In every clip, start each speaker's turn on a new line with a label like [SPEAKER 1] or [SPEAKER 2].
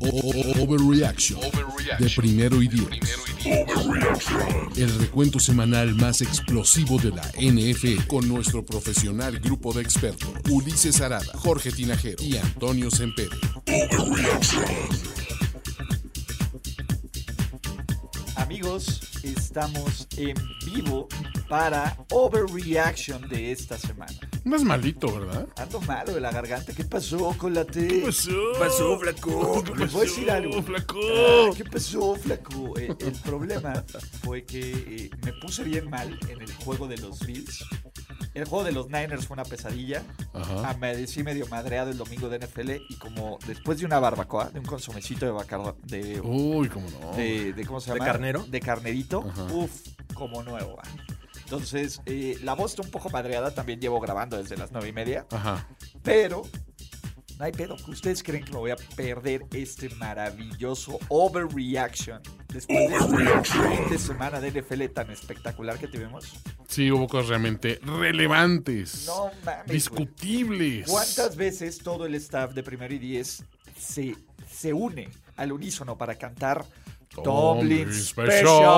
[SPEAKER 1] O- o- o- Overreaction de primero y diez. El recuento semanal más explosivo de la NFL con nuestro profesional grupo de expertos Ulises Arada, Jorge Tinajero y Antonio Sempere.
[SPEAKER 2] Amigos, estamos en vivo para Overreaction de esta semana.
[SPEAKER 1] No es malito, ¿verdad?
[SPEAKER 2] Ando malo de la garganta. ¿Qué pasó con la T?
[SPEAKER 3] Pasó, flaco.
[SPEAKER 2] ¿Te puedo decir algo?
[SPEAKER 3] flaco?
[SPEAKER 2] Ah, ¿Qué pasó, flaco? Eh, el problema fue que eh, me puse bien mal en el juego de los Bills. El juego de los Niners fue una pesadilla.
[SPEAKER 1] Ajá.
[SPEAKER 2] Amanecí medio madreado el domingo de NFL y como después de una barbacoa, de un consomecito de bacarra, de,
[SPEAKER 1] Uy, cómo no.
[SPEAKER 2] de, de- ¿cómo se
[SPEAKER 3] Oh. ¿De
[SPEAKER 2] llama?
[SPEAKER 3] carnero?
[SPEAKER 2] De carnerito.
[SPEAKER 1] Ajá.
[SPEAKER 2] Uf, como nueva. Entonces, eh, la voz está un poco madreada, también llevo grabando desde las nueve y media.
[SPEAKER 1] Ajá.
[SPEAKER 2] Pero, no hay pedo. ¿Ustedes creen que me voy a perder este maravilloso overreaction después de esta semana de NFL tan espectacular que tuvimos?
[SPEAKER 1] Sí, hubo cosas realmente relevantes.
[SPEAKER 2] No mames. güey.
[SPEAKER 1] discutibles.
[SPEAKER 2] ¿Cuántas veces todo el staff de Primero y Diez se, se une al unísono para cantar Tomlin
[SPEAKER 1] Tomlin
[SPEAKER 2] Special?
[SPEAKER 1] Special.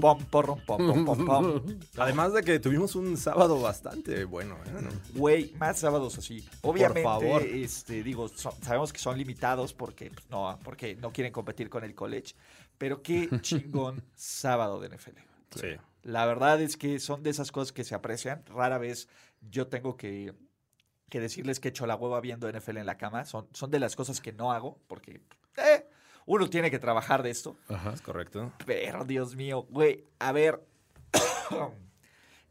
[SPEAKER 2] Pom, porrom, pom, pom, pom, pom.
[SPEAKER 3] Además de que tuvimos un sábado bastante bueno, ¿eh? ¿No?
[SPEAKER 2] Güey, más sábados así. Obviamente,
[SPEAKER 3] favor.
[SPEAKER 2] este, digo, so- sabemos que son limitados porque, pues, no, porque no quieren competir con el college. Pero qué chingón sábado de NFL.
[SPEAKER 3] Sí.
[SPEAKER 2] La verdad es que son de esas cosas que se aprecian. Rara vez yo tengo que, que decirles que echo la hueva viendo NFL en la cama. Son, son de las cosas que no hago porque eh, uno tiene que trabajar de esto.
[SPEAKER 3] Es correcto.
[SPEAKER 2] Pero, Dios mío, güey, a ver.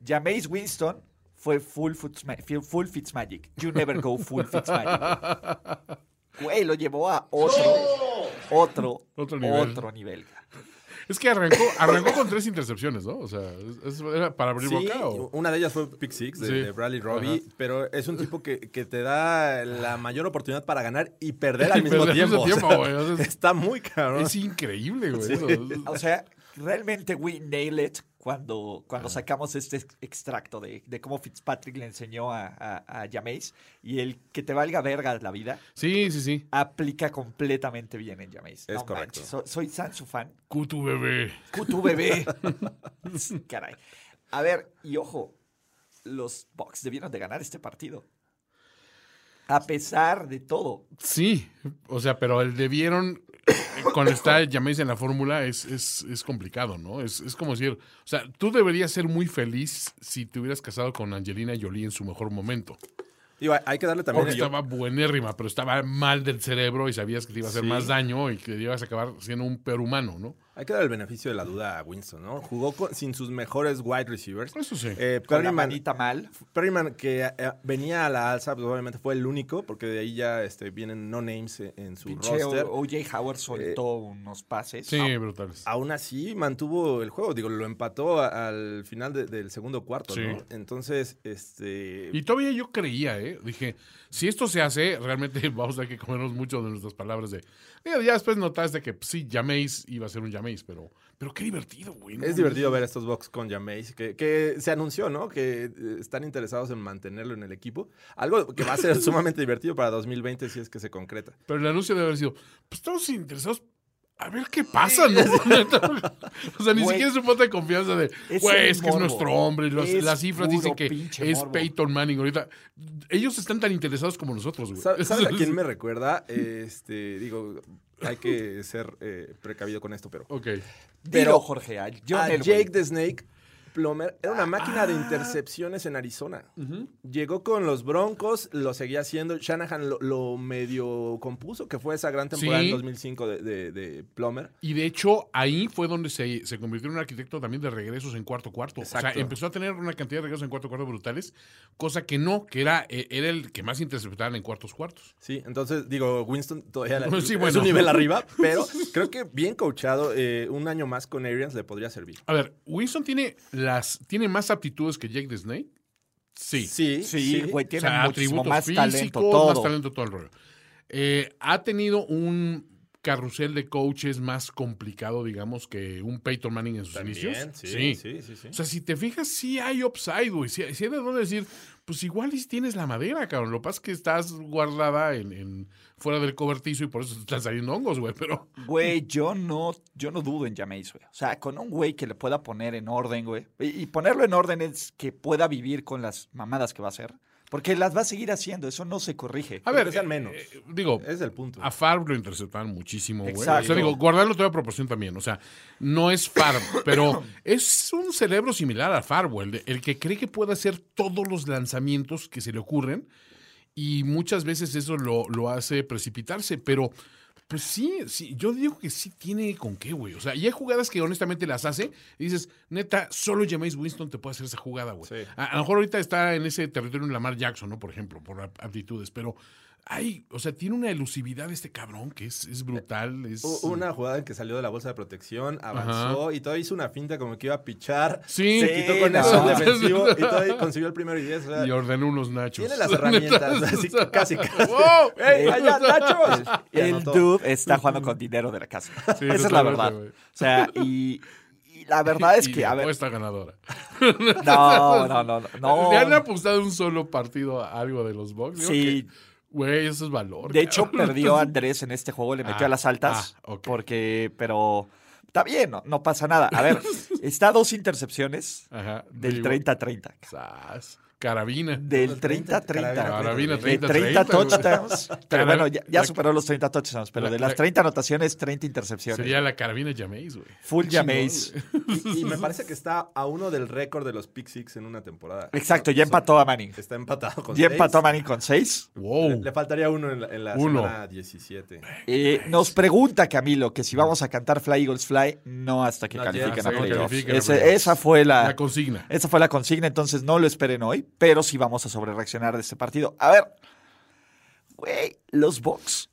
[SPEAKER 2] Jameis Winston fue full, Fitzma- fi- full Fitzmagic. You never go full Fitzmagic. Güey, lo llevó a otro, otro,
[SPEAKER 1] Otro
[SPEAKER 2] otro
[SPEAKER 1] nivel.
[SPEAKER 2] nivel.
[SPEAKER 4] Es que arrancó, arrancó con tres intercepciones, ¿no? O sea, es- es- era para abrir
[SPEAKER 3] Sí,
[SPEAKER 4] boca o...
[SPEAKER 3] una de ellas fue Pick Six de,
[SPEAKER 4] Sí.
[SPEAKER 3] de Bradley Robbie, pero es un tipo que, que te da la mayor oportunidad para ganar y perder al
[SPEAKER 4] Ah. Y
[SPEAKER 3] mismo
[SPEAKER 4] perder al
[SPEAKER 3] tiempo. o
[SPEAKER 4] mismo
[SPEAKER 3] sea,
[SPEAKER 4] tiempo, güey, o sea, es-
[SPEAKER 3] está muy cabrón.
[SPEAKER 4] Es increíble, güey. eso.
[SPEAKER 2] O sea, realmente we nail it cuando, cuando sacamos este ex- extracto de, de cómo Fitzpatrick le enseñó a, a, a Jameis. Y el que te valga verga la vida
[SPEAKER 4] Sí, sí, sí.
[SPEAKER 2] aplica completamente bien en Jameis.
[SPEAKER 3] Es
[SPEAKER 2] No
[SPEAKER 3] correcto.
[SPEAKER 2] manches, so- soy tan su fan.
[SPEAKER 4] Cutu, bebé.
[SPEAKER 2] Cutu bebé. Caray. A ver, y ojo, los Bucks debieron de ganar este partido. A pesar de todo.
[SPEAKER 4] Sí, o sea, pero el debieron... eh, Cuando está llaméis en la fórmula es, es, es complicado, ¿no? Es, es como decir, o sea, tú deberías ser muy feliz si te hubieras casado con Angelina Jolie en su mejor momento.
[SPEAKER 3] Digo, hay que darle también.
[SPEAKER 4] Porque estaba buenérrima, pero estaba mal del cerebro y sabías que te iba a hacer
[SPEAKER 3] Sí.
[SPEAKER 4] más daño y que ibas a acabar siendo un peor humano, ¿no?
[SPEAKER 3] Hay que dar el beneficio de la duda a Winston, ¿no? Jugó con- sin sus mejores wide receivers.
[SPEAKER 4] Eso sí.
[SPEAKER 3] Eh,
[SPEAKER 2] Con la
[SPEAKER 3] Perryman-
[SPEAKER 2] manita mal.
[SPEAKER 3] Perryman, que eh, venía a la alza, pues, obviamente fue el único, porque de ahí ya este, vienen no names eh, en su
[SPEAKER 2] Pinche
[SPEAKER 3] roster. Eh,
[SPEAKER 2] O- OJ Howard soltó unos pases.
[SPEAKER 4] Sí, brutales.
[SPEAKER 3] Aún así mantuvo el juego, digo, lo empató a- al final de- del segundo cuarto,
[SPEAKER 4] Sí.
[SPEAKER 3] ¿no? Entonces, este...
[SPEAKER 4] Y todavía yo creía, ¿eh? Dije, si esto se hace, realmente vamos a tener que comernos mucho de nuestras palabras de... Mira, ya después notaste que pues, sí, llaméis, iba a ser un llaméis, pero... Pero qué divertido, güey. ¿no?
[SPEAKER 3] Es divertido ver estos box con Jameis, que, que se anunció, ¿no? Que eh, están interesados en mantenerlo en el equipo. Algo que va a ser sumamente divertido para 2020 si es que se concreta.
[SPEAKER 4] Pero el anuncio debe haber sido, pues estamos interesados a ver qué pasa, ¿no? o sea, ni
[SPEAKER 2] Güey.
[SPEAKER 4] siquiera es un voto de confianza de,
[SPEAKER 2] Es
[SPEAKER 4] güey,
[SPEAKER 2] el
[SPEAKER 4] es que es
[SPEAKER 2] morbo.
[SPEAKER 4] nuestro hombre. y los-
[SPEAKER 2] Es
[SPEAKER 4] las cifras
[SPEAKER 2] puro
[SPEAKER 4] dicen que
[SPEAKER 2] pinche
[SPEAKER 4] es
[SPEAKER 2] morbo.
[SPEAKER 4] Peyton Manning ahorita. Ellos están tan interesados como nosotros, güey.
[SPEAKER 3] Sa- ¿Sabes a quién me recuerda? Este, digo, hay que ser eh, precavido con esto, pero...
[SPEAKER 4] Ok.
[SPEAKER 2] Pero,
[SPEAKER 3] Pero-
[SPEAKER 2] Jorge, a John
[SPEAKER 3] A
[SPEAKER 2] Elway.
[SPEAKER 3] Jake the Snake Plomer era una máquina
[SPEAKER 4] Ah.
[SPEAKER 3] de intercepciones en Arizona. Llegó con los Broncos, lo seguía haciendo. Shanahan lo, lo medio compuso, que fue esa gran temporada
[SPEAKER 4] Sí.
[SPEAKER 3] en 2005 de, de, de Plomer.
[SPEAKER 4] Y de hecho, ahí fue donde se, se convirtió en un arquitecto también de regresos en cuarto cuarto. O
[SPEAKER 3] Exacto.
[SPEAKER 4] sea, empezó a tener una cantidad de regresos en cuarto cuarto brutales, cosa que no, que era, eh, era el que más interceptaban en cuartos cuartos.
[SPEAKER 3] Sí, entonces digo, Winston todavía la-
[SPEAKER 4] Sí, bueno.
[SPEAKER 3] es un nivel arriba, pero creo que bien coachado, eh, un año más con Arians le podría servir.
[SPEAKER 4] A ver, Winston tiene las tiene más aptitudes que Jake the Snake. Sí.
[SPEAKER 3] Sí,
[SPEAKER 2] Sí, güey,
[SPEAKER 4] O
[SPEAKER 2] tiene
[SPEAKER 4] sea,
[SPEAKER 2] muchísimo
[SPEAKER 4] atributos
[SPEAKER 2] más
[SPEAKER 4] físicos,
[SPEAKER 2] talento todo.
[SPEAKER 4] más talento todo el rollo. Eh, ha tenido un carrusel de coaches más complicado, digamos, que un Peyton Manning en sus
[SPEAKER 3] También,
[SPEAKER 4] inicios.
[SPEAKER 3] sí, sí, sí, sí.
[SPEAKER 4] O sea, si te fijas, sí hay upside, güey. Sí, sí hay de dónde decir, pues igual y si tienes la madera, cabrón. Lo que pasa es que estás guardada en, en- fuera del cobertizo y por eso te están saliendo hongos, güey. Pero
[SPEAKER 2] Güey, yo no, yo no dudo en Jameis, güey. O sea, con un güey que le pueda poner en orden, güey. Y, y ponerlo en orden es que pueda vivir con las mamadas que va a hacer. Porque las va a seguir haciendo, eso no se corrige.
[SPEAKER 4] a ver,
[SPEAKER 3] que sean
[SPEAKER 4] eh,
[SPEAKER 3] menos.
[SPEAKER 4] eh, digo,
[SPEAKER 3] Ese es el punto.
[SPEAKER 4] A Favre lo interceptaban muchísimo, güey. O sea,
[SPEAKER 2] Exacto.
[SPEAKER 4] digo, guardarlo toda proporción también. O sea, no es Favre, pero es un cerebro similar a Favre, güey, el, de- el que cree que puede hacer todos los lanzamientos que se le ocurren y muchas veces eso lo, lo hace precipitarse, pero... Pues sí, sí, yo digo que sí tiene con qué, güey. O sea, y hay jugadas que honestamente las hace y dices, neta, solo James Winston te puede hacer esa jugada, güey.
[SPEAKER 3] Sí.
[SPEAKER 4] A, a lo mejor ahorita está en ese territorio en Lamar Jackson, ¿no? Por ejemplo, por ap- aptitudes, pero hay, o sea, tiene una elusividad este cabrón que es, es brutal. Es,
[SPEAKER 3] U- Una jugada en que salió de la bolsa de protección, avanzó y todo hizo una finta como que iba a pichar.
[SPEAKER 4] Sí.
[SPEAKER 3] Se quitó
[SPEAKER 2] Sí,
[SPEAKER 3] con
[SPEAKER 2] no.
[SPEAKER 3] eso el defensivo y todavía consiguió el primero y diez. o sea,
[SPEAKER 4] Y ordenó unos nachos.
[SPEAKER 3] tiene las herramientas, así que casi, casi.
[SPEAKER 4] ¡Wow!
[SPEAKER 3] ¡Ey, allá, Nachos! Y
[SPEAKER 2] El
[SPEAKER 3] anotó.
[SPEAKER 2] dude está jugando con dinero de la casa.
[SPEAKER 4] Sí,
[SPEAKER 2] Esa es la
[SPEAKER 4] totalmente,
[SPEAKER 2] verdad.
[SPEAKER 4] güey. pues.
[SPEAKER 2] O sea, y, y la verdad es que, a ver,
[SPEAKER 4] Apuesta ganadora.
[SPEAKER 2] no, no, no,
[SPEAKER 4] Le han
[SPEAKER 2] no.
[SPEAKER 4] apostado un solo partido a algo de los Bucks. pues, Digo
[SPEAKER 2] Sí.
[SPEAKER 4] que, Güey, eso es valor.
[SPEAKER 2] De hecho,
[SPEAKER 4] cabrón.
[SPEAKER 2] perdió a Andrés en este juego, le metió
[SPEAKER 4] Ah,
[SPEAKER 2] a las altas,
[SPEAKER 4] ah, ok.
[SPEAKER 2] porque, pero está bien, no, no pasa nada. A ver, está a dos intercepciones
[SPEAKER 4] Ajá.
[SPEAKER 2] del
[SPEAKER 4] Digo,
[SPEAKER 2] 30-30.
[SPEAKER 4] sas, Carabina.
[SPEAKER 2] Del 30-30.
[SPEAKER 4] Carabina
[SPEAKER 2] De
[SPEAKER 4] 30
[SPEAKER 2] 30
[SPEAKER 4] güey.
[SPEAKER 2] touchdowns. Pero bueno, ya, ya
[SPEAKER 4] La-
[SPEAKER 2] superó los 30 touchdowns, pero
[SPEAKER 4] la-
[SPEAKER 2] de
[SPEAKER 4] la-
[SPEAKER 2] las 30 anotaciones, 30 intercepciones.
[SPEAKER 4] Sería la carabina Jameis, güey.
[SPEAKER 2] Full Jameis.
[SPEAKER 3] Y, y me parece que está a uno del récord de los pick six en una temporada.
[SPEAKER 2] Exacto, ya
[SPEAKER 3] Son-
[SPEAKER 2] empató a Manning.
[SPEAKER 3] Está empatado con
[SPEAKER 2] Ya
[SPEAKER 3] seis.
[SPEAKER 2] empató a Manning con 6.
[SPEAKER 3] Le,
[SPEAKER 4] Wow.
[SPEAKER 3] le faltaría uno en la, en la
[SPEAKER 4] Uno.
[SPEAKER 3] semana 17.
[SPEAKER 2] Eh, nos pregunta Camilo que si vamos a cantar Fly Eagles Fly, no hasta que
[SPEAKER 3] No,
[SPEAKER 2] califiquen
[SPEAKER 3] hasta
[SPEAKER 2] a
[SPEAKER 3] que
[SPEAKER 2] playoffs.
[SPEAKER 4] califiquen a
[SPEAKER 2] Ese-
[SPEAKER 4] playoffs.
[SPEAKER 2] esa fue la,
[SPEAKER 4] La consigna.
[SPEAKER 2] esa fue la consigna, entonces no lo esperen hoy, pero sí vamos a sobrereaccionar de este partido. A ver, güey, los Bucks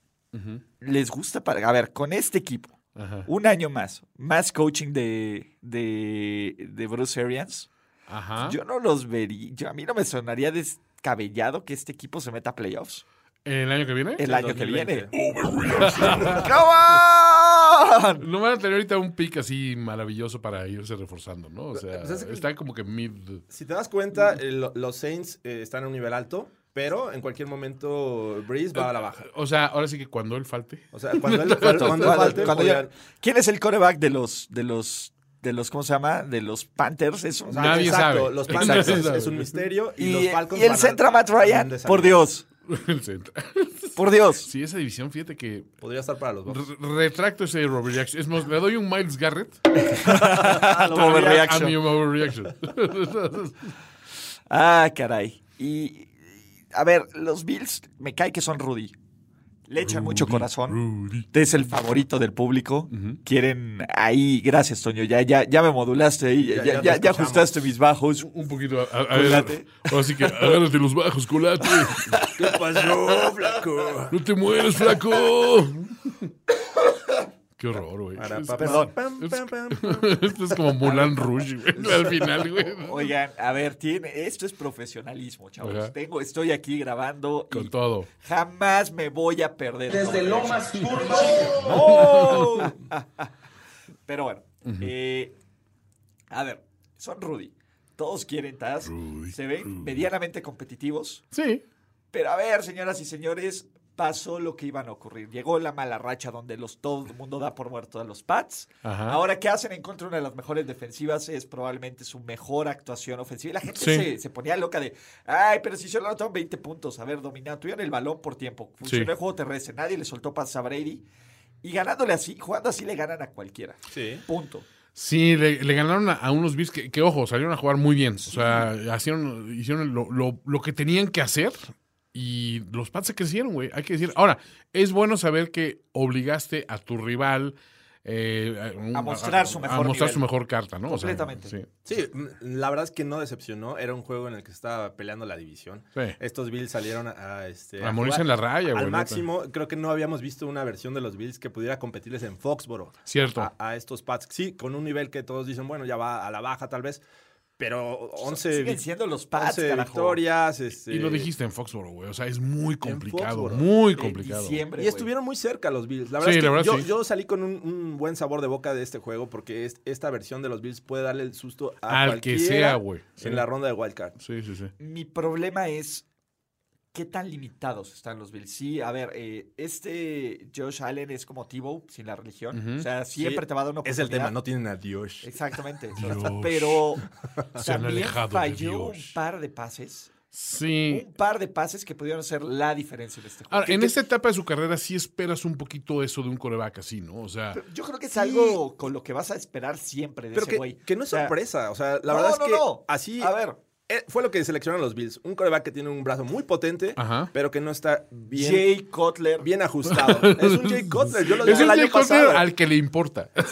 [SPEAKER 2] les gusta para, a ver, con este equipo,
[SPEAKER 4] Ajá.
[SPEAKER 2] un año más, más coaching de, de, de Bruce Arians.
[SPEAKER 4] Ajá.
[SPEAKER 2] Yo no los vería, yo, a mí no me sonaría descabellado que este equipo se meta a playoffs
[SPEAKER 4] ¿El año que viene?
[SPEAKER 2] el año que viene. Uh.
[SPEAKER 3] 2020.
[SPEAKER 2] ¡Come on!
[SPEAKER 4] No van a tener ahorita un pick así maravilloso para irse reforzando, ¿no? O sea,
[SPEAKER 3] Pues es que-
[SPEAKER 4] está como que mid.
[SPEAKER 3] Si te das cuenta, eh, lo- los Saints eh, están a un nivel alto, pero en cualquier momento Breeze va a la baja.
[SPEAKER 4] O sea, ahora sí que cuando él falte.
[SPEAKER 3] O sea, cuando él, cuando, cuando
[SPEAKER 2] Cuando-
[SPEAKER 3] falte,
[SPEAKER 2] cuando ya-
[SPEAKER 3] podrían-
[SPEAKER 2] ¿Quién es el coreback de los, de los, de los, ¿cómo se llama? De los Panthers. Es un-
[SPEAKER 3] O sea,
[SPEAKER 4] Nadie sabe.
[SPEAKER 3] Los Panthers
[SPEAKER 4] Nadie
[SPEAKER 3] es,
[SPEAKER 4] sabe.
[SPEAKER 3] es un misterio. Y,
[SPEAKER 2] y,
[SPEAKER 3] los Falcons
[SPEAKER 2] y el
[SPEAKER 3] van a-
[SPEAKER 2] centra Matt
[SPEAKER 3] van a
[SPEAKER 2] Ryan,
[SPEAKER 3] desarrollar.
[SPEAKER 2] por Dios,
[SPEAKER 4] El centro.
[SPEAKER 2] por Dios.
[SPEAKER 4] Sí, esa división, fíjate que.
[SPEAKER 3] Podría estar para los dos.
[SPEAKER 4] re- Retracto ese Robert Jackson. Es más, le doy un Miles Garrett
[SPEAKER 2] Tu
[SPEAKER 4] a
[SPEAKER 2] overreaction.
[SPEAKER 4] mi overreaction.
[SPEAKER 2] Ah, caray. Y, y- a ver, los Bills, me cae que son Rudy. Le echan mucho corazón.
[SPEAKER 4] Rudy.
[SPEAKER 2] Es el favorito del público. Quieren ahí, gracias, Toño. Ya, ya, ya me modulaste ahí. Ya, ya,
[SPEAKER 3] Ya- ya te
[SPEAKER 2] ya
[SPEAKER 3] escuchamos.
[SPEAKER 2] ajustaste mis bajos.
[SPEAKER 4] Un poquito. a- a- a-
[SPEAKER 2] Colate.
[SPEAKER 4] así que agárrate los bajos, colate.
[SPEAKER 3] ¿Qué pasó, flaco?
[SPEAKER 4] No te mueres, flaco. Qué horror, güey.
[SPEAKER 3] Para,
[SPEAKER 4] Es-
[SPEAKER 3] pa-
[SPEAKER 2] Perdón.
[SPEAKER 3] pam, pam, pam, pam.
[SPEAKER 4] Esto es como Mulan Rouge, güey. Al final, güey.
[SPEAKER 2] Oigan, a ver, tiene, esto es profesionalismo, chavos.
[SPEAKER 4] Ajá.
[SPEAKER 2] Tengo, estoy aquí grabando y
[SPEAKER 4] Con todo.
[SPEAKER 2] jamás me voy a perder.
[SPEAKER 5] Desde
[SPEAKER 2] No,
[SPEAKER 5] Lomas Turbo.
[SPEAKER 2] ¡Oh! Pero bueno, eh, a ver, son Rudy. Todos quieren Taz. Se ven medianamente competitivos.
[SPEAKER 4] Sí.
[SPEAKER 2] Pero a ver, señoras y señores, pasó lo que iban a ocurrir. Llegó la mala racha donde los, todo el mundo da por muerto a los Pats.
[SPEAKER 4] Ajá.
[SPEAKER 2] Ahora, ¿qué hacen en contra de una de las mejores defensivas? Es probablemente su mejor actuación ofensiva. Y la gente
[SPEAKER 4] Sí.
[SPEAKER 2] se, se ponía loca de, ay, pero si solo anotaron 20 puntos. A ver, dominado, tuvieron el balón por tiempo. Funcionó
[SPEAKER 4] Sí.
[SPEAKER 2] el juego terrestre. Nadie le soltó pases a Brady. Y ganándole así, jugando así, le ganan a cualquiera.
[SPEAKER 3] Sí.
[SPEAKER 2] Punto.
[SPEAKER 4] Sí, le, le ganaron a, a unos Bills que, que, ojo, salieron a jugar muy bien. O sea, hicieron, hicieron lo, lo- lo que tenían que hacer y los Pats se crecieron, güey. Hay que decir. Ahora, es bueno saber que obligaste a tu rival eh, un-
[SPEAKER 2] A mostrar su mejor
[SPEAKER 4] a mostrar
[SPEAKER 2] nivel.
[SPEAKER 4] su mejor carta, ¿no? O sea,
[SPEAKER 2] Completamente.
[SPEAKER 4] sí.
[SPEAKER 3] Sí, m- la verdad es que no decepcionó. Era un juego en el que estaba peleando la división.
[SPEAKER 4] Sí.
[SPEAKER 3] Estos Bills salieron a, a, este,
[SPEAKER 4] A morirse en la raya,
[SPEAKER 3] Al
[SPEAKER 4] güey, neta.
[SPEAKER 3] máximo, creo que no habíamos visto una versión de los Bills que pudiera competirles en Foxboro.
[SPEAKER 4] Cierto.
[SPEAKER 3] A, a estos Pats. Sí, con un nivel que todos dicen, bueno, ya va a la baja tal vez. Pero 11,
[SPEAKER 2] Siguen siendo los Pats,
[SPEAKER 3] 11
[SPEAKER 2] carajo.
[SPEAKER 3] victorias. este,
[SPEAKER 4] Y lo dijiste en Foxborough, güey. O sea, es muy complicado,
[SPEAKER 3] Foxborough.
[SPEAKER 4] muy
[SPEAKER 2] En
[SPEAKER 4] complicado.
[SPEAKER 2] diciembre,
[SPEAKER 3] Y
[SPEAKER 2] güey.
[SPEAKER 3] estuvieron muy cerca los Bills. La
[SPEAKER 4] Sí,
[SPEAKER 3] verdad, es que
[SPEAKER 4] la verdad,
[SPEAKER 3] yo,
[SPEAKER 4] sí.
[SPEAKER 3] yo salí con un, un buen sabor de boca de este juego porque es- esta versión de los Bills puede darle el susto a
[SPEAKER 4] Al que
[SPEAKER 3] cualquiera
[SPEAKER 4] sea, güey. Sí.
[SPEAKER 3] En la ronda de Wildcard.
[SPEAKER 4] Sí, sí, sí.
[SPEAKER 2] Mi problema es qué tan limitados están los Bills. Sí, a ver, eh, este Josh Allen es como Tebow sin la religión. O sea, siempre te va a dar una
[SPEAKER 3] Es el
[SPEAKER 2] oportunidad.
[SPEAKER 3] tema, no tienen a Dios.
[SPEAKER 2] Exactamente.
[SPEAKER 4] Dios.
[SPEAKER 2] Pero
[SPEAKER 4] Se han
[SPEAKER 2] también
[SPEAKER 4] alejado de
[SPEAKER 2] falló un
[SPEAKER 4] Dios.
[SPEAKER 2] par de pases.
[SPEAKER 4] Sí.
[SPEAKER 2] Un par de pases que pudieron ser la diferencia en este juego.
[SPEAKER 4] Ahora,
[SPEAKER 2] Que-
[SPEAKER 4] en
[SPEAKER 2] que-
[SPEAKER 4] esta etapa de su carrera sí esperas un poquito eso de un coreback así, ¿no? O sea,
[SPEAKER 2] Yo creo que es
[SPEAKER 3] Sí.
[SPEAKER 2] algo con lo que vas a esperar siempre de
[SPEAKER 3] Pero
[SPEAKER 2] ese
[SPEAKER 3] que,
[SPEAKER 2] güey.
[SPEAKER 3] que no es
[SPEAKER 2] O sea,
[SPEAKER 3] sorpresa. O sea, la
[SPEAKER 2] no,
[SPEAKER 3] verdad es
[SPEAKER 2] no,
[SPEAKER 3] que
[SPEAKER 2] no.
[SPEAKER 3] así.
[SPEAKER 2] A ver.
[SPEAKER 3] eh, Fue lo que seleccionaron los Bills. Un coreback que tiene un brazo muy potente,
[SPEAKER 4] Ajá.
[SPEAKER 3] pero que no está bien,
[SPEAKER 2] Jay Cutler.
[SPEAKER 3] bien ajustado. es un Jay Cutler. Yo lo
[SPEAKER 4] es
[SPEAKER 3] dije
[SPEAKER 4] el
[SPEAKER 3] el año
[SPEAKER 4] Jay Cutler
[SPEAKER 3] pasado.
[SPEAKER 4] al que le importa.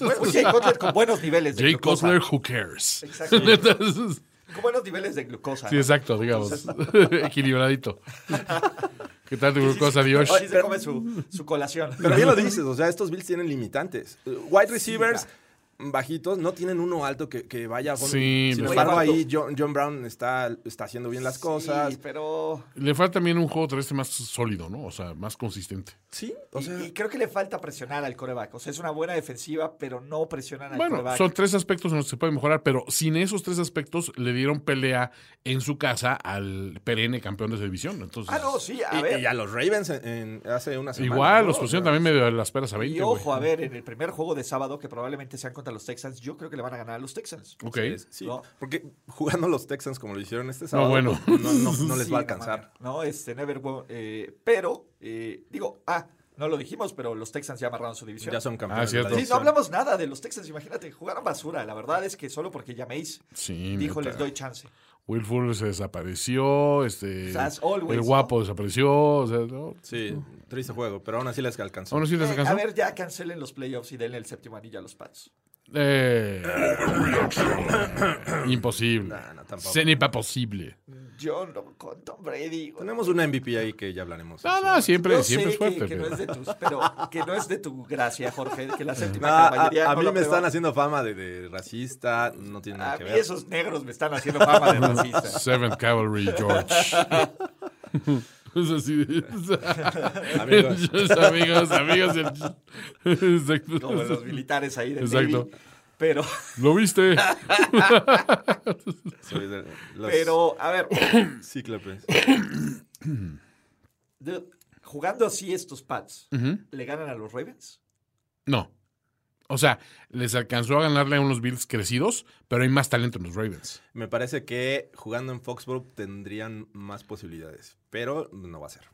[SPEAKER 2] Bueno, un Jay Cutler con buenos niveles de
[SPEAKER 4] Jay
[SPEAKER 2] glucosa.
[SPEAKER 4] Cutler, who cares?
[SPEAKER 2] Exacto.
[SPEAKER 4] Entonces,
[SPEAKER 2] Con buenos niveles de glucosa.
[SPEAKER 4] sí,
[SPEAKER 2] ¿no?
[SPEAKER 4] exacto, digamos. Equilibradito. ¿Qué tal tu glucosa, Dios?
[SPEAKER 2] Sí se come su, su colación.
[SPEAKER 3] Pero bien lo dices, o sea, estos Bills tienen limitantes. Eh, Wide receivers bajitos no tienen uno alto que, que vaya a fondo.
[SPEAKER 4] Sí,
[SPEAKER 3] Sin
[SPEAKER 4] le
[SPEAKER 3] embargo,
[SPEAKER 2] falta.
[SPEAKER 3] ahí John, John Brown está, está haciendo bien las cosas.
[SPEAKER 2] Sí, pero...
[SPEAKER 4] Le falta también un juego terrestre más sólido, ¿no? O sea, más consistente.
[SPEAKER 3] Sí, o
[SPEAKER 2] y-
[SPEAKER 3] sea,
[SPEAKER 2] y, creo que le falta presionar al coreback. O sea, es una buena defensiva, pero no presionan al
[SPEAKER 4] Bueno,
[SPEAKER 2] coreback.
[SPEAKER 4] son tres aspectos en los que se puede mejorar, pero sin esos tres aspectos le dieron pelea en su casa al perenne campeón de esa división. Entonces,
[SPEAKER 2] Ah, no, sí, a
[SPEAKER 3] y,
[SPEAKER 2] ver.
[SPEAKER 3] y a los Ravens en- en- hace una semana.
[SPEAKER 4] igual,
[SPEAKER 3] ¿no?
[SPEAKER 4] los
[SPEAKER 3] O
[SPEAKER 4] pusieron
[SPEAKER 3] sea,
[SPEAKER 4] también medio a las peras a 20.
[SPEAKER 2] Y ojo,
[SPEAKER 4] güey.
[SPEAKER 2] a ver, en el primer juego de sábado, que probablemente sean contra los Texans, yo creo que le van a ganar a los Texans.
[SPEAKER 4] Ok.
[SPEAKER 3] Sí,
[SPEAKER 2] No.
[SPEAKER 3] porque jugando los Texans como lo hicieron este sábado,
[SPEAKER 4] bueno.
[SPEAKER 3] pues, no, no- no les
[SPEAKER 2] Sí,
[SPEAKER 3] va
[SPEAKER 2] no
[SPEAKER 3] a alcanzar.
[SPEAKER 2] mames, No, este, never won- eh, pero, eh, digo, ah, no lo dijimos, pero los Texans ya amarraron su división.
[SPEAKER 3] Ya son campeones.
[SPEAKER 4] Ah,
[SPEAKER 2] Sí,
[SPEAKER 3] de la
[SPEAKER 4] cierto.
[SPEAKER 2] no
[SPEAKER 3] división.
[SPEAKER 2] hablamos nada de los Texans, imagínate, jugaron basura. La verdad es que solo porque llaméis,
[SPEAKER 4] Sí,
[SPEAKER 2] dijo,
[SPEAKER 4] neta.
[SPEAKER 2] les doy chance.
[SPEAKER 4] Will Fuller se desapareció, este,
[SPEAKER 2] As always,
[SPEAKER 4] el
[SPEAKER 2] ¿no?
[SPEAKER 4] guapo desapareció, o sea, ¿no?
[SPEAKER 3] Sí, triste juego, pero aún así les alcanzó.
[SPEAKER 4] Aún así les
[SPEAKER 2] Eh,
[SPEAKER 4] alcanzó.
[SPEAKER 2] a ver, ya cancelen los playoffs y denle el séptimo anillo a los Pats.
[SPEAKER 4] Eh, imposible.
[SPEAKER 3] No, no, tampoco.
[SPEAKER 4] Se ni pa' posible.
[SPEAKER 2] Yo no, con Tom Brady. güey.
[SPEAKER 3] Tenemos una MVP ahí que ya hablaremos.
[SPEAKER 4] No, no, siempre,
[SPEAKER 2] Yo sé
[SPEAKER 4] siempre es fuerte.
[SPEAKER 2] que, que no
[SPEAKER 4] pero-
[SPEAKER 2] es de tus, pero que no es de tu gracia, Jorge, que la séptima
[SPEAKER 3] Ah, a,
[SPEAKER 2] caballería
[SPEAKER 3] a
[SPEAKER 2] no
[SPEAKER 3] mí
[SPEAKER 2] la
[SPEAKER 3] me
[SPEAKER 2] prueba.
[SPEAKER 3] están haciendo fama de, de racista, no tiene nada
[SPEAKER 2] A
[SPEAKER 3] que
[SPEAKER 2] mí
[SPEAKER 3] ver.
[SPEAKER 2] Ah, esos negros me están haciendo fama de racista.
[SPEAKER 4] Seventh Cavalry George. Es así.
[SPEAKER 3] Amigos.
[SPEAKER 4] Amigos, amigos, amigos. el- Exacto.
[SPEAKER 2] como los militares ahí del
[SPEAKER 4] Exacto.
[SPEAKER 2] Navy. Pero,
[SPEAKER 4] ¿Lo viste?
[SPEAKER 3] Soy de los
[SPEAKER 2] pero, a ver,
[SPEAKER 3] cíclopes.
[SPEAKER 2] de- jugando así estos Pats, ¿le ganan a los Ravens?
[SPEAKER 4] No. O sea, les alcanzó a ganarle a unos Bills crecidos, pero hay más talento en los Ravens.
[SPEAKER 3] Me parece que jugando en Foxborough tendrían más posibilidades, pero no va a ser.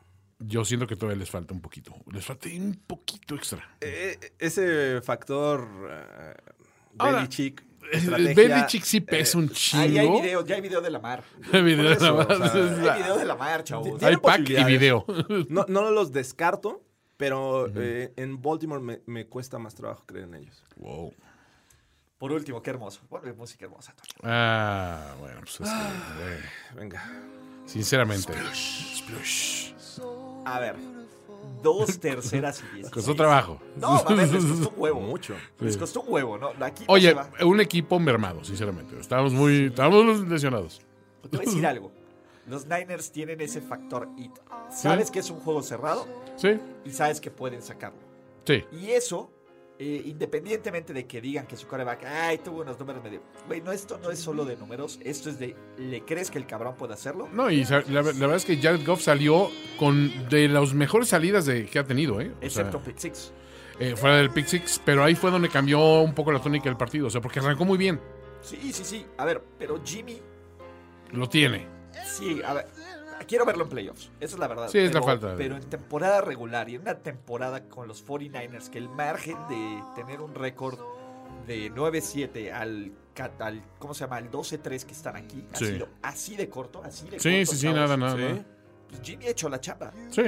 [SPEAKER 2] Mm.
[SPEAKER 4] Yo siento que todavía les falta un poquito. Les falta un poquito extra.
[SPEAKER 3] Eh, ese factor eh,
[SPEAKER 4] Ahora, eh,
[SPEAKER 3] Belly Chick.
[SPEAKER 4] El Belichick
[SPEAKER 3] eh,
[SPEAKER 4] sí pesa
[SPEAKER 2] eh,
[SPEAKER 4] un
[SPEAKER 2] Ahí hay
[SPEAKER 4] chingo.
[SPEAKER 2] video, ya hay video de la mar.
[SPEAKER 4] Hay video
[SPEAKER 3] eso,
[SPEAKER 4] nada
[SPEAKER 3] o
[SPEAKER 4] más.
[SPEAKER 3] sea,
[SPEAKER 4] Es la-
[SPEAKER 2] Hay video de la mar, chavos.
[SPEAKER 3] tiene
[SPEAKER 4] hay pack y
[SPEAKER 3] posibilidades.
[SPEAKER 4] video.
[SPEAKER 3] No, no los descarto, pero eh, en Baltimore me, me cuesta más trabajo creer en ellos.
[SPEAKER 4] wow.
[SPEAKER 2] Por último, qué hermoso. Ponme música hermosa, Toño.
[SPEAKER 4] Ah, bueno, pues es que, güey,
[SPEAKER 3] Venga.
[SPEAKER 4] sinceramente.
[SPEAKER 2] A ver, dos terceras y diez.
[SPEAKER 4] Costó trabajo.
[SPEAKER 2] No, mames, les costó un huevo.
[SPEAKER 3] Mucho.
[SPEAKER 2] Les costó un huevo, ¿no? Aquí no se
[SPEAKER 4] Oye,
[SPEAKER 2] va.
[SPEAKER 4] un equipo mermado, sinceramente. Estábamos muy, estábamos lesionados.
[SPEAKER 2] Te voy a decir algo. Los Niners tienen ese factor it. Sabes que es un juego cerrado
[SPEAKER 4] Sí,
[SPEAKER 2] y sabes que pueden sacarlo.
[SPEAKER 4] sí.
[SPEAKER 2] Y eso, eh, independientemente de que digan que su coreback, ay, tuvo unos números medio. Güey, no, esto no es solo de números, esto es de, ¿le crees que el cabrón puede hacerlo?
[SPEAKER 4] No, y sa- la, la verdad es que Jared Goff salió con de las mejores salidas de, que ha tenido, ¿eh? O sea,
[SPEAKER 2] Excepto Pick Six.
[SPEAKER 4] eh, fuera del pick six, pero ahí fue donde cambió un poco la tónica del partido. O sea, porque arrancó muy bien.
[SPEAKER 2] Sí, sí, sí. A ver, pero Jimmy,
[SPEAKER 4] Lo tiene.
[SPEAKER 2] sí, a ver. Quiero verlo en playoffs, esa es la verdad.
[SPEAKER 4] Sí, es la falta de-
[SPEAKER 2] Pero en temporada regular y en una temporada con los 49ers, que el margen de tener un récord de 9-7 al, ca- al, ¿cómo se llama? Al 12-3 que están aquí, ha
[SPEAKER 4] Sí.
[SPEAKER 2] sido así de corto, así de
[SPEAKER 4] Sí,
[SPEAKER 2] corto.
[SPEAKER 4] sí, sí,
[SPEAKER 2] chavos.
[SPEAKER 4] nada, nada.
[SPEAKER 3] Sí.
[SPEAKER 4] nada.
[SPEAKER 2] Pues Jimmy ha hecho la chamba.
[SPEAKER 4] Sí.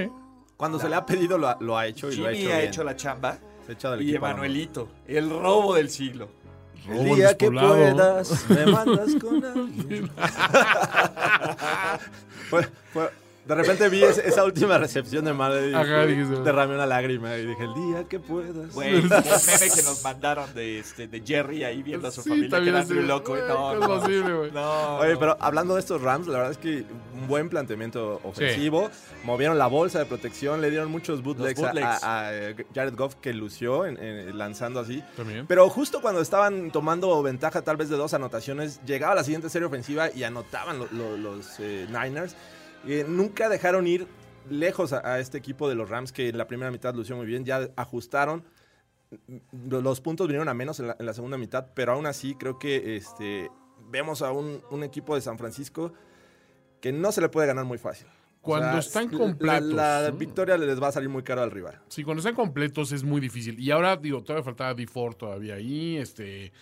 [SPEAKER 3] Cuando se le ha pedido, lo ha, lo ha hecho y
[SPEAKER 2] Jimmy
[SPEAKER 3] lo ha hecho.
[SPEAKER 2] ha
[SPEAKER 3] bien.
[SPEAKER 2] hecho la chamba.
[SPEAKER 3] Se ha echado el
[SPEAKER 2] Y
[SPEAKER 3] equipo a la mano.
[SPEAKER 2] Emanuelito, el robo del siglo.
[SPEAKER 4] Robo en despoblado.
[SPEAKER 3] me mandas con alguien. Fue- fue- de repente vi ese- esa última recepción de Madre y
[SPEAKER 4] Ajá,
[SPEAKER 3] y
[SPEAKER 4] dijiste.
[SPEAKER 3] derramé una lágrima y dije, el día que puedas.
[SPEAKER 2] Güey, el meme que nos mandaron de, este, de Jerry ahí viendo a su familia que era
[SPEAKER 4] así,
[SPEAKER 2] Andrew loco.
[SPEAKER 4] güey,
[SPEAKER 2] No,
[SPEAKER 4] ¿cómo
[SPEAKER 2] no,
[SPEAKER 4] es posible, güey?
[SPEAKER 2] no.
[SPEAKER 3] Oye, pero hablando de estos Rams, la verdad es que un buen planteamiento ofensivo. Movieron la bolsa de protección, le dieron muchos bootlegs, a-
[SPEAKER 2] bootlegs.
[SPEAKER 3] A, a Jared Goff que lució en- en- lanzando así.
[SPEAKER 4] También.
[SPEAKER 3] Pero justo cuando estaban tomando ventaja tal vez de dos anotaciones, llegaba la siguiente serie ofensiva y anotaban lo- lo- los eh, Niners. Eh, nunca dejaron ir lejos a, a este equipo de los Rams que en la primera mitad lució muy bien, ya ajustaron. Lo- Los puntos vinieron a menos en la, en la segunda mitad, pero aún así creo que este, vemos a un, un equipo de San Francisco que no se le puede ganar muy fácil. O
[SPEAKER 4] Cuando están
[SPEAKER 3] la-
[SPEAKER 4] completos,
[SPEAKER 3] La,
[SPEAKER 4] ¿no?
[SPEAKER 3] victoria les va a salir muy caro al rival.
[SPEAKER 4] Sí, cuando están completos es muy difícil. Y ahora, digo, todavía faltaba D Ford todavía ahí. Este,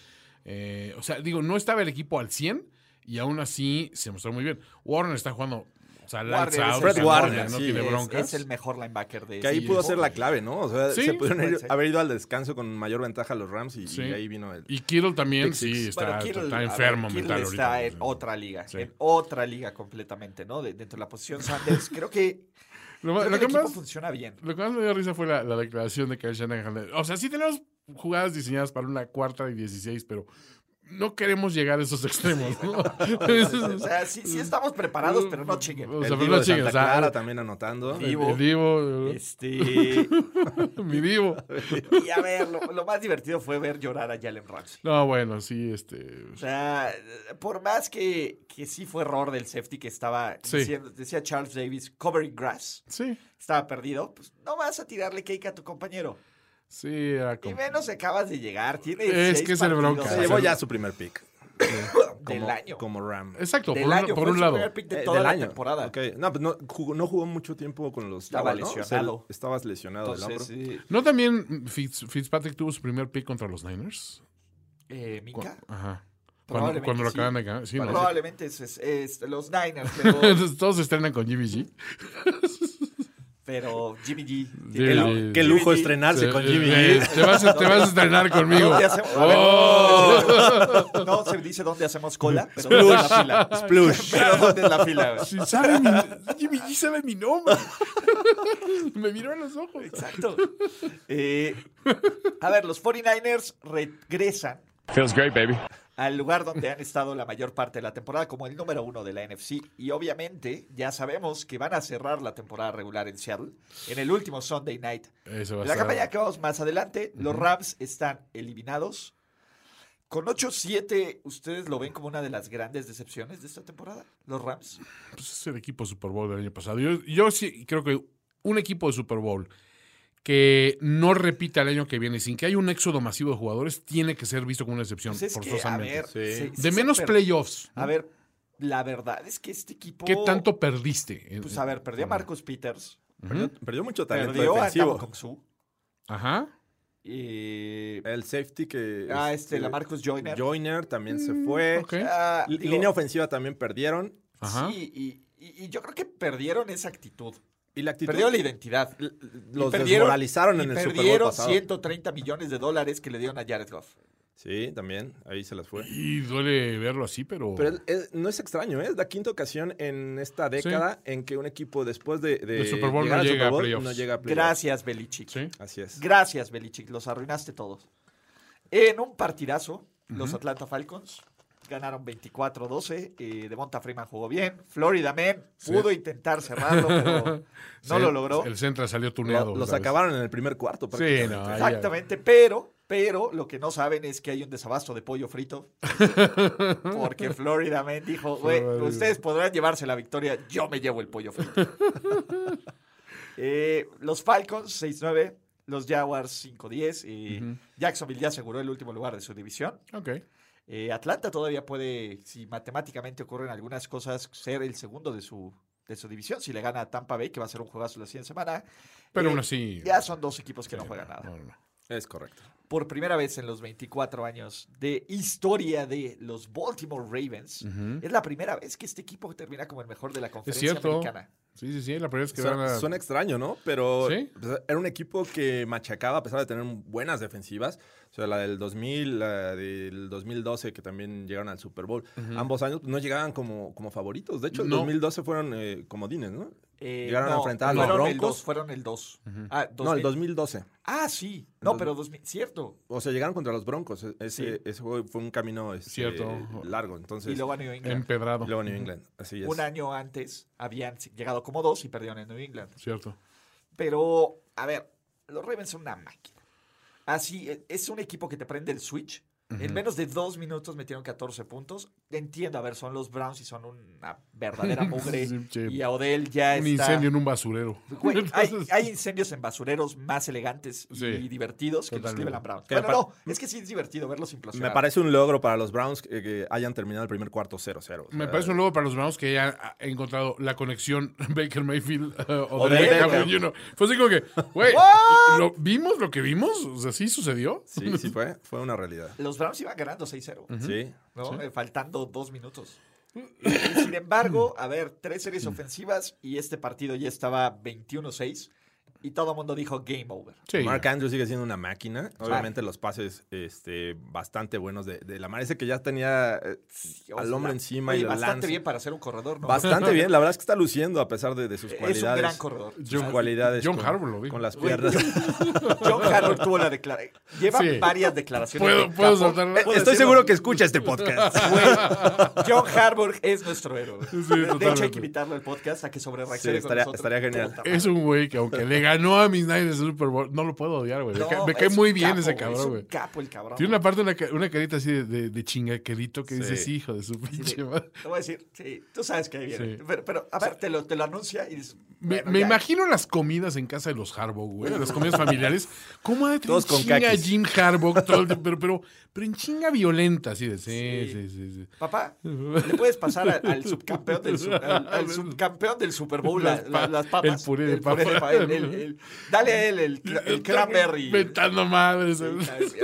[SPEAKER 4] eh, o sea, digo, no estaba el equipo al 100 y aún así se mostró muy bien. Warren está jugando, o sea, lights
[SPEAKER 2] Warner es
[SPEAKER 4] out,
[SPEAKER 2] el
[SPEAKER 4] o sea,
[SPEAKER 3] Fred Warner,
[SPEAKER 4] no
[SPEAKER 3] sí,
[SPEAKER 4] tiene
[SPEAKER 2] es-
[SPEAKER 4] broncas.
[SPEAKER 2] Es, el mejor linebacker de
[SPEAKER 3] Que ahí
[SPEAKER 2] sí,
[SPEAKER 3] pudo
[SPEAKER 2] es-
[SPEAKER 3] ser la clave, ¿no? O sea,
[SPEAKER 4] Sí.
[SPEAKER 3] se pudieron ir-
[SPEAKER 2] Puede ser.
[SPEAKER 3] haber ido al descanso con mayor ventaja los Rams y,
[SPEAKER 4] Sí.
[SPEAKER 3] y ahí vino el.
[SPEAKER 4] Y Kittle también,
[SPEAKER 3] Pick
[SPEAKER 4] sí,
[SPEAKER 3] six.
[SPEAKER 4] está,
[SPEAKER 2] Bueno, Kittle,
[SPEAKER 4] está
[SPEAKER 2] a ver,
[SPEAKER 4] enfermo
[SPEAKER 2] Kittle
[SPEAKER 4] mental
[SPEAKER 2] está
[SPEAKER 4] ahorita.
[SPEAKER 2] en otra liga,
[SPEAKER 4] Sí.
[SPEAKER 2] en otra liga completamente, ¿no? De- dentro de la posición Sanders. creo que, creo
[SPEAKER 4] Lo, ma-
[SPEAKER 2] que
[SPEAKER 4] lo
[SPEAKER 2] el
[SPEAKER 4] que
[SPEAKER 2] equipo
[SPEAKER 4] más,
[SPEAKER 2] funciona bien.
[SPEAKER 4] lo que más me dio risa fue la, la declaración de Kyle Shanahan. de, O sea, sí tenemos jugadas diseñadas para una cuarta y 16, pero no queremos llegar a esos extremos, ¿no?
[SPEAKER 2] O sea, sí, sí estamos preparados, pero no chinguen.
[SPEAKER 4] O sea,
[SPEAKER 3] el
[SPEAKER 4] pero
[SPEAKER 3] Divo
[SPEAKER 4] no
[SPEAKER 3] de
[SPEAKER 4] chinguen,
[SPEAKER 3] Santa
[SPEAKER 4] o sea,
[SPEAKER 3] Clara también anotando.
[SPEAKER 4] el-
[SPEAKER 2] Divo.
[SPEAKER 4] el Divo,
[SPEAKER 2] Este,
[SPEAKER 4] mi Divo.
[SPEAKER 2] y a ver, lo, lo más divertido fue ver llorar a Jalen Ramsey.
[SPEAKER 4] No, bueno, sí, este.
[SPEAKER 2] O sea, por más que, que sí fue error del safety que estaba
[SPEAKER 4] Sí.
[SPEAKER 2] diciendo, decía Charles Davis, covering grass,
[SPEAKER 4] Sí,
[SPEAKER 2] estaba perdido, pues no vas a tirarle cake a tu compañero.
[SPEAKER 4] sí, era
[SPEAKER 2] Y
[SPEAKER 4] como.
[SPEAKER 2] menos acabas de llegar, tiene
[SPEAKER 4] Es
[SPEAKER 2] seis
[SPEAKER 4] que es el
[SPEAKER 2] partidos
[SPEAKER 4] bronca.
[SPEAKER 3] Se
[SPEAKER 4] Sí,
[SPEAKER 3] llevó
[SPEAKER 4] voy
[SPEAKER 3] ya su primer pick.
[SPEAKER 2] del
[SPEAKER 3] Como,
[SPEAKER 2] año.
[SPEAKER 3] como Ram.
[SPEAKER 4] Exacto,
[SPEAKER 2] del
[SPEAKER 4] por un,
[SPEAKER 2] año,
[SPEAKER 4] por
[SPEAKER 2] fue
[SPEAKER 4] un
[SPEAKER 2] su
[SPEAKER 4] lado.
[SPEAKER 2] primer pick de
[SPEAKER 3] Eh,
[SPEAKER 2] toda
[SPEAKER 3] del
[SPEAKER 2] la
[SPEAKER 3] año.
[SPEAKER 2] temporada.
[SPEAKER 3] Ok. No, pues no jugó, no jugó mucho tiempo con los
[SPEAKER 2] Estaba
[SPEAKER 3] Jaguars, ¿no? O sea,
[SPEAKER 2] lesionado.
[SPEAKER 3] estabas lesionado. ¿no?
[SPEAKER 2] Entonces,
[SPEAKER 3] Pero-
[SPEAKER 2] eh,
[SPEAKER 4] ¿No también Fitz- Fitzpatrick tuvo su primer pick contra los Niners?
[SPEAKER 2] eh,
[SPEAKER 4] Cu-
[SPEAKER 2] Minka,
[SPEAKER 4] Ajá. Cuando,
[SPEAKER 2] Probablemente
[SPEAKER 4] cuando lo
[SPEAKER 2] sí.
[SPEAKER 4] acaban de ganar. Sí, ¿no?
[SPEAKER 2] probablemente es, es- es los Niners, pero,
[SPEAKER 4] Entonces, Todos se estrenan con Jimmy G.
[SPEAKER 2] pero Jimmy G.
[SPEAKER 4] Jimmy G.
[SPEAKER 3] Qué lujo
[SPEAKER 2] Jimmy G.
[SPEAKER 3] estrenarse con
[SPEAKER 4] Eh,
[SPEAKER 3] Jimmy.
[SPEAKER 4] eh,
[SPEAKER 3] G.
[SPEAKER 4] te, vas a, te vas a estrenar conmigo.
[SPEAKER 2] ¿Dónde hacemos- a ver,
[SPEAKER 4] oh.
[SPEAKER 2] No se dice dónde hacemos cola, pero ¿dónde es la fila?
[SPEAKER 3] Splush.
[SPEAKER 2] Pero ¿dónde es la fila? güey?
[SPEAKER 4] Sí, sabe mi, Jimmy G sabe mi nombre. Me miró a los ojos.
[SPEAKER 2] Exacto. Eh, a ver, los 49ers regresan
[SPEAKER 5] Feels great, baby.
[SPEAKER 2] al lugar donde han estado la mayor parte de la temporada como el número uno de la NFC. Y obviamente ya sabemos que van a cerrar la temporada regular en Seattle en el último Sunday Night.
[SPEAKER 4] Eso va a
[SPEAKER 2] En la campaña
[SPEAKER 4] estar.
[SPEAKER 2] que vamos más adelante, los Rams están eliminados. Con 8-7, ¿ustedes lo ven como una de las grandes decepciones de esta temporada? ¿Los Rams?
[SPEAKER 4] Pues es el equipo Super Bowl del año pasado. Yo, yo sí creo que un equipo de Super Bowl que no repita el año que viene sin que haya un éxodo masivo de jugadores tiene que ser visto como una excepción,
[SPEAKER 2] Pues es que, a
[SPEAKER 4] forzosamente.
[SPEAKER 2] ver,
[SPEAKER 3] Sí.
[SPEAKER 2] se-
[SPEAKER 4] de
[SPEAKER 2] se
[SPEAKER 4] menos
[SPEAKER 2] per-
[SPEAKER 4] playoffs.
[SPEAKER 2] A ver, la verdad es que este equipo.
[SPEAKER 4] ¿Qué tanto perdiste? En-
[SPEAKER 2] Pues a ver, perdió a Marcus Peters,
[SPEAKER 3] Perdió, perdió mucho talento
[SPEAKER 2] perdió a Tabo
[SPEAKER 3] defensivo.
[SPEAKER 2] Kong Su,
[SPEAKER 4] Ajá.
[SPEAKER 2] y.
[SPEAKER 3] El safety que.
[SPEAKER 2] Ah, este, la Marcus Joyner.
[SPEAKER 3] Joyner también se fue.
[SPEAKER 4] ok.
[SPEAKER 2] Ah,
[SPEAKER 3] L-
[SPEAKER 2] digo,
[SPEAKER 3] Línea ofensiva también perdieron.
[SPEAKER 4] Ajá.
[SPEAKER 2] Sí, y, y- y yo creo que perdieron esa actitud.
[SPEAKER 3] Y la actitud.
[SPEAKER 2] Perdió la identidad.
[SPEAKER 3] L-
[SPEAKER 2] Y
[SPEAKER 3] Los
[SPEAKER 2] perdieron-
[SPEAKER 3] desmoralizaron
[SPEAKER 2] y
[SPEAKER 3] en el Super Bowl
[SPEAKER 2] Perdieron
[SPEAKER 3] pasado.
[SPEAKER 2] 130 millones de dólares que le dieron a Jared Goff.
[SPEAKER 3] Sí, también. Ahí se las fue.
[SPEAKER 4] Y duele verlo así, pero.
[SPEAKER 3] Pero es- es- no es extraño, ¿eh? es la quinta ocasión en esta década en que un equipo después de, de
[SPEAKER 4] El Super Bowl
[SPEAKER 3] llegar
[SPEAKER 4] no
[SPEAKER 3] al
[SPEAKER 4] llega
[SPEAKER 3] Super
[SPEAKER 4] a
[SPEAKER 3] Bowl
[SPEAKER 4] playoffs.
[SPEAKER 3] no llega a playoffs.
[SPEAKER 2] Gracias, Belichick.
[SPEAKER 4] Sí.
[SPEAKER 3] Así es.
[SPEAKER 2] Gracias, Belichick. Los arruinaste todos. En un partidazo, los Atlanta Falcons ganaron 24-12. Eh, Devonta Freeman jugó bien. Florida Man pudo intentar cerrarlo, pero no
[SPEAKER 4] Sí,
[SPEAKER 2] lo logró.
[SPEAKER 4] El Centra salió
[SPEAKER 3] Lo-
[SPEAKER 4] tuneado.
[SPEAKER 3] los
[SPEAKER 4] ¿sabes?
[SPEAKER 3] acabaron en el primer cuarto.
[SPEAKER 4] Sí,
[SPEAKER 3] prácticamente.
[SPEAKER 4] no. ahí ya-
[SPEAKER 2] Exactamente, pero, pero lo que no saben es que hay un desabasto de pollo frito. Porque Florida Man dijo, güey, ustedes podrán llevarse la victoria, yo me llevo el pollo frito. Eh, los Falcons 6-9, los Jaguars 5-10 y Jacksonville ya aseguró el último lugar de su división.
[SPEAKER 4] Ok.
[SPEAKER 2] Eh, Atlanta todavía puede, si matemáticamente ocurren algunas cosas, ser el segundo de su, de su división. Si le gana a Tampa Bay, que va a ser un juegazo la siguiente semana.
[SPEAKER 4] Pero
[SPEAKER 2] Eh,
[SPEAKER 4] aún así.
[SPEAKER 2] Ya son dos equipos que no juegan nada.
[SPEAKER 4] No, no, no.
[SPEAKER 3] Es correcto.
[SPEAKER 2] por primera vez en los 24 años de historia de los Baltimore Ravens, es la primera vez que este equipo termina como el mejor de la
[SPEAKER 4] Es
[SPEAKER 2] conferencia
[SPEAKER 4] cierto.
[SPEAKER 2] americana.
[SPEAKER 4] Sí, sí, sí. La primera vez que van
[SPEAKER 3] Suena,
[SPEAKER 4] a...
[SPEAKER 3] suena extraño, ¿no? Pero
[SPEAKER 4] ¿Sí?
[SPEAKER 3] pues, era un equipo que machacaba a pesar de tener buenas defensivas. O sea, la del 2000, la del 2012, que también llegaron al Super Bowl. Ambos años pues, no llegaban como, como favoritos. De hecho, en
[SPEAKER 4] No.
[SPEAKER 3] 2012 fueron eh, comodines, ¿no?
[SPEAKER 2] Eh,
[SPEAKER 3] llegaron a
[SPEAKER 2] no,
[SPEAKER 3] enfrentar a los
[SPEAKER 2] fueron el
[SPEAKER 3] Broncos.
[SPEAKER 2] dos, fueron el 2. Ah,
[SPEAKER 3] No, el
[SPEAKER 2] 2000.
[SPEAKER 3] 2012.
[SPEAKER 2] Ah, sí. No,
[SPEAKER 3] Dos-
[SPEAKER 2] pero 2000, cierto.
[SPEAKER 3] O sea, llegaron contra los Broncos. E- Ese,
[SPEAKER 2] Sí.
[SPEAKER 3] ese juego fue un camino este,
[SPEAKER 4] Cierto.
[SPEAKER 3] largo. Entonces,
[SPEAKER 2] Y luego a New England.
[SPEAKER 4] Empedrado.
[SPEAKER 3] luego New England. Así es.
[SPEAKER 2] Un año antes habían llegado como dos y perdieron en New England.
[SPEAKER 4] Cierto.
[SPEAKER 2] Pero, a ver, los Ravens son una máquina. Así, eh, es un equipo que te prende el switch. En menos de dos minutos metieron 14 puntos. Entiendo, a ver, son los Browns y son una verdadera mugre.
[SPEAKER 4] Sí, sí.
[SPEAKER 2] y a Odell ya
[SPEAKER 4] Un
[SPEAKER 2] está...
[SPEAKER 4] incendio en un basurero.
[SPEAKER 2] Güey, hay,
[SPEAKER 4] Entonces,
[SPEAKER 2] hay incendios en basureros más elegantes
[SPEAKER 4] Sí,
[SPEAKER 2] y divertidos que los
[SPEAKER 4] totalmente.
[SPEAKER 2] Cleveland Browns.
[SPEAKER 3] Que
[SPEAKER 2] Bueno,
[SPEAKER 3] me
[SPEAKER 2] no, es que sí es divertido verlos implosionar.
[SPEAKER 3] Me parece un logro para los Browns que, que hayan terminado el primer cuarto 0-0. o sea,
[SPEAKER 4] Me parece un logro para los Browns que hayan ah, encontrado la conexión Baker Mayfield eh, o
[SPEAKER 3] Odell Beckham.
[SPEAKER 4] Fue así como que, güey, ¿lo- ¿vimos lo que vimos? O sea, ¿sí sucedió?
[SPEAKER 3] Sí, sí fue. Fue una realidad.
[SPEAKER 2] Los Browns iban ganando 6-0.
[SPEAKER 3] Sí.
[SPEAKER 2] ¿no? Eh, Faltando dos minutos. Y Sin embargo, a ver, tres series ofensivas y este partido ya estaba 21-6 y todo el mundo dijo game over.
[SPEAKER 4] Sí.
[SPEAKER 3] Mark Andrews sigue siendo una máquina. Obviamente los pases este, bastante buenos de, de Lamar. Ese que ya tenía eh, al hombre encima
[SPEAKER 2] Oye,
[SPEAKER 3] y lo
[SPEAKER 2] bastante
[SPEAKER 3] lanza.
[SPEAKER 2] bien para ser un corredor, ¿no?
[SPEAKER 3] Bastante bien. La verdad es que está luciendo a pesar de, de sus
[SPEAKER 2] Es un
[SPEAKER 3] cualidades.
[SPEAKER 2] gran corredor.
[SPEAKER 3] Sus cualidades.
[SPEAKER 4] John
[SPEAKER 3] con-
[SPEAKER 4] Harbaugh lo dijo.
[SPEAKER 3] Con las piernas.
[SPEAKER 2] John Harbaugh tuvo la declaración. Lleva
[SPEAKER 4] Sí.
[SPEAKER 2] varias declaraciones.
[SPEAKER 4] ¿Puedo,
[SPEAKER 2] de
[SPEAKER 4] puedo
[SPEAKER 2] campo.
[SPEAKER 4] soltarla?
[SPEAKER 3] Eh, Estoy seguro que escucha este podcast.
[SPEAKER 2] John Harbaugh es nuestro héroe. de hecho, hay
[SPEAKER 4] totalmente.
[SPEAKER 2] que invitarlo al podcast a que sobre
[SPEAKER 3] Sí, estaría, estaría genial.
[SPEAKER 4] Es un güey que aunque le ganó a mis Niners el Super Bowl, no lo puedo odiar, güey. me cae, me cae muy bien ese cabrón,
[SPEAKER 2] Es
[SPEAKER 4] güey.
[SPEAKER 2] un capo el cabrón.
[SPEAKER 4] Tiene una parte, una, ca- una carita así de, de, de chingaquerito que
[SPEAKER 3] Sí.
[SPEAKER 4] dices, hijo de su pinche madre.
[SPEAKER 2] Te voy a decir, sí, tú sabes que ahí viene.
[SPEAKER 4] Sí.
[SPEAKER 2] Pero, pero, a ver, te lo, te lo anuncia y dices.
[SPEAKER 4] Me,
[SPEAKER 2] bueno,
[SPEAKER 4] me
[SPEAKER 2] ya.
[SPEAKER 4] imagino las comidas en casa de los Harbaugh, güey, las comidas familiares. ¿Cómo ha de tener
[SPEAKER 3] Todos con
[SPEAKER 4] chinga
[SPEAKER 3] caquis.
[SPEAKER 4] Jim Harbaugh? todo el tiempo? pero, pero, pero en chinga violenta, así de sí, sí,
[SPEAKER 2] Sí.
[SPEAKER 4] sí. sí.
[SPEAKER 2] Papá, ¿le puedes pasar al, al subcampeón, del, su- al, al subcampeón del Super Bowl la-
[SPEAKER 4] Las
[SPEAKER 2] la-
[SPEAKER 4] pa-
[SPEAKER 2] las papas?
[SPEAKER 4] el puré de papa.
[SPEAKER 2] pa- el- el- el- dale a él el, cra- el cranberry.
[SPEAKER 4] Inventando madres.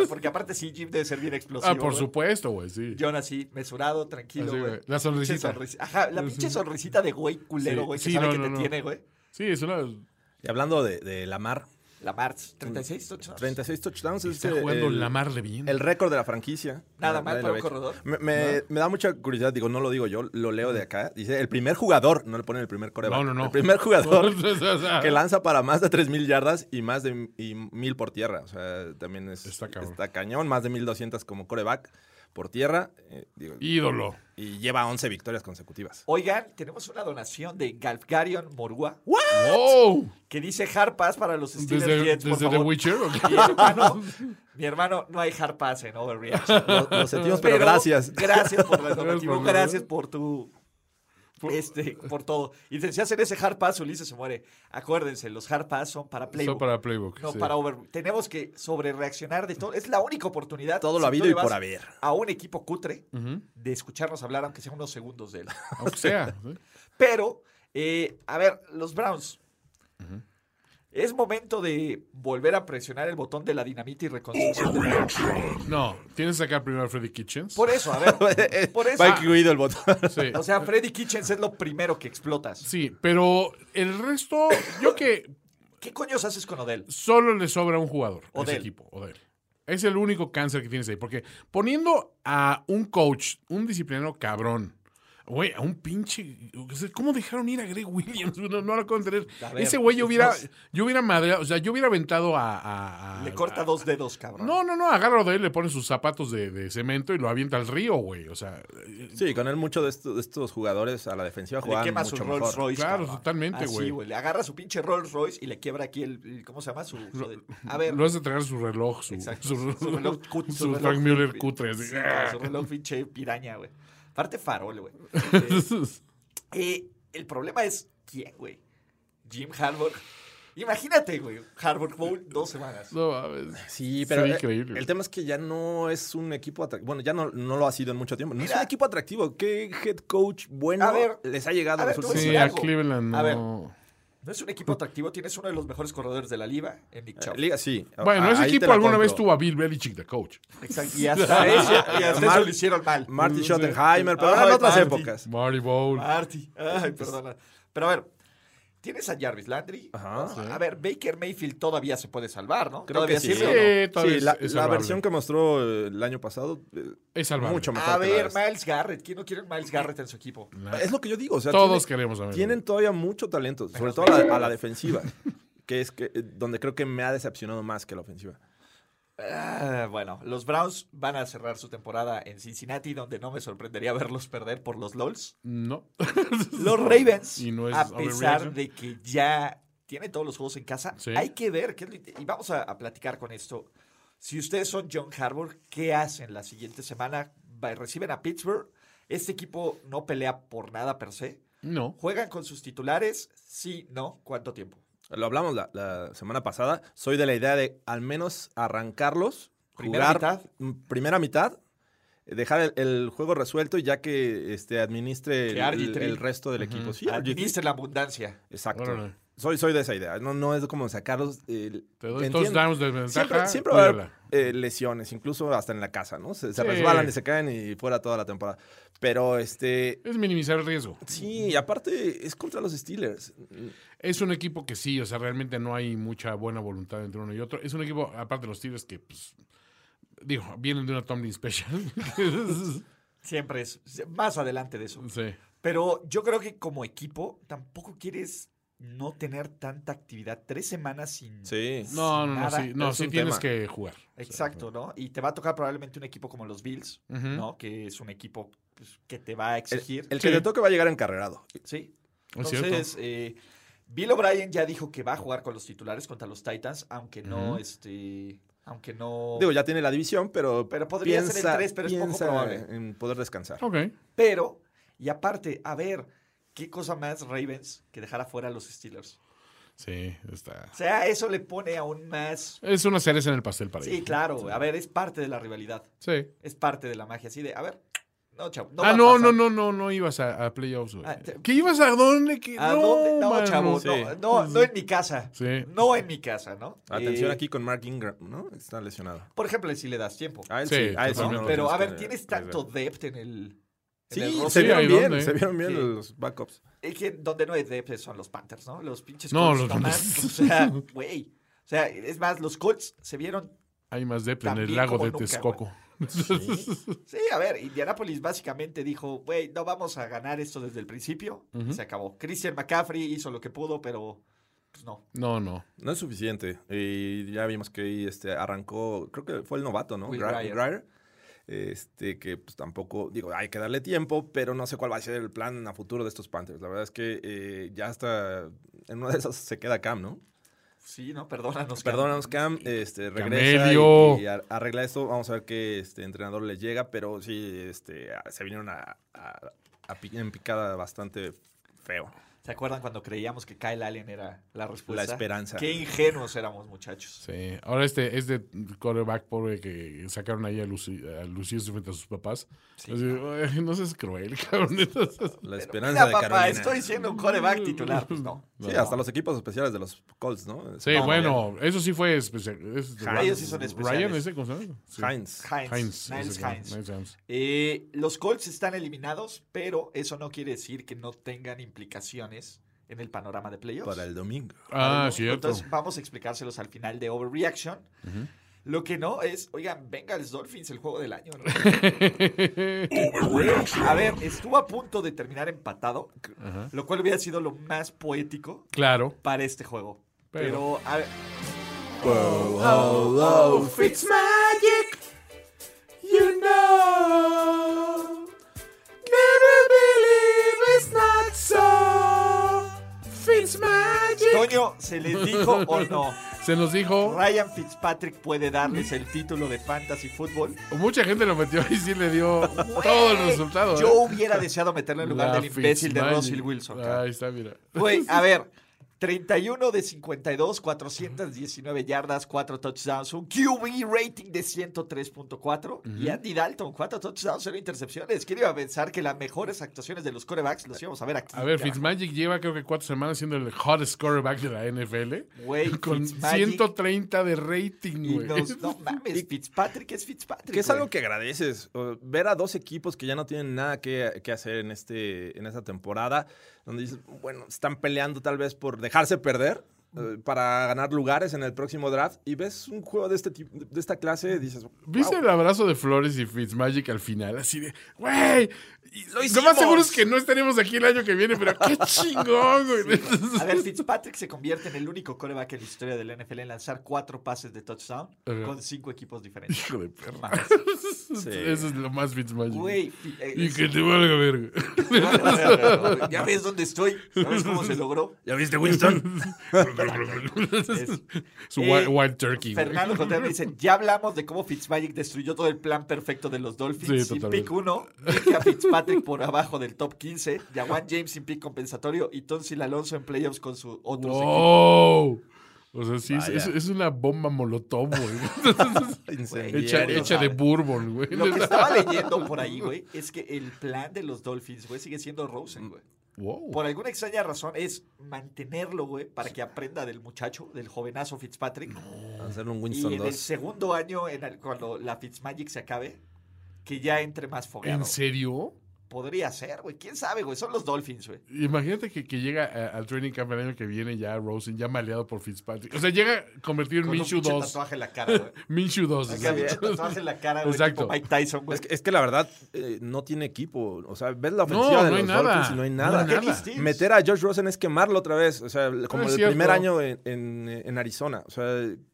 [SPEAKER 2] Porque aparte sí, Jim debe ser bien explosivo.
[SPEAKER 4] ah, por
[SPEAKER 2] güey.
[SPEAKER 4] supuesto, güey, sí.
[SPEAKER 2] John así, mesurado, tranquilo,
[SPEAKER 4] Así,
[SPEAKER 2] güey.
[SPEAKER 4] güey. La sonrisita.
[SPEAKER 2] Pinche sonrisi- Ajá, la pinche sonrisita de güey culero,
[SPEAKER 4] Sí,
[SPEAKER 2] güey,
[SPEAKER 4] sí,
[SPEAKER 2] que sabe
[SPEAKER 4] no,
[SPEAKER 2] que
[SPEAKER 4] no,
[SPEAKER 2] te
[SPEAKER 4] no.
[SPEAKER 2] tiene, güey.
[SPEAKER 4] Sí, es una.
[SPEAKER 3] Y hablando de, de Lamar,
[SPEAKER 2] La March, 36, 8.
[SPEAKER 3] 36 touchdowns.
[SPEAKER 4] Está
[SPEAKER 3] este,
[SPEAKER 4] jugando
[SPEAKER 3] el-
[SPEAKER 4] la mar de bien.
[SPEAKER 3] El récord de la franquicia.
[SPEAKER 2] Nada mal
[SPEAKER 3] Nadie
[SPEAKER 2] para
[SPEAKER 3] lo
[SPEAKER 2] un
[SPEAKER 3] había hecho.
[SPEAKER 2] corredor.
[SPEAKER 3] Me, me- me da mucha curiosidad, digo, no lo digo yo, lo leo de acá. Dice, el primer jugador, no le ponen el primer corredor.
[SPEAKER 4] No, no, no.
[SPEAKER 3] El primer jugador
[SPEAKER 4] O sea,
[SPEAKER 3] que lanza para más de 3.000 yardas y más de y 1.000 por tierra. O sea, también es,
[SPEAKER 4] Está cabrón.
[SPEAKER 3] cañón, más de 1.200 como coreback por tierra. eh, digo, y,
[SPEAKER 4] Ídolo.
[SPEAKER 3] lleva 11 victorias consecutivas.
[SPEAKER 2] Oigan, tenemos una donación de Galfgarion Morúa
[SPEAKER 4] ¡Wow!
[SPEAKER 2] que dice harpas para los Steelers
[SPEAKER 4] Desde,
[SPEAKER 2] Jets, por
[SPEAKER 4] desde The
[SPEAKER 2] favor.
[SPEAKER 4] Witcher. ¿o qué?
[SPEAKER 2] Mi hermano, mi hermano, no hay harpas en Overreaction.
[SPEAKER 3] Lo, lo sentimos, pero, gracias.
[SPEAKER 2] Gracias por la donativa,
[SPEAKER 4] por la-
[SPEAKER 2] gracias por tu... Este, por todo. Y dice, si hacen ese hard pass, Ulises se muere. Acuérdense, los hard pass son para Playbook.
[SPEAKER 4] Son para Playbook.
[SPEAKER 2] No,
[SPEAKER 4] sí.
[SPEAKER 2] para over. Tenemos que sobre reaccionar de todo. Es la única oportunidad.
[SPEAKER 3] Todo lo
[SPEAKER 2] si tú
[SPEAKER 3] habido
[SPEAKER 2] le
[SPEAKER 3] y por
[SPEAKER 2] vas
[SPEAKER 3] haber.
[SPEAKER 2] A un equipo cutre de escucharnos hablar, aunque sea unos segundos de él.
[SPEAKER 4] Aunque sea. ¿sí?
[SPEAKER 2] Pero, eh, a ver, los Browns. Es momento de volver a presionar el botón de la dinamita y reconstrucción. del equipo.
[SPEAKER 4] No, tienes que sacar primero a Freddy Kitchens.
[SPEAKER 2] Por eso, a ver. Por eso. Ah,
[SPEAKER 3] Va incluido el botón.
[SPEAKER 4] Sí.
[SPEAKER 2] O sea, Freddy Kitchens es lo primero que explotas.
[SPEAKER 4] Sí, pero el resto, yo que
[SPEAKER 2] ¿Qué coños haces con Odell?
[SPEAKER 4] solo le sobra un jugador a ese
[SPEAKER 2] Odell.
[SPEAKER 4] equipo, Odell. Es el único cáncer que tienes ahí. Porque poniendo a un coach, un disciplinero cabrón, güey, a un pinche. o sea, ¿Cómo dejaron ir a Greg Williams? No, no lo puedo entender.
[SPEAKER 2] A ver, pues,
[SPEAKER 4] Ese güey yo hubiera,
[SPEAKER 2] no.
[SPEAKER 4] yo hubiera madreado, o sea, yo hubiera aventado a. a- a-
[SPEAKER 2] Le corta
[SPEAKER 4] a-
[SPEAKER 2] dos dedos, cabrón.
[SPEAKER 4] Ah, No, no, no, agarra de él, le pone sus zapatos de, de cemento y lo avienta al río, güey. O sea,
[SPEAKER 3] Sí, con él muchos de, estos- de estos jugadores a la defensiva
[SPEAKER 2] Le
[SPEAKER 3] jugaban
[SPEAKER 2] quema su
[SPEAKER 3] mucho
[SPEAKER 2] Rolls
[SPEAKER 3] mejor.
[SPEAKER 2] Royce.
[SPEAKER 4] Claro,
[SPEAKER 2] cabrón.
[SPEAKER 4] totalmente,
[SPEAKER 2] Así,
[SPEAKER 4] güey.
[SPEAKER 2] Le agarra su pinche Rolls Royce y le quiebra aquí el. el- ¿Cómo se llama? Su. su- a ver.
[SPEAKER 4] lo hace traer su reloj, su,
[SPEAKER 2] exacto,
[SPEAKER 4] su,
[SPEAKER 2] su reloj cut-
[SPEAKER 4] su
[SPEAKER 2] su reloj-
[SPEAKER 4] Frank Mueller cutre. así.
[SPEAKER 2] Sí, claro, su reloj pinche piraña, güey. Parte farol, güey. Eh, eh, el problema es quién, güey. Jim Harbaugh. Imagínate, güey. Harbaugh Bowl, dos semanas.
[SPEAKER 4] No mames.
[SPEAKER 3] Sí, pero
[SPEAKER 4] Sería
[SPEAKER 3] eh,
[SPEAKER 4] increíble.
[SPEAKER 3] el tema es que ya no es un equipo atractivo. Bueno, ya no, no lo ha sido en mucho tiempo. No es
[SPEAKER 2] Mira.
[SPEAKER 3] un equipo atractivo. ¿Qué head coach bueno
[SPEAKER 2] A ver,
[SPEAKER 3] les ha llegado
[SPEAKER 2] a
[SPEAKER 3] a
[SPEAKER 2] ver,
[SPEAKER 3] los
[SPEAKER 2] te voy
[SPEAKER 3] últimos
[SPEAKER 4] Sí,
[SPEAKER 2] decir
[SPEAKER 4] a
[SPEAKER 2] algo.
[SPEAKER 4] Cleveland no.
[SPEAKER 2] A ver, No es un equipo atractivo, tienes uno de los mejores corredores de la liga, en Nick Chubb.
[SPEAKER 3] Liga, sí.
[SPEAKER 4] Bueno,
[SPEAKER 3] Ah,
[SPEAKER 4] ese
[SPEAKER 3] ahí te
[SPEAKER 4] equipo
[SPEAKER 3] la
[SPEAKER 4] alguna vez
[SPEAKER 3] compro.
[SPEAKER 4] tuvo a Bill Belichick de coach.
[SPEAKER 2] Exacto. Y hasta, eso, y hasta eso
[SPEAKER 3] Mar-
[SPEAKER 2] lo hicieron mal. Mm, Ah,
[SPEAKER 3] Marty
[SPEAKER 4] Sí.
[SPEAKER 3] Schottenheimer, pero
[SPEAKER 2] Ay,
[SPEAKER 3] eran otras
[SPEAKER 2] Marty.
[SPEAKER 3] épocas.
[SPEAKER 4] Marty Bowl.
[SPEAKER 3] Ah,
[SPEAKER 2] Marty.
[SPEAKER 3] Pues,
[SPEAKER 2] Ay, perdona. Pero a ver, tienes a Jarvis Landry.
[SPEAKER 3] Ajá.
[SPEAKER 2] ¿no? A ver, Baker Mayfield todavía se puede salvar, ¿no?
[SPEAKER 3] Creo
[SPEAKER 2] todavía
[SPEAKER 3] que sí.
[SPEAKER 2] sirve, ¿o no?
[SPEAKER 4] Sí, todavía
[SPEAKER 3] Sí,
[SPEAKER 4] es-
[SPEAKER 3] la,
[SPEAKER 4] es
[SPEAKER 3] la
[SPEAKER 4] salvable.
[SPEAKER 3] versión que mostró eh, el año pasado eh,
[SPEAKER 4] Es salvable.
[SPEAKER 3] mucho mejor.
[SPEAKER 2] A
[SPEAKER 3] que la de
[SPEAKER 2] ver,
[SPEAKER 3] este.
[SPEAKER 2] Miles Garrett. ¿Quién no quiere un Miles Garrett en su equipo?
[SPEAKER 3] es lo que yo digo. o sea,
[SPEAKER 4] Todos
[SPEAKER 3] tiene-
[SPEAKER 4] queremos a ver.
[SPEAKER 3] Tienen todavía mucho talento, sobre todo a la, a la defensiva, que es que, eh, donde creo que me ha decepcionado más que la ofensiva.
[SPEAKER 2] Ah, bueno, los Browns van a cerrar su temporada en Cincinnati, donde no me sorprendería verlos perder por los LOLs.
[SPEAKER 4] No.
[SPEAKER 2] Los Ravens,
[SPEAKER 4] Y no es
[SPEAKER 2] a pesar
[SPEAKER 4] overreaction.
[SPEAKER 2] de que ya tiene todos los juegos en casa,
[SPEAKER 4] Sí.
[SPEAKER 2] hay que ver, qué es lo inte- y vamos a, a platicar con esto. Si ustedes son John Harbour, ¿qué hacen la siguiente semana? Va- Reciben a Pittsburgh. Este equipo no pelea por nada per se.
[SPEAKER 4] No.
[SPEAKER 2] ¿Juegan con sus titulares? Sí, no. ¿Cuánto tiempo?
[SPEAKER 3] Lo hablamos la, la semana pasada. Soy de la idea de al menos arrancarlos,
[SPEAKER 2] Primera
[SPEAKER 3] jugar
[SPEAKER 2] mitad.
[SPEAKER 3] m- primera mitad, eh, dejar el, el juego resuelto y ya que este, administre el,
[SPEAKER 2] Que RG3.
[SPEAKER 3] el resto del equipo. Sí, RG3.
[SPEAKER 2] Administren la abundancia.
[SPEAKER 3] Exacto.
[SPEAKER 4] Órale.
[SPEAKER 3] Soy, soy de esa idea. No, no es como sacarlos. eh,
[SPEAKER 4] Te doy
[SPEAKER 3] entiendo.
[SPEAKER 4] touchdowns de ventaja,
[SPEAKER 3] Siempre, siempre va a haber
[SPEAKER 4] cuídala.
[SPEAKER 3] eh, lesiones, incluso hasta en la casa, ¿no? Se, se
[SPEAKER 4] Sí.
[SPEAKER 3] resbalan y se caen y fuera toda la temporada. Pero este.
[SPEAKER 4] Es minimizar el riesgo.
[SPEAKER 3] Sí, y aparte es contra los Steelers.
[SPEAKER 4] Es un equipo que sí, o sea, realmente no hay mucha buena voluntad entre uno y otro. Es un equipo, aparte de los Tigres, que, pues, digo, vienen de una Tomlin Special.
[SPEAKER 2] Siempre es. Más adelante de eso.
[SPEAKER 4] sí.
[SPEAKER 2] Pero yo creo que como equipo tampoco quieres no tener tanta actividad. Tres semanas sin.
[SPEAKER 3] Sí.
[SPEAKER 4] No, no, no,
[SPEAKER 2] Nada,
[SPEAKER 4] sí, no,
[SPEAKER 3] es
[SPEAKER 4] sí
[SPEAKER 3] un
[SPEAKER 4] tienes
[SPEAKER 3] tema.
[SPEAKER 4] que jugar.
[SPEAKER 2] Exacto, ¿no? Y te va a tocar probablemente un equipo como los Bills,
[SPEAKER 4] Ujú.
[SPEAKER 2] ¿no? Que es un equipo pues, que te va a
[SPEAKER 3] El,
[SPEAKER 2] exigir.
[SPEAKER 3] el que
[SPEAKER 4] Sí.
[SPEAKER 3] te toque va a llegar encarrerado.
[SPEAKER 2] Sí.
[SPEAKER 4] Es cierto.
[SPEAKER 2] Entonces, eh, Bill O'Brien ya dijo que va a jugar con los titulares contra los Titans, aunque no,
[SPEAKER 4] Ujú.
[SPEAKER 2] este. Aunque no.
[SPEAKER 3] Digo, ya tiene la división, pero.
[SPEAKER 2] Pero podría ser el tres, pero es poco
[SPEAKER 3] piensa
[SPEAKER 2] probable.
[SPEAKER 3] En poder descansar.
[SPEAKER 4] Ok.
[SPEAKER 2] Pero, y aparte, a ver, ¿qué cosa más Ravens que dejar afuera a los Steelers?
[SPEAKER 4] Sí, está.
[SPEAKER 2] O sea, eso le pone aún más.
[SPEAKER 4] Es una cereza en el pastel para
[SPEAKER 2] Sí,
[SPEAKER 4] ellos.
[SPEAKER 2] claro. A ver, es parte de la rivalidad.
[SPEAKER 4] Sí.
[SPEAKER 2] Es parte de la magia. Así de, a ver, no, chavo. No va
[SPEAKER 4] ah,
[SPEAKER 2] a
[SPEAKER 4] no,
[SPEAKER 2] pasar.
[SPEAKER 4] no, no, no, no ibas a, a playoffs. güey.
[SPEAKER 2] Ah, te-
[SPEAKER 4] ¿Qué ibas a dónde? ¿Qué?
[SPEAKER 2] ¿A
[SPEAKER 4] no,
[SPEAKER 2] dónde? No,
[SPEAKER 4] mano.
[SPEAKER 2] chavo,
[SPEAKER 3] sí.
[SPEAKER 2] no, no, no en mi casa.
[SPEAKER 4] Sí.
[SPEAKER 2] No en mi casa, ¿no?
[SPEAKER 3] Atención
[SPEAKER 2] Eh,
[SPEAKER 3] aquí con Mark Ingram, ¿no? Está lesionado.
[SPEAKER 2] Por ejemplo, si le das tiempo.
[SPEAKER 3] A él
[SPEAKER 4] Sí,
[SPEAKER 3] sí, a él sí,
[SPEAKER 4] totalmente.
[SPEAKER 3] Ah, no lo
[SPEAKER 2] Pero, a
[SPEAKER 3] tienes
[SPEAKER 2] ver,
[SPEAKER 3] que-
[SPEAKER 2] tienes
[SPEAKER 3] que
[SPEAKER 2] tanto
[SPEAKER 3] ver.
[SPEAKER 2] depth en el. en el
[SPEAKER 3] Sí,
[SPEAKER 2] roster.
[SPEAKER 3] se vieron
[SPEAKER 4] ahí
[SPEAKER 3] bien,
[SPEAKER 4] donde.
[SPEAKER 3] se vieron bien
[SPEAKER 2] Sí.
[SPEAKER 3] los backups.
[SPEAKER 2] Es que donde no hay depth son los Panthers, ¿no? Los pinches
[SPEAKER 4] No,
[SPEAKER 2] Colts
[SPEAKER 4] los
[SPEAKER 2] nomás,
[SPEAKER 4] Panthers.
[SPEAKER 2] O sea, güey. O sea, es más, los Colts se vieron.
[SPEAKER 4] Hay más depth en el
[SPEAKER 2] También
[SPEAKER 4] lago
[SPEAKER 2] como
[SPEAKER 4] de
[SPEAKER 2] nunca,
[SPEAKER 4] Texcoco.
[SPEAKER 2] Sí, a ver, Indianapolis básicamente dijo, güey, no vamos a ganar esto desde el principio. Y se acabó. Christian McCaffrey hizo lo que pudo, pero pues no.
[SPEAKER 4] No, no.
[SPEAKER 3] No es suficiente. Y ya vimos que ahí este, arrancó, creo que fue el novato, ¿no?
[SPEAKER 2] Will
[SPEAKER 3] Gra-
[SPEAKER 2] Grier.
[SPEAKER 3] Grier. Este, que pues tampoco, digo, hay que darle tiempo, pero no sé cuál va a ser el plan a futuro de estos Panthers. La verdad es que eh, ya hasta en una de esas se queda Cam, ¿no?
[SPEAKER 2] Sí, no, perdónanos. Cam.
[SPEAKER 3] Perdónanos, Cam, este, regresa
[SPEAKER 4] Camelio.
[SPEAKER 3] y, y ar- arregla esto. Vamos a ver qué este entrenador les llega, pero sí, este, a- se vinieron a, a- a pi- en picada bastante feo.
[SPEAKER 2] ¿Se acuerdan cuando creíamos que Kyle Allen era la respuesta?
[SPEAKER 3] La esperanza.
[SPEAKER 2] Qué ingenuos éramos, muchachos.
[SPEAKER 4] Sí. Ahora este, este quarterback pobre que sacaron ahí a, Luci- a lucirse frente a sus papás. Así, "Ay, no seas cruel, cabrón.
[SPEAKER 3] La
[SPEAKER 2] Mira,
[SPEAKER 3] esperanza de
[SPEAKER 2] papá,
[SPEAKER 3] Carolina.
[SPEAKER 2] estoy siendo un coreback titular. Pues no.
[SPEAKER 3] Sí, hasta los equipos especiales de los Colts, ¿no?
[SPEAKER 4] Sí,
[SPEAKER 3] No,
[SPEAKER 4] bueno, eso sí fue especial. es-
[SPEAKER 2] Ellos sí son especiales.
[SPEAKER 4] Ryan, ese, ¿cómo se llama? Sí.
[SPEAKER 3] Heinz.
[SPEAKER 2] Heinz.
[SPEAKER 4] Heinz,
[SPEAKER 2] Niles
[SPEAKER 4] ese, claro,
[SPEAKER 2] Heinz.
[SPEAKER 4] Niles Heinz.
[SPEAKER 2] Eh, los Colts están eliminados, pero eso no quiere decir que no tengan implicaciones en el panorama de playoffs.
[SPEAKER 3] Para el domingo.
[SPEAKER 4] Ah,
[SPEAKER 2] Algo.
[SPEAKER 4] cierto.
[SPEAKER 2] Entonces vamos a explicárselos al final de Overreaction. Lo que no es, oigan, venga los Dolphins el juego del año. ¿no? a ver, estuvo a punto de terminar empatado, lo cual hubiera sido lo más poético
[SPEAKER 4] Claro.
[SPEAKER 2] para este juego. Pero,
[SPEAKER 4] Pero-
[SPEAKER 2] a ver, Toño, ¿se les dijo o no?
[SPEAKER 4] Se nos dijo,
[SPEAKER 2] Ryan Fitzpatrick puede darles el título de Fantasy Football.
[SPEAKER 4] mucha gente lo metió y sí le dio todo el resultado.
[SPEAKER 2] Yo
[SPEAKER 4] ¿eh?
[SPEAKER 2] hubiera deseado meterlo en lugar
[SPEAKER 4] La
[SPEAKER 2] del imbécil de
[SPEAKER 4] Fitzmagic.
[SPEAKER 2] Russell Wilson. cabrón.
[SPEAKER 4] Ahí está, mira.
[SPEAKER 2] Güey, a ver, 31 de 52, 419 yardas, 4 touchdowns, un QB rating de 103.4 y Andy Dalton, 4 touchdowns, 0 intercepciones. ¿Quién iba a pensar que las mejores actuaciones de los corebacks los íbamos a ver aquí?
[SPEAKER 4] A ver,
[SPEAKER 2] carajo?
[SPEAKER 4] Fitzmagic lleva creo que cuatro semanas siendo el hottest quarterback de la NFL.
[SPEAKER 2] Güey,
[SPEAKER 4] con
[SPEAKER 2] Fitzmagic.
[SPEAKER 4] 130 de rating,
[SPEAKER 2] Y
[SPEAKER 4] güey.
[SPEAKER 2] nos- no mames, Fitzpatrick es Fitzpatrick.
[SPEAKER 3] Que es
[SPEAKER 2] güey.
[SPEAKER 3] algo que agradeces. o, Ver a dos equipos que ya no tienen nada que, que hacer en, este, en esta temporada, donde dices, bueno, están peleando tal vez por dejarse perder eh,
[SPEAKER 4] Mm.
[SPEAKER 3] para ganar lugares en el próximo draft. Y ves un juego de, este tipo, de esta clase, dices,
[SPEAKER 4] Mm. ¿Viste
[SPEAKER 3] "Wow".
[SPEAKER 4] el abrazo de Flores y Fitzmagic al final? Así de, güey, y-
[SPEAKER 3] ¡Lo
[SPEAKER 4] lo más
[SPEAKER 3] hicimos!
[SPEAKER 4] seguro es que no estaremos aquí el año que viene, pero qué chingón, güey.
[SPEAKER 2] A ver, Fitzpatrick se convierte en el único coreback en la historia del NFL en lanzar cuatro pases de touchdown
[SPEAKER 4] Ajá.
[SPEAKER 2] con cinco equipos diferentes.
[SPEAKER 4] Hijo de perra.
[SPEAKER 2] Mames.
[SPEAKER 4] Eso es lo más Fitzmagic.
[SPEAKER 2] Güey, fi- eh,
[SPEAKER 4] Y
[SPEAKER 2] es-
[SPEAKER 4] que te valga verga.
[SPEAKER 2] ya ves dónde estoy, ¿sabes cómo se logró?
[SPEAKER 3] ¿Ya viste, Winston?
[SPEAKER 4] Su
[SPEAKER 2] Eh,
[SPEAKER 4] wild, wild turkey. güey.
[SPEAKER 2] Fernando Contreras dice, ya hablamos de cómo Fitzmagic destruyó todo el plan perfecto de los Dolphins
[SPEAKER 4] Sí,
[SPEAKER 2] sin
[SPEAKER 4] totalmente.
[SPEAKER 2] pick 1, a Fitzpatrick por abajo del top 15, Jawan James sin pick compensatorio y Tonsil Alonso en playoffs con su otro
[SPEAKER 4] ¡Wow! O sea, sí, es,
[SPEAKER 3] Vaya.
[SPEAKER 4] es- es una bomba molotov, güey. hecha
[SPEAKER 3] Incendiario.
[SPEAKER 4] hecha de bourbon, güey.
[SPEAKER 2] Lo que estaba leyendo por ahí, güey, es que el plan de los Dolphins, güey, sigue siendo Rosen, güey.
[SPEAKER 4] Wow.
[SPEAKER 2] Por alguna extraña razón es mantenerlo, güey, para que aprenda del muchacho, del jovenazo Fitzpatrick.
[SPEAKER 3] Hacerle un
[SPEAKER 2] y
[SPEAKER 3] Winston
[SPEAKER 2] en el
[SPEAKER 3] 2.
[SPEAKER 2] segundo año, en el- cuando la Fitzmagic se acabe, que ya entre más
[SPEAKER 4] ¿En
[SPEAKER 2] fogueado.
[SPEAKER 4] serio?
[SPEAKER 2] Podría ser, güey. ¿Quién sabe, güey? Son los Dolphins, güey.
[SPEAKER 4] Imagínate que, que llega a- al training camp el año que viene ya Rosen, ya maleado por Fitzpatrick. O sea, llega convertido en
[SPEAKER 2] Con un
[SPEAKER 4] Minshew
[SPEAKER 2] pinche
[SPEAKER 4] 2.
[SPEAKER 2] tatuaje en la cara, güey.
[SPEAKER 4] Minshew 2.
[SPEAKER 2] Acá un pinche tatuaje en la cara, güey.
[SPEAKER 4] Exacto.
[SPEAKER 2] Exacto. Mike Tyson, güey.
[SPEAKER 3] Es que, es que la verdad, eh, no tiene equipo. O sea, ves la ofensiva
[SPEAKER 4] No,
[SPEAKER 3] de
[SPEAKER 4] no hay
[SPEAKER 3] los
[SPEAKER 4] nada.
[SPEAKER 3] Dolphins y no hay nada.
[SPEAKER 4] No hay nada.
[SPEAKER 2] Steams.
[SPEAKER 3] Meter a Josh Rosen es quemarlo otra vez. O sea, como
[SPEAKER 4] es
[SPEAKER 3] el
[SPEAKER 4] cierto.
[SPEAKER 3] primer año en, en- en Arizona. O sea,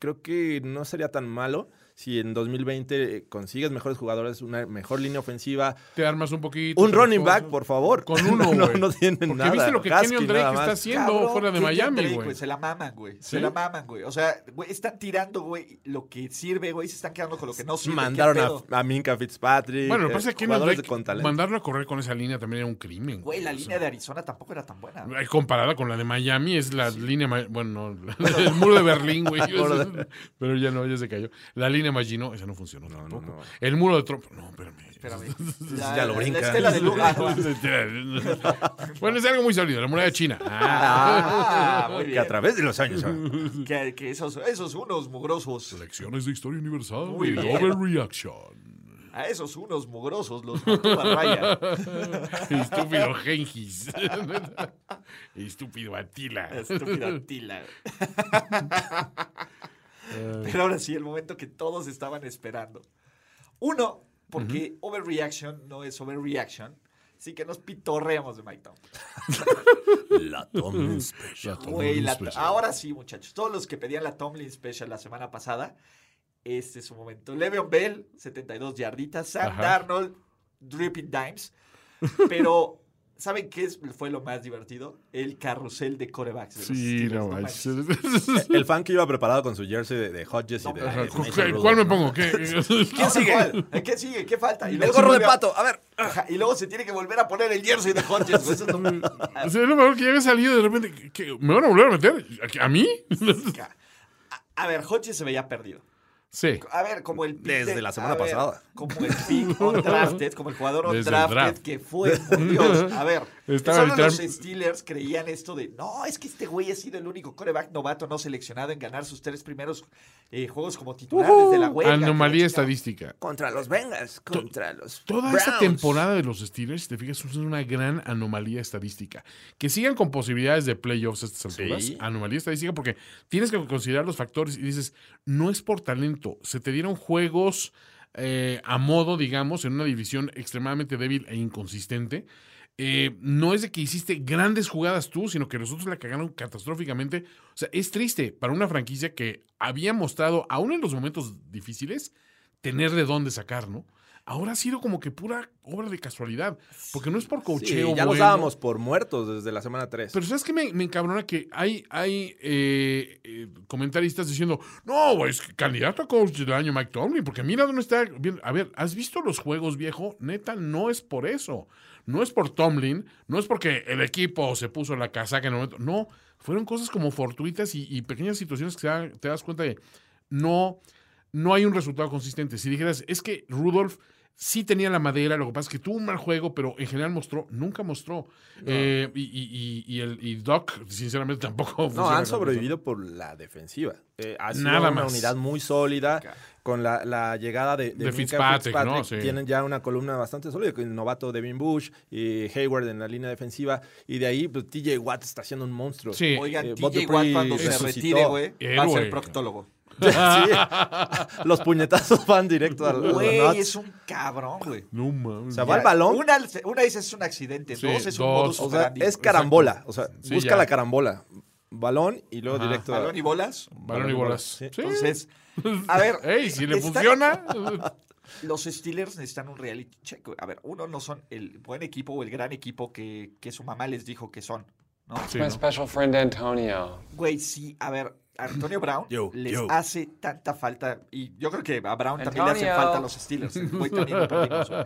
[SPEAKER 3] creo que no sería tan malo si en 2020 consigues mejores jugadores, una mejor línea ofensiva.
[SPEAKER 4] Te armas un poquito.
[SPEAKER 3] Un
[SPEAKER 4] otras
[SPEAKER 3] running back,
[SPEAKER 4] cosas.
[SPEAKER 3] por favor.
[SPEAKER 4] Con uno,
[SPEAKER 3] no,
[SPEAKER 4] güey.
[SPEAKER 3] no tienen
[SPEAKER 4] Porque
[SPEAKER 3] nada.
[SPEAKER 4] viste lo que
[SPEAKER 3] Gaskin,
[SPEAKER 4] Kenyon
[SPEAKER 3] nada
[SPEAKER 4] Drake
[SPEAKER 3] más.
[SPEAKER 4] está haciendo
[SPEAKER 2] Cabrón,
[SPEAKER 4] fuera de
[SPEAKER 2] Kenyon
[SPEAKER 4] Miami,
[SPEAKER 2] Drake,
[SPEAKER 4] güey.
[SPEAKER 3] Pues,
[SPEAKER 2] Se la maman, güey. Se
[SPEAKER 4] ¿Sí?
[SPEAKER 2] la maman, güey. O sea, güey, están tirando, güey, lo que sirve, güey. Se están quedando con lo que no sirve. ¿Qué
[SPEAKER 3] Mandaron
[SPEAKER 2] pedo?
[SPEAKER 3] a, a Minka Fitzpatrick.
[SPEAKER 4] Bueno, lo que
[SPEAKER 3] eh,
[SPEAKER 4] pasa es que Kenyon
[SPEAKER 3] jugadores
[SPEAKER 4] Drake,
[SPEAKER 3] con talento.
[SPEAKER 4] mandarlo a correr con esa línea también era un crimen.
[SPEAKER 2] Güey, la
[SPEAKER 4] O sea,
[SPEAKER 2] línea de Arizona tampoco era tan buena. güey.
[SPEAKER 4] Eh, Comparada con la de Miami, es la línea. ma- Bueno, no, el muro de Berlín, güey. pero ya no, ya se cayó. La línea Magino, esa no funcionó tampoco.
[SPEAKER 3] no.
[SPEAKER 4] El muro de Trump, no, espérame.
[SPEAKER 2] Espérame.
[SPEAKER 3] Ya
[SPEAKER 2] La,
[SPEAKER 3] lo
[SPEAKER 2] la-
[SPEAKER 3] brinca.
[SPEAKER 2] La estela de luz. Ah, güey.
[SPEAKER 4] bueno, es algo muy sólido, la muralla china. Ah.
[SPEAKER 2] Ah, muy
[SPEAKER 3] Que a
[SPEAKER 2] bien.
[SPEAKER 3] través de los años.
[SPEAKER 2] Que, que esos, esos unos mugrosos.
[SPEAKER 4] Lecciones de historia universal
[SPEAKER 2] Muy
[SPEAKER 4] y
[SPEAKER 2] bien.
[SPEAKER 4] overreaction.
[SPEAKER 2] A esos unos mugrosos los mató a Ryan.
[SPEAKER 4] Estúpido Gengis. Estúpido Atila.
[SPEAKER 2] Estúpida Tila. Pero ahora sí, el momento que todos estaban esperando. Uno, porque overreaction no es overreaction. Así que nos pitorreamos de Mike Tom.
[SPEAKER 3] La Tomlin Special.
[SPEAKER 4] La Tomlin
[SPEAKER 2] Güey, la-
[SPEAKER 4] Special.
[SPEAKER 2] ahora sí, muchachos. Todos los que pedían la Tomlin Special la semana pasada, este es su momento. Le'Veon Bell, 72 yarditas. Sam
[SPEAKER 4] Ajá.
[SPEAKER 2] Darnold, dripping dimes. Pero, ¿saben qué es- fue lo más divertido? El carrusel de corebacks. de los Eh,
[SPEAKER 4] Sí,
[SPEAKER 2] Steelers,
[SPEAKER 4] no
[SPEAKER 2] manches.
[SPEAKER 4] manches.
[SPEAKER 3] El fan que iba preparado con su jersey de, de Hodges y de.
[SPEAKER 2] Ajá,
[SPEAKER 3] de Mason
[SPEAKER 4] ¿Cuál-
[SPEAKER 3] Rudolph,
[SPEAKER 4] ¿Cuál me
[SPEAKER 3] ¿no?
[SPEAKER 4] pongo? ¿Qué?
[SPEAKER 2] ¿Quién sigue? ¿Eh, ¿Qué sigue? ¿Qué falta? Y
[SPEAKER 3] El
[SPEAKER 2] luego se
[SPEAKER 3] gorro de
[SPEAKER 2] vuelve a-
[SPEAKER 3] pato, a ver.
[SPEAKER 2] Ajá, y luego se tiene que volver a poner el jersey de Hodges. güey. Eso es lo-
[SPEAKER 4] O sea, es lo mejor que ya había salido de repente. ¿qué- qué? ¿Me van a volver a meter? ¿A- ¿A mí?
[SPEAKER 2] A- A ver, Hodges se veía perdido.
[SPEAKER 4] Sí.
[SPEAKER 2] A ver, como el pick
[SPEAKER 3] Desde
[SPEAKER 2] de-
[SPEAKER 3] la semana
[SPEAKER 2] a ver,
[SPEAKER 3] pasada.
[SPEAKER 2] Como el pick undrafted, como el jugador
[SPEAKER 4] Desde el
[SPEAKER 2] undrafted
[SPEAKER 4] draft.
[SPEAKER 2] que fue, por Dios. A ver,
[SPEAKER 4] Estaba
[SPEAKER 2] solo
[SPEAKER 4] literal-
[SPEAKER 2] los Steelers creían esto de, no, es que este güey ha sido el único coreback novato no seleccionado en ganar sus tres primeros eh, juegos como titular desde la huelga.
[SPEAKER 4] Anomalía
[SPEAKER 2] que la chingada".
[SPEAKER 4] estadística.
[SPEAKER 3] Contra los Bengals, contra los.
[SPEAKER 4] Toda
[SPEAKER 3] Browns.
[SPEAKER 4] esta temporada de los Steelers, si te fijas, es una gran anomalía estadística. Que sigan con posibilidades de playoffs a estas alturas, anomalía estadística, porque tienes que considerar los factores y dices, no es por talento, se te dieron juegos eh, a modo, digamos, en una división extremadamente débil e inconsistente. Eh, no es de que hiciste grandes jugadas tú, sino que nosotros la cagaron catastróficamente. O sea, es triste para una franquicia que había mostrado, aún en los momentos difíciles, tener de dónde sacar, ¿no? Ahora ha sido como que pura obra de casualidad, porque no es por
[SPEAKER 3] Sí,
[SPEAKER 4] cocheo.
[SPEAKER 3] ya los dábamos por muertos desde la semana 3.
[SPEAKER 4] Pero ¿sabes qué me, me encabrona? Que hay, hay eh, eh, comentaristas diciendo, no, es que candidato a coach del año Mike Tomlin, porque mira dónde está. Bien, A ver, ¿has visto los juegos, viejo? Neta, no es por eso. No es por Tomlin, no es porque el equipo se puso la casaca en el momento. No, fueron cosas como fortuitas y, y pequeñas situaciones que se da- te das cuenta de no, no hay un resultado consistente. Si dijeras, es que Rudolph sí tenía la madera, lo que pasa es que tuvo un mal juego, pero en general mostró, nunca mostró. Eh, y, y- y- y el, y Doc, sinceramente, tampoco.
[SPEAKER 3] No,
[SPEAKER 4] funciona
[SPEAKER 3] han
[SPEAKER 4] tanto.
[SPEAKER 3] sobrevivido por la defensiva. Eh, ha sido
[SPEAKER 4] Nada
[SPEAKER 3] una
[SPEAKER 4] más.
[SPEAKER 3] unidad muy sólida. Con la, la llegada de, Minka
[SPEAKER 4] De Fitzpatrick, ¿no? Sí.
[SPEAKER 3] tienen ya una columna bastante sólida con el novato Devin Bush y Hayward en la línea defensiva. Y de ahí, pues, TJ Watt está siendo un monstruo.
[SPEAKER 4] Sí.
[SPEAKER 2] Oigan,
[SPEAKER 3] Eh, Bud
[SPEAKER 2] TJ
[SPEAKER 3] Dupree
[SPEAKER 2] Watt cuando se
[SPEAKER 3] resucitó.
[SPEAKER 2] retire, güey, va a
[SPEAKER 4] Héroe.
[SPEAKER 2] ser proctólogo.
[SPEAKER 3] Sí. Los puñetazos van directo al. los
[SPEAKER 2] Güey,
[SPEAKER 3] nuts.
[SPEAKER 2] es un cabrón, güey.
[SPEAKER 4] No
[SPEAKER 3] O
[SPEAKER 4] mames.
[SPEAKER 3] sea, va el balón.
[SPEAKER 2] Una, una dice es un accidente,
[SPEAKER 4] Sí,
[SPEAKER 2] dos es un
[SPEAKER 4] dos.
[SPEAKER 2] modus
[SPEAKER 3] o sea,
[SPEAKER 2] operandi.
[SPEAKER 3] es carambola. O sea,
[SPEAKER 4] Sí,
[SPEAKER 3] busca
[SPEAKER 4] ya.
[SPEAKER 3] la carambola. Balón y luego
[SPEAKER 4] Ajá.
[SPEAKER 3] directo a-
[SPEAKER 2] balón y bolas.
[SPEAKER 4] Balón y bolas. Sí.
[SPEAKER 2] Entonces, a ver,
[SPEAKER 4] Ey, si le
[SPEAKER 2] está-
[SPEAKER 4] funciona.
[SPEAKER 2] Los Steelers necesitan un reality check. güey. A ver, uno no son el buen equipo o el gran equipo que, que su mamá les dijo que son. ¿no?
[SPEAKER 4] Sí,
[SPEAKER 5] My
[SPEAKER 4] ¿no?
[SPEAKER 5] special friend Antonio.
[SPEAKER 2] Güey, sí, a ver, Antonio Brown
[SPEAKER 3] Yo,
[SPEAKER 2] les
[SPEAKER 3] yo.
[SPEAKER 2] hace tanta falta. Y yo creo que a Brown también le hacen
[SPEAKER 5] Antonio.
[SPEAKER 2] falta a los Steelers. el güey también lo perdimos, güey.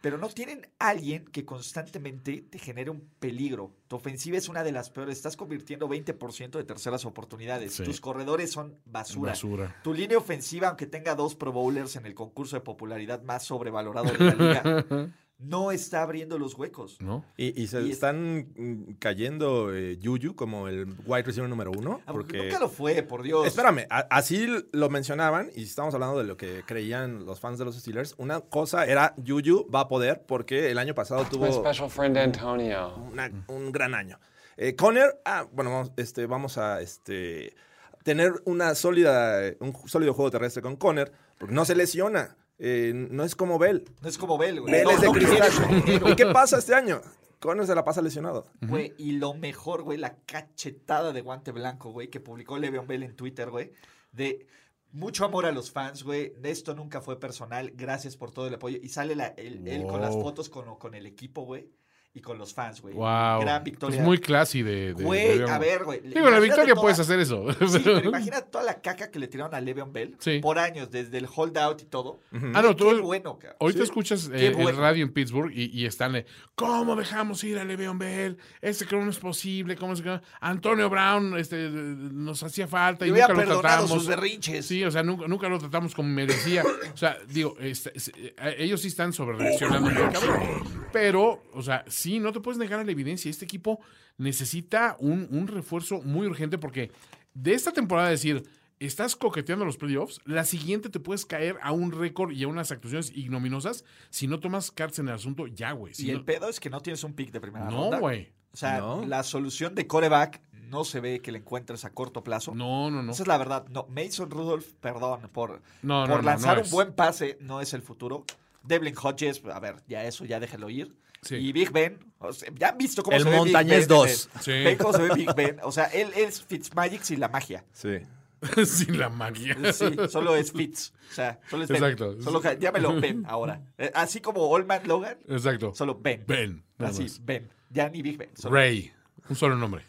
[SPEAKER 2] Pero no tienen alguien que constantemente te genere un peligro. Tu ofensiva es una de las peores. Estás convirtiendo 20% de terceras oportunidades.
[SPEAKER 4] Sí.
[SPEAKER 2] Tus corredores son basura.
[SPEAKER 4] Basura.
[SPEAKER 2] Tu línea ofensiva, aunque tenga dos Pro Bowlers en el concurso de popularidad más sobrevalorado de la liga, no está abriendo los huecos.
[SPEAKER 4] ¿No?
[SPEAKER 3] Y, y se
[SPEAKER 2] Y es-
[SPEAKER 3] están mm, cayendo eh, Juju como el wide receiver número uno.
[SPEAKER 2] Ah,
[SPEAKER 3] Porque...
[SPEAKER 2] Nunca lo fue, por Dios.
[SPEAKER 3] Espérame, a- así lo mencionaban y estamos hablando de lo que creían los fans de los Steelers. Una cosa era Juju va a poder porque el año pasado
[SPEAKER 5] My
[SPEAKER 3] tuvo
[SPEAKER 5] special friend Antonio.
[SPEAKER 3] una- un gran año. Eh, Conner, ah, bueno, vamos, este, vamos a este, tener una sólida, un sólido juego terrestre con Conner porque no se lesiona. Eh, no es como Bell.
[SPEAKER 2] No es como Bell, güey.
[SPEAKER 3] Bell
[SPEAKER 2] No,
[SPEAKER 3] es de
[SPEAKER 2] no
[SPEAKER 3] cristal.
[SPEAKER 2] tiene
[SPEAKER 3] ¿Y qué pasa este año? Conner se la pasa lesionado.
[SPEAKER 2] Güey, y lo mejor, güey, la cachetada de guante blanco, güey, que publicó Le'Veon Bell en Twitter, güey, de mucho amor a los fans, güey, de esto nunca fue personal, gracias por todo el apoyo. Y sale la- el- él con las
[SPEAKER 4] Wow.
[SPEAKER 2] fotos con, con el equipo, güey, y con los fans, güey.
[SPEAKER 4] Wow.
[SPEAKER 2] Gran victoria.
[SPEAKER 4] Es muy classy de. de- de-
[SPEAKER 2] Güey,
[SPEAKER 4] digamos.
[SPEAKER 2] a ver, güey.
[SPEAKER 4] Digo, la
[SPEAKER 2] imagínate
[SPEAKER 4] victoria
[SPEAKER 2] toda-
[SPEAKER 4] puedes hacer eso.
[SPEAKER 2] Sí, pero imagina toda la caca que le tiraron a Le'Veon Bell
[SPEAKER 4] Sí.
[SPEAKER 2] por años, desde el holdout y todo.
[SPEAKER 4] Ah, no,
[SPEAKER 2] Qué
[SPEAKER 4] tú,
[SPEAKER 2] bueno, cabrón.
[SPEAKER 4] Ahorita escuchas
[SPEAKER 2] Qué
[SPEAKER 4] eh, el
[SPEAKER 2] bueno.
[SPEAKER 4] radio en Pittsburgh y, y están eh, ¿cómo dejamos ir a Le'Veon Bell? Este que no es posible, ¿cómo es que- Antonio Brown este, eh, nos hacía falta y
[SPEAKER 2] Le hubiera
[SPEAKER 4] nunca lo
[SPEAKER 2] perdonado
[SPEAKER 4] tratamos.
[SPEAKER 2] sus berrinches.
[SPEAKER 4] Sí, o sea, nunca, nunca lo tratamos como merecía. O sea, digo, este, es- eh, ellos sí están sobre reaccionando muy cabrón. Pero, o sea, sí, no te puedes negar a la evidencia. Este equipo necesita un, un refuerzo muy urgente porque de esta temporada decir, estás coqueteando los playoffs, la siguiente te puedes caer a un récord y a unas actuaciones ignominiosas si no tomas cartas en el asunto ya, güey. Si
[SPEAKER 2] y
[SPEAKER 4] no-
[SPEAKER 2] el pedo es que no tienes un pick de primera
[SPEAKER 4] no,
[SPEAKER 2] ronda.
[SPEAKER 4] güey.
[SPEAKER 2] O sea,
[SPEAKER 3] No.
[SPEAKER 2] la solución de coreback no se ve que le encuentres a corto plazo.
[SPEAKER 4] No, no, no.
[SPEAKER 2] Esa es la verdad. No, Mason Rudolph, perdón, por,
[SPEAKER 4] No, no,
[SPEAKER 2] por
[SPEAKER 4] no,
[SPEAKER 2] lanzar
[SPEAKER 4] no
[SPEAKER 2] un
[SPEAKER 4] es.
[SPEAKER 2] buen pase no es el futuro. Devlin Hodges, a ver, ya eso, ya déjelo ir.
[SPEAKER 4] Sí.
[SPEAKER 2] Y Big Ben, o sea, ya han visto cómo
[SPEAKER 3] El
[SPEAKER 2] se ve Big
[SPEAKER 3] Montañés
[SPEAKER 2] Ben en
[SPEAKER 3] dos.
[SPEAKER 2] el-
[SPEAKER 4] Sí.
[SPEAKER 2] ven cómo se ve Big Ben. O sea, él es Fitzmagic sin la magia.
[SPEAKER 3] Sí.
[SPEAKER 4] Sin la magia.
[SPEAKER 2] Sí, solo es Fitz. O sea, solo es Ben.
[SPEAKER 4] Exacto.
[SPEAKER 2] Solo, llámelo Ben ahora. Eh, Así como Old Man Logan,
[SPEAKER 4] Exacto.
[SPEAKER 2] solo Ben.
[SPEAKER 4] Ben, nada
[SPEAKER 2] Así,
[SPEAKER 4] más.
[SPEAKER 2] Ben. Ya ni Big Ben. solo
[SPEAKER 4] Ray. Un solo nombre.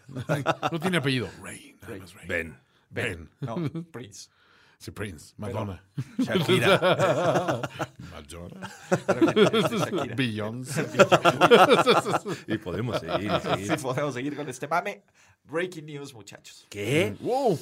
[SPEAKER 4] No tiene apellido. Ray. Nada más Ray.
[SPEAKER 3] Ben.
[SPEAKER 4] Ben.
[SPEAKER 2] No, Prince.
[SPEAKER 4] Sí, Prince. Madonna.
[SPEAKER 3] Shakira.
[SPEAKER 4] Madonna.
[SPEAKER 2] Shakira.
[SPEAKER 4] Beyoncé.
[SPEAKER 3] y podemos seguir. seguir.
[SPEAKER 2] Sí, podemos seguir con este mame. Breaking news, muchachos.
[SPEAKER 3] ¿Qué?
[SPEAKER 4] Wow.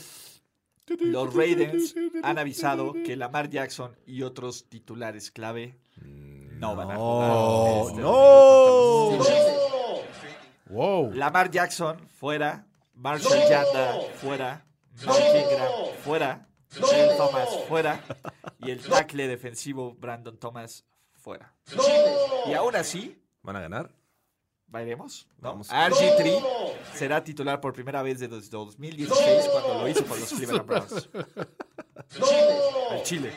[SPEAKER 2] Los Raiders han avisado que Lamar Jackson y otros titulares clave no van a jugar. Este
[SPEAKER 3] ¡No!
[SPEAKER 4] Wow.
[SPEAKER 2] Lamar Jackson fuera, Marshall Yanda fuera, Mark Ingram fuera, Will Thomas fuera y el tackle defensivo Brandon Thomas fuera. Y aún así,
[SPEAKER 3] ¿Van a ganar?
[SPEAKER 2] Veremos. ¿no?
[SPEAKER 3] Vamos.
[SPEAKER 2] RG3 será titular por primera vez desde 2016 cuando lo hizo con los Cleveland Browns. Al Chile.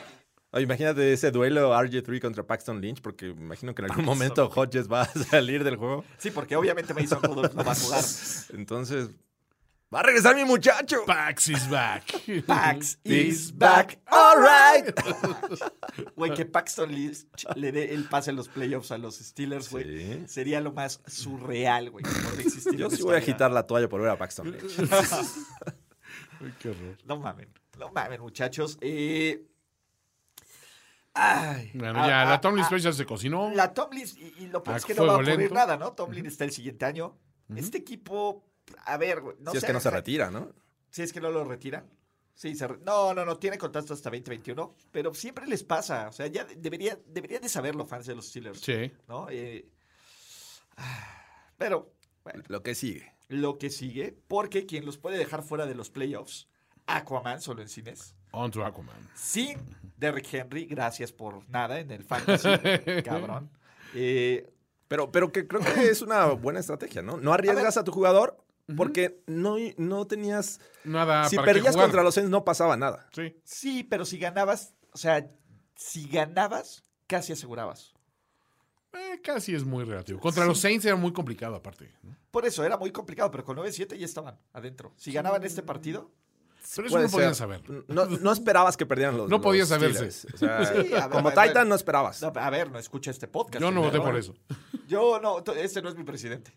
[SPEAKER 3] Oye, imagínate ese duelo RG3 contra Paxton Lynch, porque imagino que en algún momento Hodges va a salir del juego.
[SPEAKER 2] Sí, porque obviamente Mason Rudolph no va a jugar.
[SPEAKER 3] Entonces, ¡va a regresar mi muchacho!
[SPEAKER 4] Pax is back.
[SPEAKER 2] Pax is
[SPEAKER 3] He's
[SPEAKER 2] back.
[SPEAKER 3] all right.
[SPEAKER 2] Güey, que Paxton Lynch le dé el pase a los playoffs a los Steelers, güey.
[SPEAKER 3] Sí.
[SPEAKER 2] Sería lo más surreal, güey. que podría existir
[SPEAKER 3] Yo
[SPEAKER 2] en
[SPEAKER 3] sí
[SPEAKER 2] esta
[SPEAKER 3] voy a
[SPEAKER 2] vida.
[SPEAKER 3] agitar la toalla por ver a Paxton Lynch.
[SPEAKER 4] Qué horror.
[SPEAKER 2] No mamen. No mamen, muchachos. Eh, Ay,
[SPEAKER 4] Bueno,
[SPEAKER 2] Ah,
[SPEAKER 4] ya,
[SPEAKER 2] ah,
[SPEAKER 4] la Tomlin
[SPEAKER 2] ah.
[SPEAKER 4] Special se cocinó.
[SPEAKER 2] La Tomlin, y, y lo peor
[SPEAKER 4] A
[SPEAKER 2] es que no va a
[SPEAKER 4] fuego
[SPEAKER 2] ocurrir
[SPEAKER 4] lento.
[SPEAKER 2] nada, ¿no? Tomlin está el siguiente año. Este equipo a ver, güey. No
[SPEAKER 3] si es
[SPEAKER 2] sé,
[SPEAKER 3] que no se
[SPEAKER 2] o sea,
[SPEAKER 3] retira, ¿no?
[SPEAKER 2] Si es que no lo retiran. Sí, se re- no, no, no, tiene contrato hasta 2021, pero siempre les pasa. O sea, ya de- debería, deberían de saberlo fans de los Steelers.
[SPEAKER 4] Sí.
[SPEAKER 2] ¿no? Eh, ah, pero, bueno,
[SPEAKER 3] Lo que sigue.
[SPEAKER 2] lo que sigue, porque quien los puede dejar fuera de los playoffs, Aquaman solo en cines,
[SPEAKER 4] On to Aquaman.
[SPEAKER 2] sin Derrick Henry, gracias por nada en el fantasy, cabrón. Eh,
[SPEAKER 3] Pero, pero que creo que es una buena estrategia, ¿no? No arriesgas a, tu jugador porque no, no tenías...
[SPEAKER 4] Nada
[SPEAKER 3] si
[SPEAKER 4] Ah, para qué
[SPEAKER 3] perdías
[SPEAKER 4] jugar.
[SPEAKER 3] contra los Saints no pasaba nada.
[SPEAKER 4] Sí.
[SPEAKER 2] sí, pero si ganabas, o sea, si ganabas, casi asegurabas.
[SPEAKER 4] Eh, casi es muy relativo. Contra los Saints era muy complicado, aparte. ¿no?
[SPEAKER 2] Por eso era muy complicado, pero con 9-7 ya estaban adentro. Si ganaban este partido,
[SPEAKER 4] Pero eso
[SPEAKER 3] Puede
[SPEAKER 4] no podían
[SPEAKER 3] ser.
[SPEAKER 4] saber.
[SPEAKER 3] No, no esperabas que perdieran los
[SPEAKER 4] No
[SPEAKER 3] los
[SPEAKER 4] podía saberse.
[SPEAKER 3] Steelers. O sea,
[SPEAKER 2] Sí, a ver,
[SPEAKER 3] como
[SPEAKER 2] a ver.
[SPEAKER 3] Titan no esperabas.
[SPEAKER 2] no, a ver, no escucha este podcast.
[SPEAKER 4] Yo no voté
[SPEAKER 2] señor.
[SPEAKER 4] por eso.
[SPEAKER 2] Yo no, t- este no es mi presidente.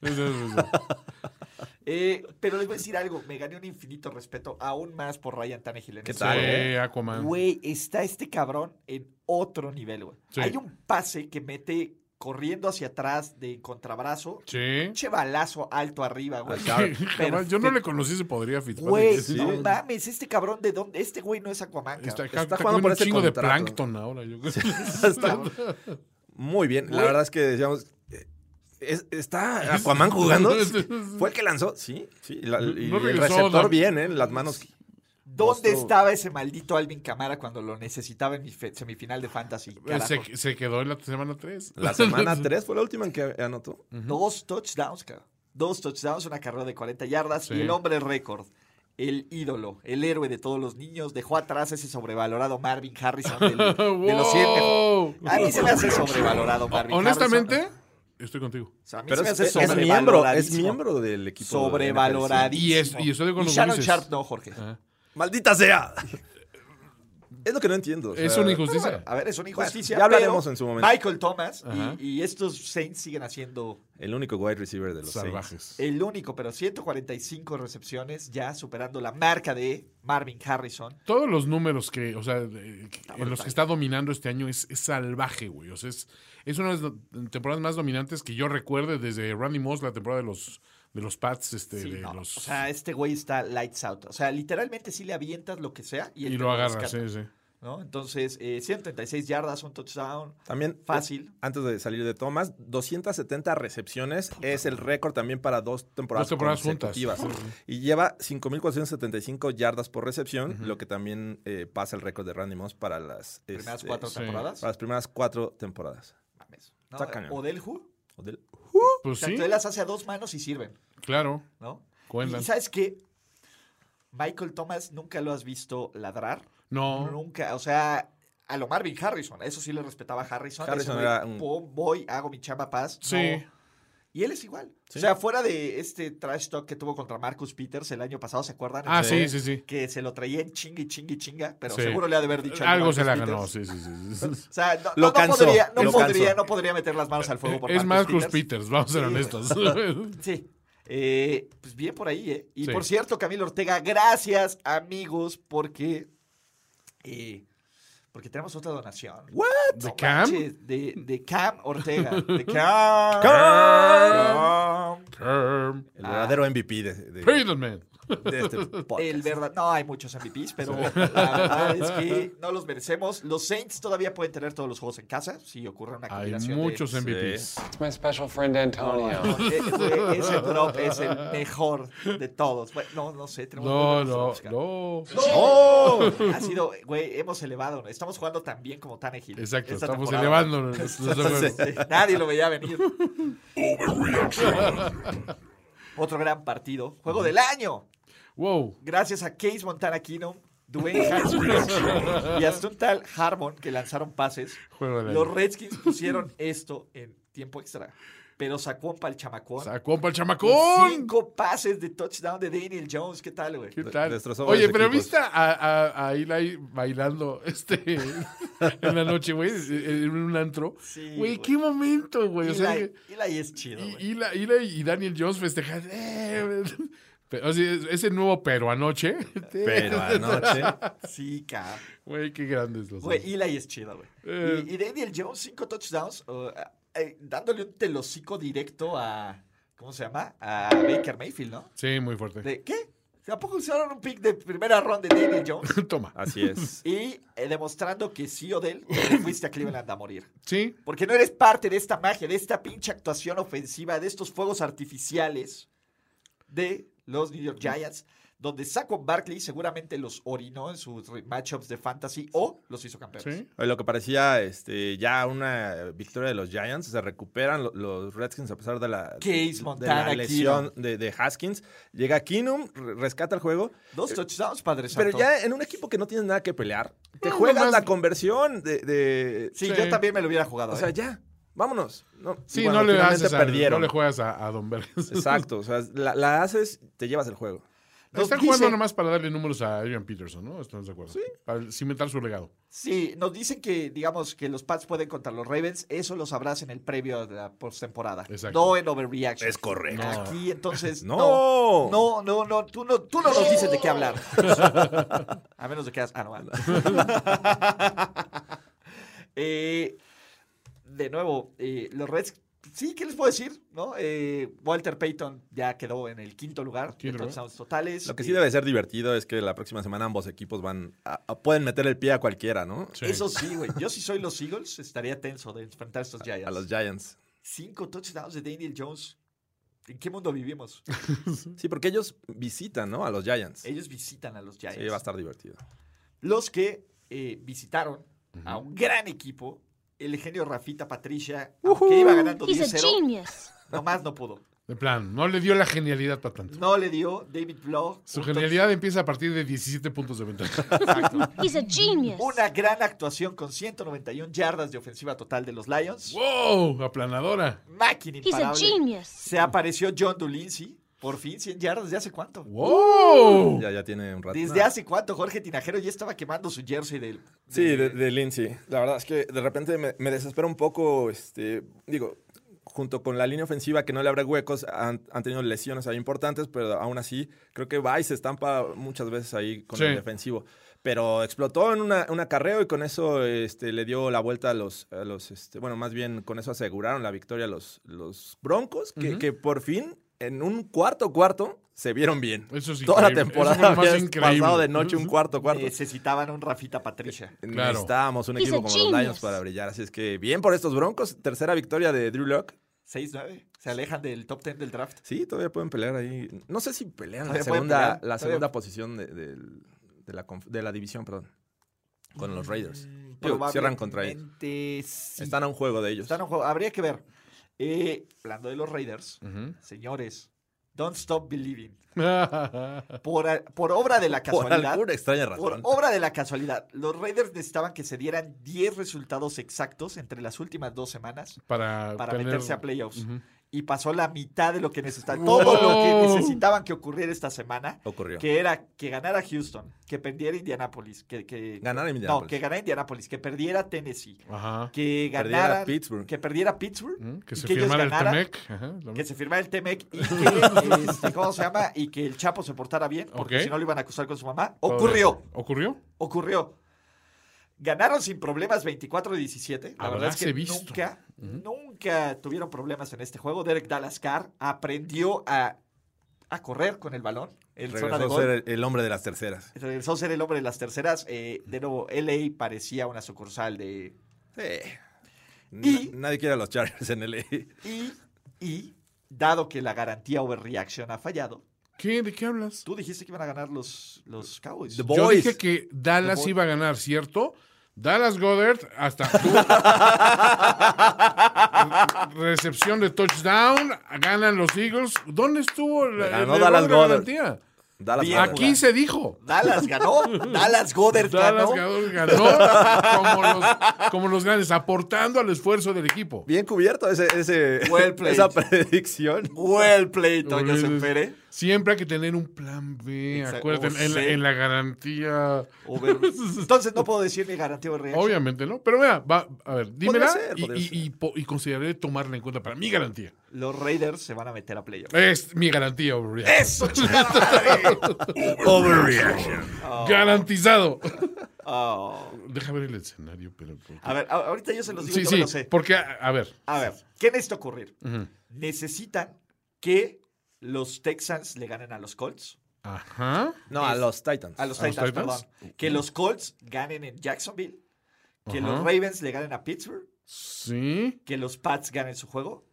[SPEAKER 2] Eh, pero les voy a decir algo, me gané un infinito respeto aún más por Ryan Tannehill en
[SPEAKER 3] ¿Qué
[SPEAKER 2] este
[SPEAKER 3] tal,
[SPEAKER 2] juego.
[SPEAKER 3] eh?
[SPEAKER 4] Sí, Aquaman.
[SPEAKER 2] Güey, está este cabrón en otro nivel, güey.
[SPEAKER 4] Sí.
[SPEAKER 2] Hay un pase que mete corriendo hacia atrás de contrabrazo.
[SPEAKER 4] Sí.
[SPEAKER 2] Pinche balazo alto arriba, güey.
[SPEAKER 4] Jamás, yo no le conocí se podría Fitzpatrick.
[SPEAKER 2] Güey,
[SPEAKER 4] Sí.
[SPEAKER 2] no mames, este cabrón de dónde, este güey no es Aquaman. cabrón.
[SPEAKER 4] Está,
[SPEAKER 3] Está
[SPEAKER 4] está
[SPEAKER 3] jugando por
[SPEAKER 4] un
[SPEAKER 3] ese
[SPEAKER 4] chingo de
[SPEAKER 3] contrato.
[SPEAKER 4] plancton ahora. Yo creo.
[SPEAKER 3] Está- muy bien. La
[SPEAKER 2] Güey.
[SPEAKER 3] verdad es que decíamos... eh, es- ¿Está Aquaman jugando?
[SPEAKER 4] Sí, sí, sí.
[SPEAKER 3] ¿Fue el que lanzó? Sí, sí. la- y
[SPEAKER 4] No
[SPEAKER 3] el
[SPEAKER 4] regresó,
[SPEAKER 3] receptor
[SPEAKER 4] no.
[SPEAKER 3] bien, ¿eh? Las manos...
[SPEAKER 2] ¿Dónde
[SPEAKER 3] Mostró-
[SPEAKER 2] estaba ese maldito Alvin Camara cuando lo necesitaba en mi fe- semifinal de Fantasy? carajo?
[SPEAKER 4] Se, se quedó en la semana 3.
[SPEAKER 3] La semana 3 fue la última en que anotó.
[SPEAKER 2] Dos touchdowns, cabrón. Dos touchdowns, una carrera de 40 yardas
[SPEAKER 4] Sí.
[SPEAKER 2] y el hombre récord. El ídolo, el héroe de todos los niños, dejó atrás ese sobrevalorado Marvin Harrison del- de los 100
[SPEAKER 4] Wow.
[SPEAKER 2] A mí se me hace sobrevalorado Marvin
[SPEAKER 4] Honestamente,
[SPEAKER 2] Harrison.
[SPEAKER 4] estoy contigo.
[SPEAKER 2] O sea, a mí se
[SPEAKER 3] Pero
[SPEAKER 2] me
[SPEAKER 3] es,
[SPEAKER 2] hace
[SPEAKER 3] es- es miembro, es
[SPEAKER 2] sobrevaloradísimo.
[SPEAKER 3] miembro del equipo. de la NFL, sí.
[SPEAKER 2] Sobrevaloradísimo.
[SPEAKER 4] Y es- y estoy con los
[SPEAKER 2] Shannon
[SPEAKER 4] grises.
[SPEAKER 2] Sharp no, Jorge.
[SPEAKER 3] ¡Maldita sea! es lo que no entiendo. o
[SPEAKER 4] Es
[SPEAKER 3] sea,
[SPEAKER 4] una injusticia.
[SPEAKER 2] A ver, es una injusticia.
[SPEAKER 3] ya hablaremos
[SPEAKER 2] pero
[SPEAKER 3] en su momento.
[SPEAKER 2] Michael Thomas
[SPEAKER 4] Ajá.
[SPEAKER 2] y, y estos Saints siguen haciendo
[SPEAKER 3] El único wide receiver de los Saints.
[SPEAKER 4] Salvajes.
[SPEAKER 2] el único, pero 145 recepciones, ya superando la marca de Marvin Harrison.
[SPEAKER 4] Todos los números que, o sea, de- que- en los que está dominando este año es, es salvaje, güey. O sea, es, es una de las do- temporadas más dominantes que yo recuerde desde Randy Moss, la temporada de los de los Pats, este,
[SPEAKER 2] Sí,
[SPEAKER 4] de
[SPEAKER 2] no,
[SPEAKER 4] los
[SPEAKER 2] O sea, este güey está lights out. O sea, literalmente sí le avientas lo que sea y, él
[SPEAKER 4] y
[SPEAKER 2] te
[SPEAKER 4] lo agarra,
[SPEAKER 2] rescata,
[SPEAKER 4] sí, sí.
[SPEAKER 2] ¿no? Entonces, eh, 136 yardas, un touchdown.
[SPEAKER 3] También,
[SPEAKER 2] Fácil.
[SPEAKER 3] antes de salir de Thomas, 270 recepciones es el récord también para dos temporadas,
[SPEAKER 4] Dos temporadas juntas.
[SPEAKER 3] consecutivas.
[SPEAKER 4] Sí, sí.
[SPEAKER 3] Y lleva 5.475 yardas por recepción, lo que también eh, pasa el récord de Randy Moss para las,
[SPEAKER 2] Primeras
[SPEAKER 3] este,
[SPEAKER 2] cuatro
[SPEAKER 4] sí.
[SPEAKER 2] temporadas.
[SPEAKER 3] para las primeras cuatro temporadas.
[SPEAKER 2] Mames, ¿no?
[SPEAKER 3] Está cañón.
[SPEAKER 2] O del Who.
[SPEAKER 3] O del-
[SPEAKER 4] Pues
[SPEAKER 2] O sea,
[SPEAKER 4] sí,
[SPEAKER 2] tú las hace a dos manos y sirven,
[SPEAKER 4] claro.
[SPEAKER 2] ¿no?
[SPEAKER 4] Cuentan.
[SPEAKER 2] Y sabes qué? Michael Thomas nunca lo has visto ladrar.
[SPEAKER 4] No,
[SPEAKER 2] Nunca, o sea, a lo Marvin Harrison, a eso sí le respetaba a Harrison.
[SPEAKER 3] Harrison
[SPEAKER 2] Harrison
[SPEAKER 3] era un-
[SPEAKER 2] voy, hago mi chamba paz.
[SPEAKER 4] sí.
[SPEAKER 2] no. Y él es igual. O sea, fuera de este trash talk que tuvo contra Marcus Peters el año pasado, ¿se acuerdan?
[SPEAKER 4] Ah,
[SPEAKER 2] Entonces,
[SPEAKER 4] sí, sí, sí.
[SPEAKER 2] Que se lo traía en chinga y chinga y chinga, pero
[SPEAKER 4] Sí.
[SPEAKER 2] seguro le ha de haber dicho
[SPEAKER 4] Algo
[SPEAKER 2] Marcus
[SPEAKER 4] se la
[SPEAKER 2] Peters.
[SPEAKER 4] ganó, sí, sí, sí. sí.
[SPEAKER 2] O sea, no,
[SPEAKER 3] Lo
[SPEAKER 2] no
[SPEAKER 3] cansó,
[SPEAKER 2] podría, no,
[SPEAKER 3] lo
[SPEAKER 2] podría,
[SPEAKER 3] cansó.
[SPEAKER 2] no podría meter las manos al fuego por
[SPEAKER 4] es
[SPEAKER 2] Marcus
[SPEAKER 4] Marcus Peters,
[SPEAKER 2] Peters.
[SPEAKER 4] vamos a ser
[SPEAKER 2] Sí, güey.
[SPEAKER 4] honestos.
[SPEAKER 2] Sí. Eh, pues bien por ahí, ¿eh? Y
[SPEAKER 4] Sí.
[SPEAKER 2] por cierto, Camilo Ortega, gracias, amigos, porque. eh, porque tenemos otra donación.
[SPEAKER 4] ¿De
[SPEAKER 2] No
[SPEAKER 4] Cam?
[SPEAKER 2] manches, de, de Cam Ortega. De Cam. Cam.
[SPEAKER 4] Cam.
[SPEAKER 3] Ah. El verdadero MVP de, de-
[SPEAKER 4] Friedman.
[SPEAKER 3] de este podcast.
[SPEAKER 2] El verdad, no hay muchos MVPs, pero la verdad es que no los merecemos. Los Saints todavía pueden tener todos los juegos en casa si ocurre una
[SPEAKER 4] Hay
[SPEAKER 2] combinación. de-
[SPEAKER 4] muchos MVPs.
[SPEAKER 5] It's my special friend Antonio.
[SPEAKER 2] Eh, güey, Ese drop es el mejor de todos. Bueno, no, no sé. Tenemos muy
[SPEAKER 4] No,
[SPEAKER 2] buenos
[SPEAKER 4] no,
[SPEAKER 2] drops, Cam.
[SPEAKER 4] no.
[SPEAKER 2] Ha sido, güey, hemos elevado. ¿no? Estamos jugando tan bien como Tannehill.
[SPEAKER 4] Exacto,
[SPEAKER 2] esta
[SPEAKER 4] estamos
[SPEAKER 2] temporada.
[SPEAKER 4] elevando los- los logros.
[SPEAKER 2] Sí, nadie lo veía venir. Otro gran partido. Juego del año.
[SPEAKER 4] Wow.
[SPEAKER 2] Gracias a Case Montana Keenum, Dwayne Haskins y hasta un tal Harmon que lanzaron pases.
[SPEAKER 4] Juego del
[SPEAKER 2] Los
[SPEAKER 4] año.
[SPEAKER 2] Redskins pusieron esto en tiempo extra. Pero sacó para el chamacón.
[SPEAKER 4] Sacó para
[SPEAKER 2] Con
[SPEAKER 4] el chamacón.
[SPEAKER 2] Cinco pases de touchdown de Daniel Jones. ¿Qué tal, güey?
[SPEAKER 4] ¿Qué tal?
[SPEAKER 3] Destrozó
[SPEAKER 4] Oye,
[SPEAKER 3] varios
[SPEAKER 4] pero
[SPEAKER 3] equipos.
[SPEAKER 4] viste a, a, a Eli bailando este en la noche, güey, en un antro.
[SPEAKER 2] Sí,
[SPEAKER 4] Güey,
[SPEAKER 2] güey.
[SPEAKER 4] qué momento, güey. O sea,
[SPEAKER 2] Eli,
[SPEAKER 4] que-
[SPEAKER 2] Eli es chido, güey.
[SPEAKER 4] y, y la- y la- y Daniel Jones festejan. eh, pero, o sea, ese nuevo pero anoche.
[SPEAKER 3] Pero anoche.
[SPEAKER 2] Sí, cabrón.
[SPEAKER 4] Güey, qué grandes los dos.
[SPEAKER 2] Güey, Eli es chido, güey.
[SPEAKER 4] Eh.
[SPEAKER 2] eh, Y, y Daniel Jones, cinco touchdowns, uh, eh, dándole un telocico directo a, ¿cómo se llama? A Baker Mayfield, ¿no?
[SPEAKER 4] Sí, muy fuerte.
[SPEAKER 2] ¿De qué? ¿A poco usaron un pick de primera ronda de Daniel Jones?
[SPEAKER 4] Toma.
[SPEAKER 3] Así es.
[SPEAKER 2] Y eh, demostrando que sí, Odell, te fuiste a Cleveland a morir.
[SPEAKER 4] Sí,
[SPEAKER 2] Porque no eres parte de esta magia, de esta pinche actuación ofensiva, de estos fuegos artificiales de los New York Giants, donde Saquon Barkley seguramente los orinó en sus re- matchups de fantasy o los hizo campeones.
[SPEAKER 4] sí.
[SPEAKER 3] Oye, Eh, Lo que parecía este, ya una victoria de los Giants, se recuperan lo- los Redskins a pesar de la,
[SPEAKER 2] Case
[SPEAKER 3] de- de
[SPEAKER 2] Montana,
[SPEAKER 3] la lesión de, de Haskins. Llega Keenum, re- rescata el juego,
[SPEAKER 2] Dos touchdowns, Padre Santo.
[SPEAKER 3] Eh, pero ya en un equipo que no tienes nada que pelear, te
[SPEAKER 4] No,
[SPEAKER 3] juegas
[SPEAKER 4] nomás-
[SPEAKER 3] la conversión de... de-
[SPEAKER 2] Sí,
[SPEAKER 4] Sí.
[SPEAKER 2] yo también me lo hubiera jugado.
[SPEAKER 3] o sea,
[SPEAKER 2] ¿eh?
[SPEAKER 3] ya, vámonos. No,
[SPEAKER 4] Sí,
[SPEAKER 3] y bueno,
[SPEAKER 4] no, le
[SPEAKER 3] finalmente
[SPEAKER 4] haces a-
[SPEAKER 3] perdieron.
[SPEAKER 4] no le juegas a, a Don Vergas.
[SPEAKER 3] Exacto, o sea, la, la haces, te llevas el juego.
[SPEAKER 2] Nos
[SPEAKER 4] Están
[SPEAKER 2] dice-
[SPEAKER 4] jugando nomás para darle números a Adrian Peterson, ¿no? Estamos de acuerdo. Sí. Para cimentar su legado.
[SPEAKER 2] Sí, nos dicen que, digamos, que los Pats pueden contra los Ravens. Eso lo sabrás en el previo de la postemporada.
[SPEAKER 4] Exacto.
[SPEAKER 2] No en Overreaction.
[SPEAKER 3] Es correcto.
[SPEAKER 4] No.
[SPEAKER 2] Aquí, entonces, no.
[SPEAKER 3] No.
[SPEAKER 2] No, no, no. Tú no, tú no nos dices de qué hablar. A menos de que hagas... Ah, no. ah. Eh, de nuevo, eh, los Reds... Sí, ¿qué les puedo decir? ¿No? Eh, Walter Payton ya quedó en el quinto lugar de
[SPEAKER 4] Quinto lugar.
[SPEAKER 2] touchdowns totales.
[SPEAKER 3] Lo que
[SPEAKER 2] Eh,
[SPEAKER 3] sí debe ser divertido es que la próxima semana ambos equipos van a- a- pueden meter el pie a cualquiera, ¿no?
[SPEAKER 4] Sí.
[SPEAKER 2] Eso sí, güey. Yo si soy los Eagles, estaría tenso de enfrentar a estos Giants.
[SPEAKER 3] A los Giants.
[SPEAKER 2] Cinco touchdowns de Daniel Jones. ¿En qué mundo vivimos?
[SPEAKER 3] Sí, porque ellos visitan, ¿no? A los Giants. Sí,
[SPEAKER 2] Ellos visitan a los Giants.
[SPEAKER 3] va a estar divertido.
[SPEAKER 2] Los que eh, visitaron a un gran equipo, el genio Rafita Patricia, que iba ganando
[SPEAKER 6] He's a
[SPEAKER 2] 10-0,
[SPEAKER 6] genius.
[SPEAKER 2] nomás no pudo.
[SPEAKER 4] De plan, no le dio la genialidad para tanto.
[SPEAKER 2] No le dio David Blow.
[SPEAKER 4] Su genialidad empieza a partir de 17 puntos de ventaja.
[SPEAKER 6] He's a genius.
[SPEAKER 2] Una gran actuación con 191 yardas de ofensiva total de los Lions.
[SPEAKER 4] ¡Wow! Aplanadora.
[SPEAKER 2] Máquina
[SPEAKER 6] He's a
[SPEAKER 2] imparable.
[SPEAKER 6] genius.
[SPEAKER 2] Se apareció John Dulincy. Por fin, 100 yardas. ¿De hace cuánto? Uh.
[SPEAKER 4] ¡Wow!
[SPEAKER 3] Ya, ya tiene un rato.
[SPEAKER 2] Desde hace cuánto Jorge Tinajero ya estaba quemando su jersey del.
[SPEAKER 3] Sí, de, de Lindsay. La verdad es que de repente me, me desespera un poco, este, digo, junto con la línea ofensiva que no le abre huecos, han, han tenido lesiones ahí importantes, pero aún así creo que va y se estampa muchas veces ahí con
[SPEAKER 4] Sí.
[SPEAKER 3] el defensivo. Pero explotó en una, un acarreo y con eso este, le dio la vuelta a los, a los este, bueno, más bien con eso aseguraron la victoria a los, los Broncos, que, que por fin en un cuarto cuarto se vieron bien.
[SPEAKER 4] Eso es
[SPEAKER 3] Toda la
[SPEAKER 4] increíble.
[SPEAKER 3] temporada
[SPEAKER 4] Eso fue lo más
[SPEAKER 3] habías
[SPEAKER 4] increíble.
[SPEAKER 3] pasado de noche un cuarto cuarto.
[SPEAKER 2] eh, Necesitaban un Rafita Patricia.
[SPEAKER 4] Claro.
[SPEAKER 3] Necesitábamos un
[SPEAKER 6] He's
[SPEAKER 3] equipo
[SPEAKER 6] a
[SPEAKER 3] como los
[SPEAKER 6] genius.
[SPEAKER 3] Lions para brillar. Así es que bien por estos Broncos. Tercera victoria de Drew Lock.
[SPEAKER 2] 6-9. Se alejan del top 10 del draft.
[SPEAKER 3] Sí, todavía pueden pelear ahí. No sé si pelean la
[SPEAKER 2] Todavía pueden
[SPEAKER 3] segunda,
[SPEAKER 2] pelear,
[SPEAKER 3] La
[SPEAKER 2] todavía.
[SPEAKER 3] segunda posición de, del- de la, conf- de la división, perdón. Con los Raiders. Digo, cierran contra ellos.
[SPEAKER 2] Probablemente Mm, sí.
[SPEAKER 3] Están a un juego de ellos.
[SPEAKER 2] Están en juego. Habría que ver. Eh, hablando de los Raiders,
[SPEAKER 4] Ujú.
[SPEAKER 2] señores, don't stop believing. Por, a- por obra de la
[SPEAKER 3] Por
[SPEAKER 2] casualidad.
[SPEAKER 3] alguna extraña
[SPEAKER 2] Por
[SPEAKER 3] razón.
[SPEAKER 2] obra de la casualidad, los Raiders necesitaban que se dieran 10 resultados exactos entre las últimas dos semanas
[SPEAKER 4] para
[SPEAKER 2] para
[SPEAKER 4] tener-
[SPEAKER 2] meterse a playoffs.
[SPEAKER 4] Ujú.
[SPEAKER 2] Y pasó la mitad de lo que necesitaban. Todo lo que necesitaban que ocurriera esta semana,
[SPEAKER 3] Ocurrió.
[SPEAKER 2] que era que ganara Houston, que perdiera Indianapolis, que, que
[SPEAKER 3] Ganar en
[SPEAKER 2] no,
[SPEAKER 3] Indianapolis.
[SPEAKER 2] que ganara Indianapolis, que perdiera Tennessee,
[SPEAKER 4] Ajá.
[SPEAKER 2] que
[SPEAKER 3] Perdiera
[SPEAKER 2] ganara
[SPEAKER 3] Pittsburgh. Mm.
[SPEAKER 2] que perdiera Pittsburgh,
[SPEAKER 4] Ujú. Que
[SPEAKER 2] y
[SPEAKER 4] se
[SPEAKER 2] que ellos
[SPEAKER 4] firmara el
[SPEAKER 2] ganaran,
[SPEAKER 4] Temec. Ajá. La-
[SPEAKER 2] que se firmara el Temec y que este, ¿cómo se llama? Y que el Chapo se portara bien, porque
[SPEAKER 4] Ok.
[SPEAKER 2] si no lo iban a acusar con su mamá.
[SPEAKER 4] Todo
[SPEAKER 2] Ocurrió
[SPEAKER 4] eso. ¿Ocurrió?
[SPEAKER 2] ocurrió. Ganaron sin problemas 24-17. La verdad es
[SPEAKER 4] Habráse
[SPEAKER 2] que
[SPEAKER 4] visto.
[SPEAKER 2] nunca, nunca tuvieron problemas en este juego. Derek Dalascar aprendió a, a correr con el balón en zona de
[SPEAKER 3] Regresó a
[SPEAKER 2] gol.
[SPEAKER 3] ser el, el hombre de las terceras.
[SPEAKER 2] Regresó a ser el hombre de las terceras. Eh, de nuevo, LA parecía una sucursal de...
[SPEAKER 3] Sí.
[SPEAKER 2] Y-
[SPEAKER 3] Na- Nadie quiere a los Chargers en LA.
[SPEAKER 2] Y, y dado que la garantía overreaction ha fallado,
[SPEAKER 4] ¿Qué? ¿De qué hablas?
[SPEAKER 2] tú dijiste que iban a ganar los, los Cowboys.
[SPEAKER 3] The Bo-
[SPEAKER 4] Yo
[SPEAKER 3] Boys.
[SPEAKER 4] dije que Dallas
[SPEAKER 2] Boys.
[SPEAKER 4] iba a ganar, ¿cierto? Dallas Goddard hasta tú. recepción de touchdown, ganan los Eagles. ¿Dónde estuvo la,
[SPEAKER 3] Ganó
[SPEAKER 4] el
[SPEAKER 3] Dallas
[SPEAKER 4] error de
[SPEAKER 3] Goddard.
[SPEAKER 4] garantía?
[SPEAKER 3] Dallas
[SPEAKER 2] Bien.
[SPEAKER 3] gana.
[SPEAKER 4] Aquí se dijo.
[SPEAKER 2] Dallas ganó. Dallas Goddard
[SPEAKER 4] Dallas
[SPEAKER 2] ganó.
[SPEAKER 4] Goddard ganó como los, como los grandes, aportando al esfuerzo del equipo.
[SPEAKER 3] Bien cubierto ese, ese-
[SPEAKER 2] Well played.
[SPEAKER 3] esa predicción.
[SPEAKER 2] Well played, Toño Sempere.
[SPEAKER 4] Siempre hay que tener un plan B,
[SPEAKER 2] Exacto.
[SPEAKER 4] acuérdate, en, la-
[SPEAKER 2] Sí.
[SPEAKER 4] en la garantía.
[SPEAKER 2] Over- Entonces no puedo decir mi garantía de reacción.
[SPEAKER 4] Obviamente, ¿no? Pero mira, va, a ver, dímela
[SPEAKER 3] ser,
[SPEAKER 4] y-
[SPEAKER 3] podría
[SPEAKER 4] y,
[SPEAKER 3] ser.
[SPEAKER 4] y po- y consideraré tomarla en cuenta para mi garantía.
[SPEAKER 2] Los Raiders se van a meter a playoff.
[SPEAKER 4] Es mi garantía, Overreaction.
[SPEAKER 2] ¡Eso, chingada madre!
[SPEAKER 4] Garantizado.
[SPEAKER 2] Oh.
[SPEAKER 4] Deja ver el escenario, pero. ¿por qué?
[SPEAKER 2] A ver, a- ahorita Ah, yo se los digo,
[SPEAKER 4] sí,
[SPEAKER 2] yo
[SPEAKER 4] sí,
[SPEAKER 2] me lo sé.
[SPEAKER 4] porque, a a ver,
[SPEAKER 2] A ver, ¿qué necesita ocurrir? Necesitan que los Texans le ganen a los Colts.
[SPEAKER 4] Ajá.
[SPEAKER 3] No, a los Titans.
[SPEAKER 2] A los
[SPEAKER 4] ¿A los
[SPEAKER 2] Titans,
[SPEAKER 4] Titans?
[SPEAKER 2] perdón. Que los Colts ganen en Jacksonville. Que los
[SPEAKER 4] Ajá.
[SPEAKER 2] Ravens le ganen a Pittsburgh.
[SPEAKER 4] Sí.
[SPEAKER 2] Que los Pats ganen su juego.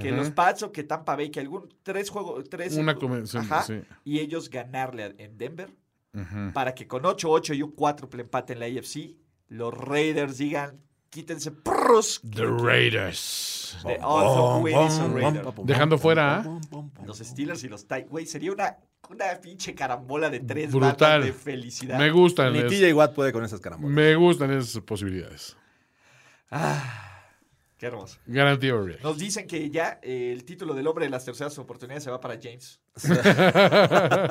[SPEAKER 2] Que
[SPEAKER 4] Ujú.
[SPEAKER 2] los Pats o que Tampa Bay, que algún. Tres juegos. Tres,
[SPEAKER 4] Una convención,
[SPEAKER 2] Ajá.
[SPEAKER 4] sí.
[SPEAKER 2] Y ellos ganarle a- en Denver.
[SPEAKER 4] Ujú.
[SPEAKER 2] Para que con 8-8 y un cuádruple empate en la AFC, los Raiders digan: quítense. Prrrros,
[SPEAKER 4] The Raiders.
[SPEAKER 3] Oh,
[SPEAKER 2] The also win is a Raider.
[SPEAKER 4] Dejando fuera ¿ah? a-
[SPEAKER 2] Los Steelers y los Titans. Güey, sería una, una pinche carambola de tres
[SPEAKER 4] Brutal.
[SPEAKER 2] bandas de felicidad.
[SPEAKER 4] Me gustan.
[SPEAKER 3] Ni
[SPEAKER 4] es-
[SPEAKER 3] TJ Watt puede con esas carambolas.
[SPEAKER 4] me gustan esas posibilidades.
[SPEAKER 2] Qué hermoso.
[SPEAKER 4] Garantía O'Reilly.
[SPEAKER 2] Nos dicen que ya eh, el título del hombre de las terceras oportunidades se va para James.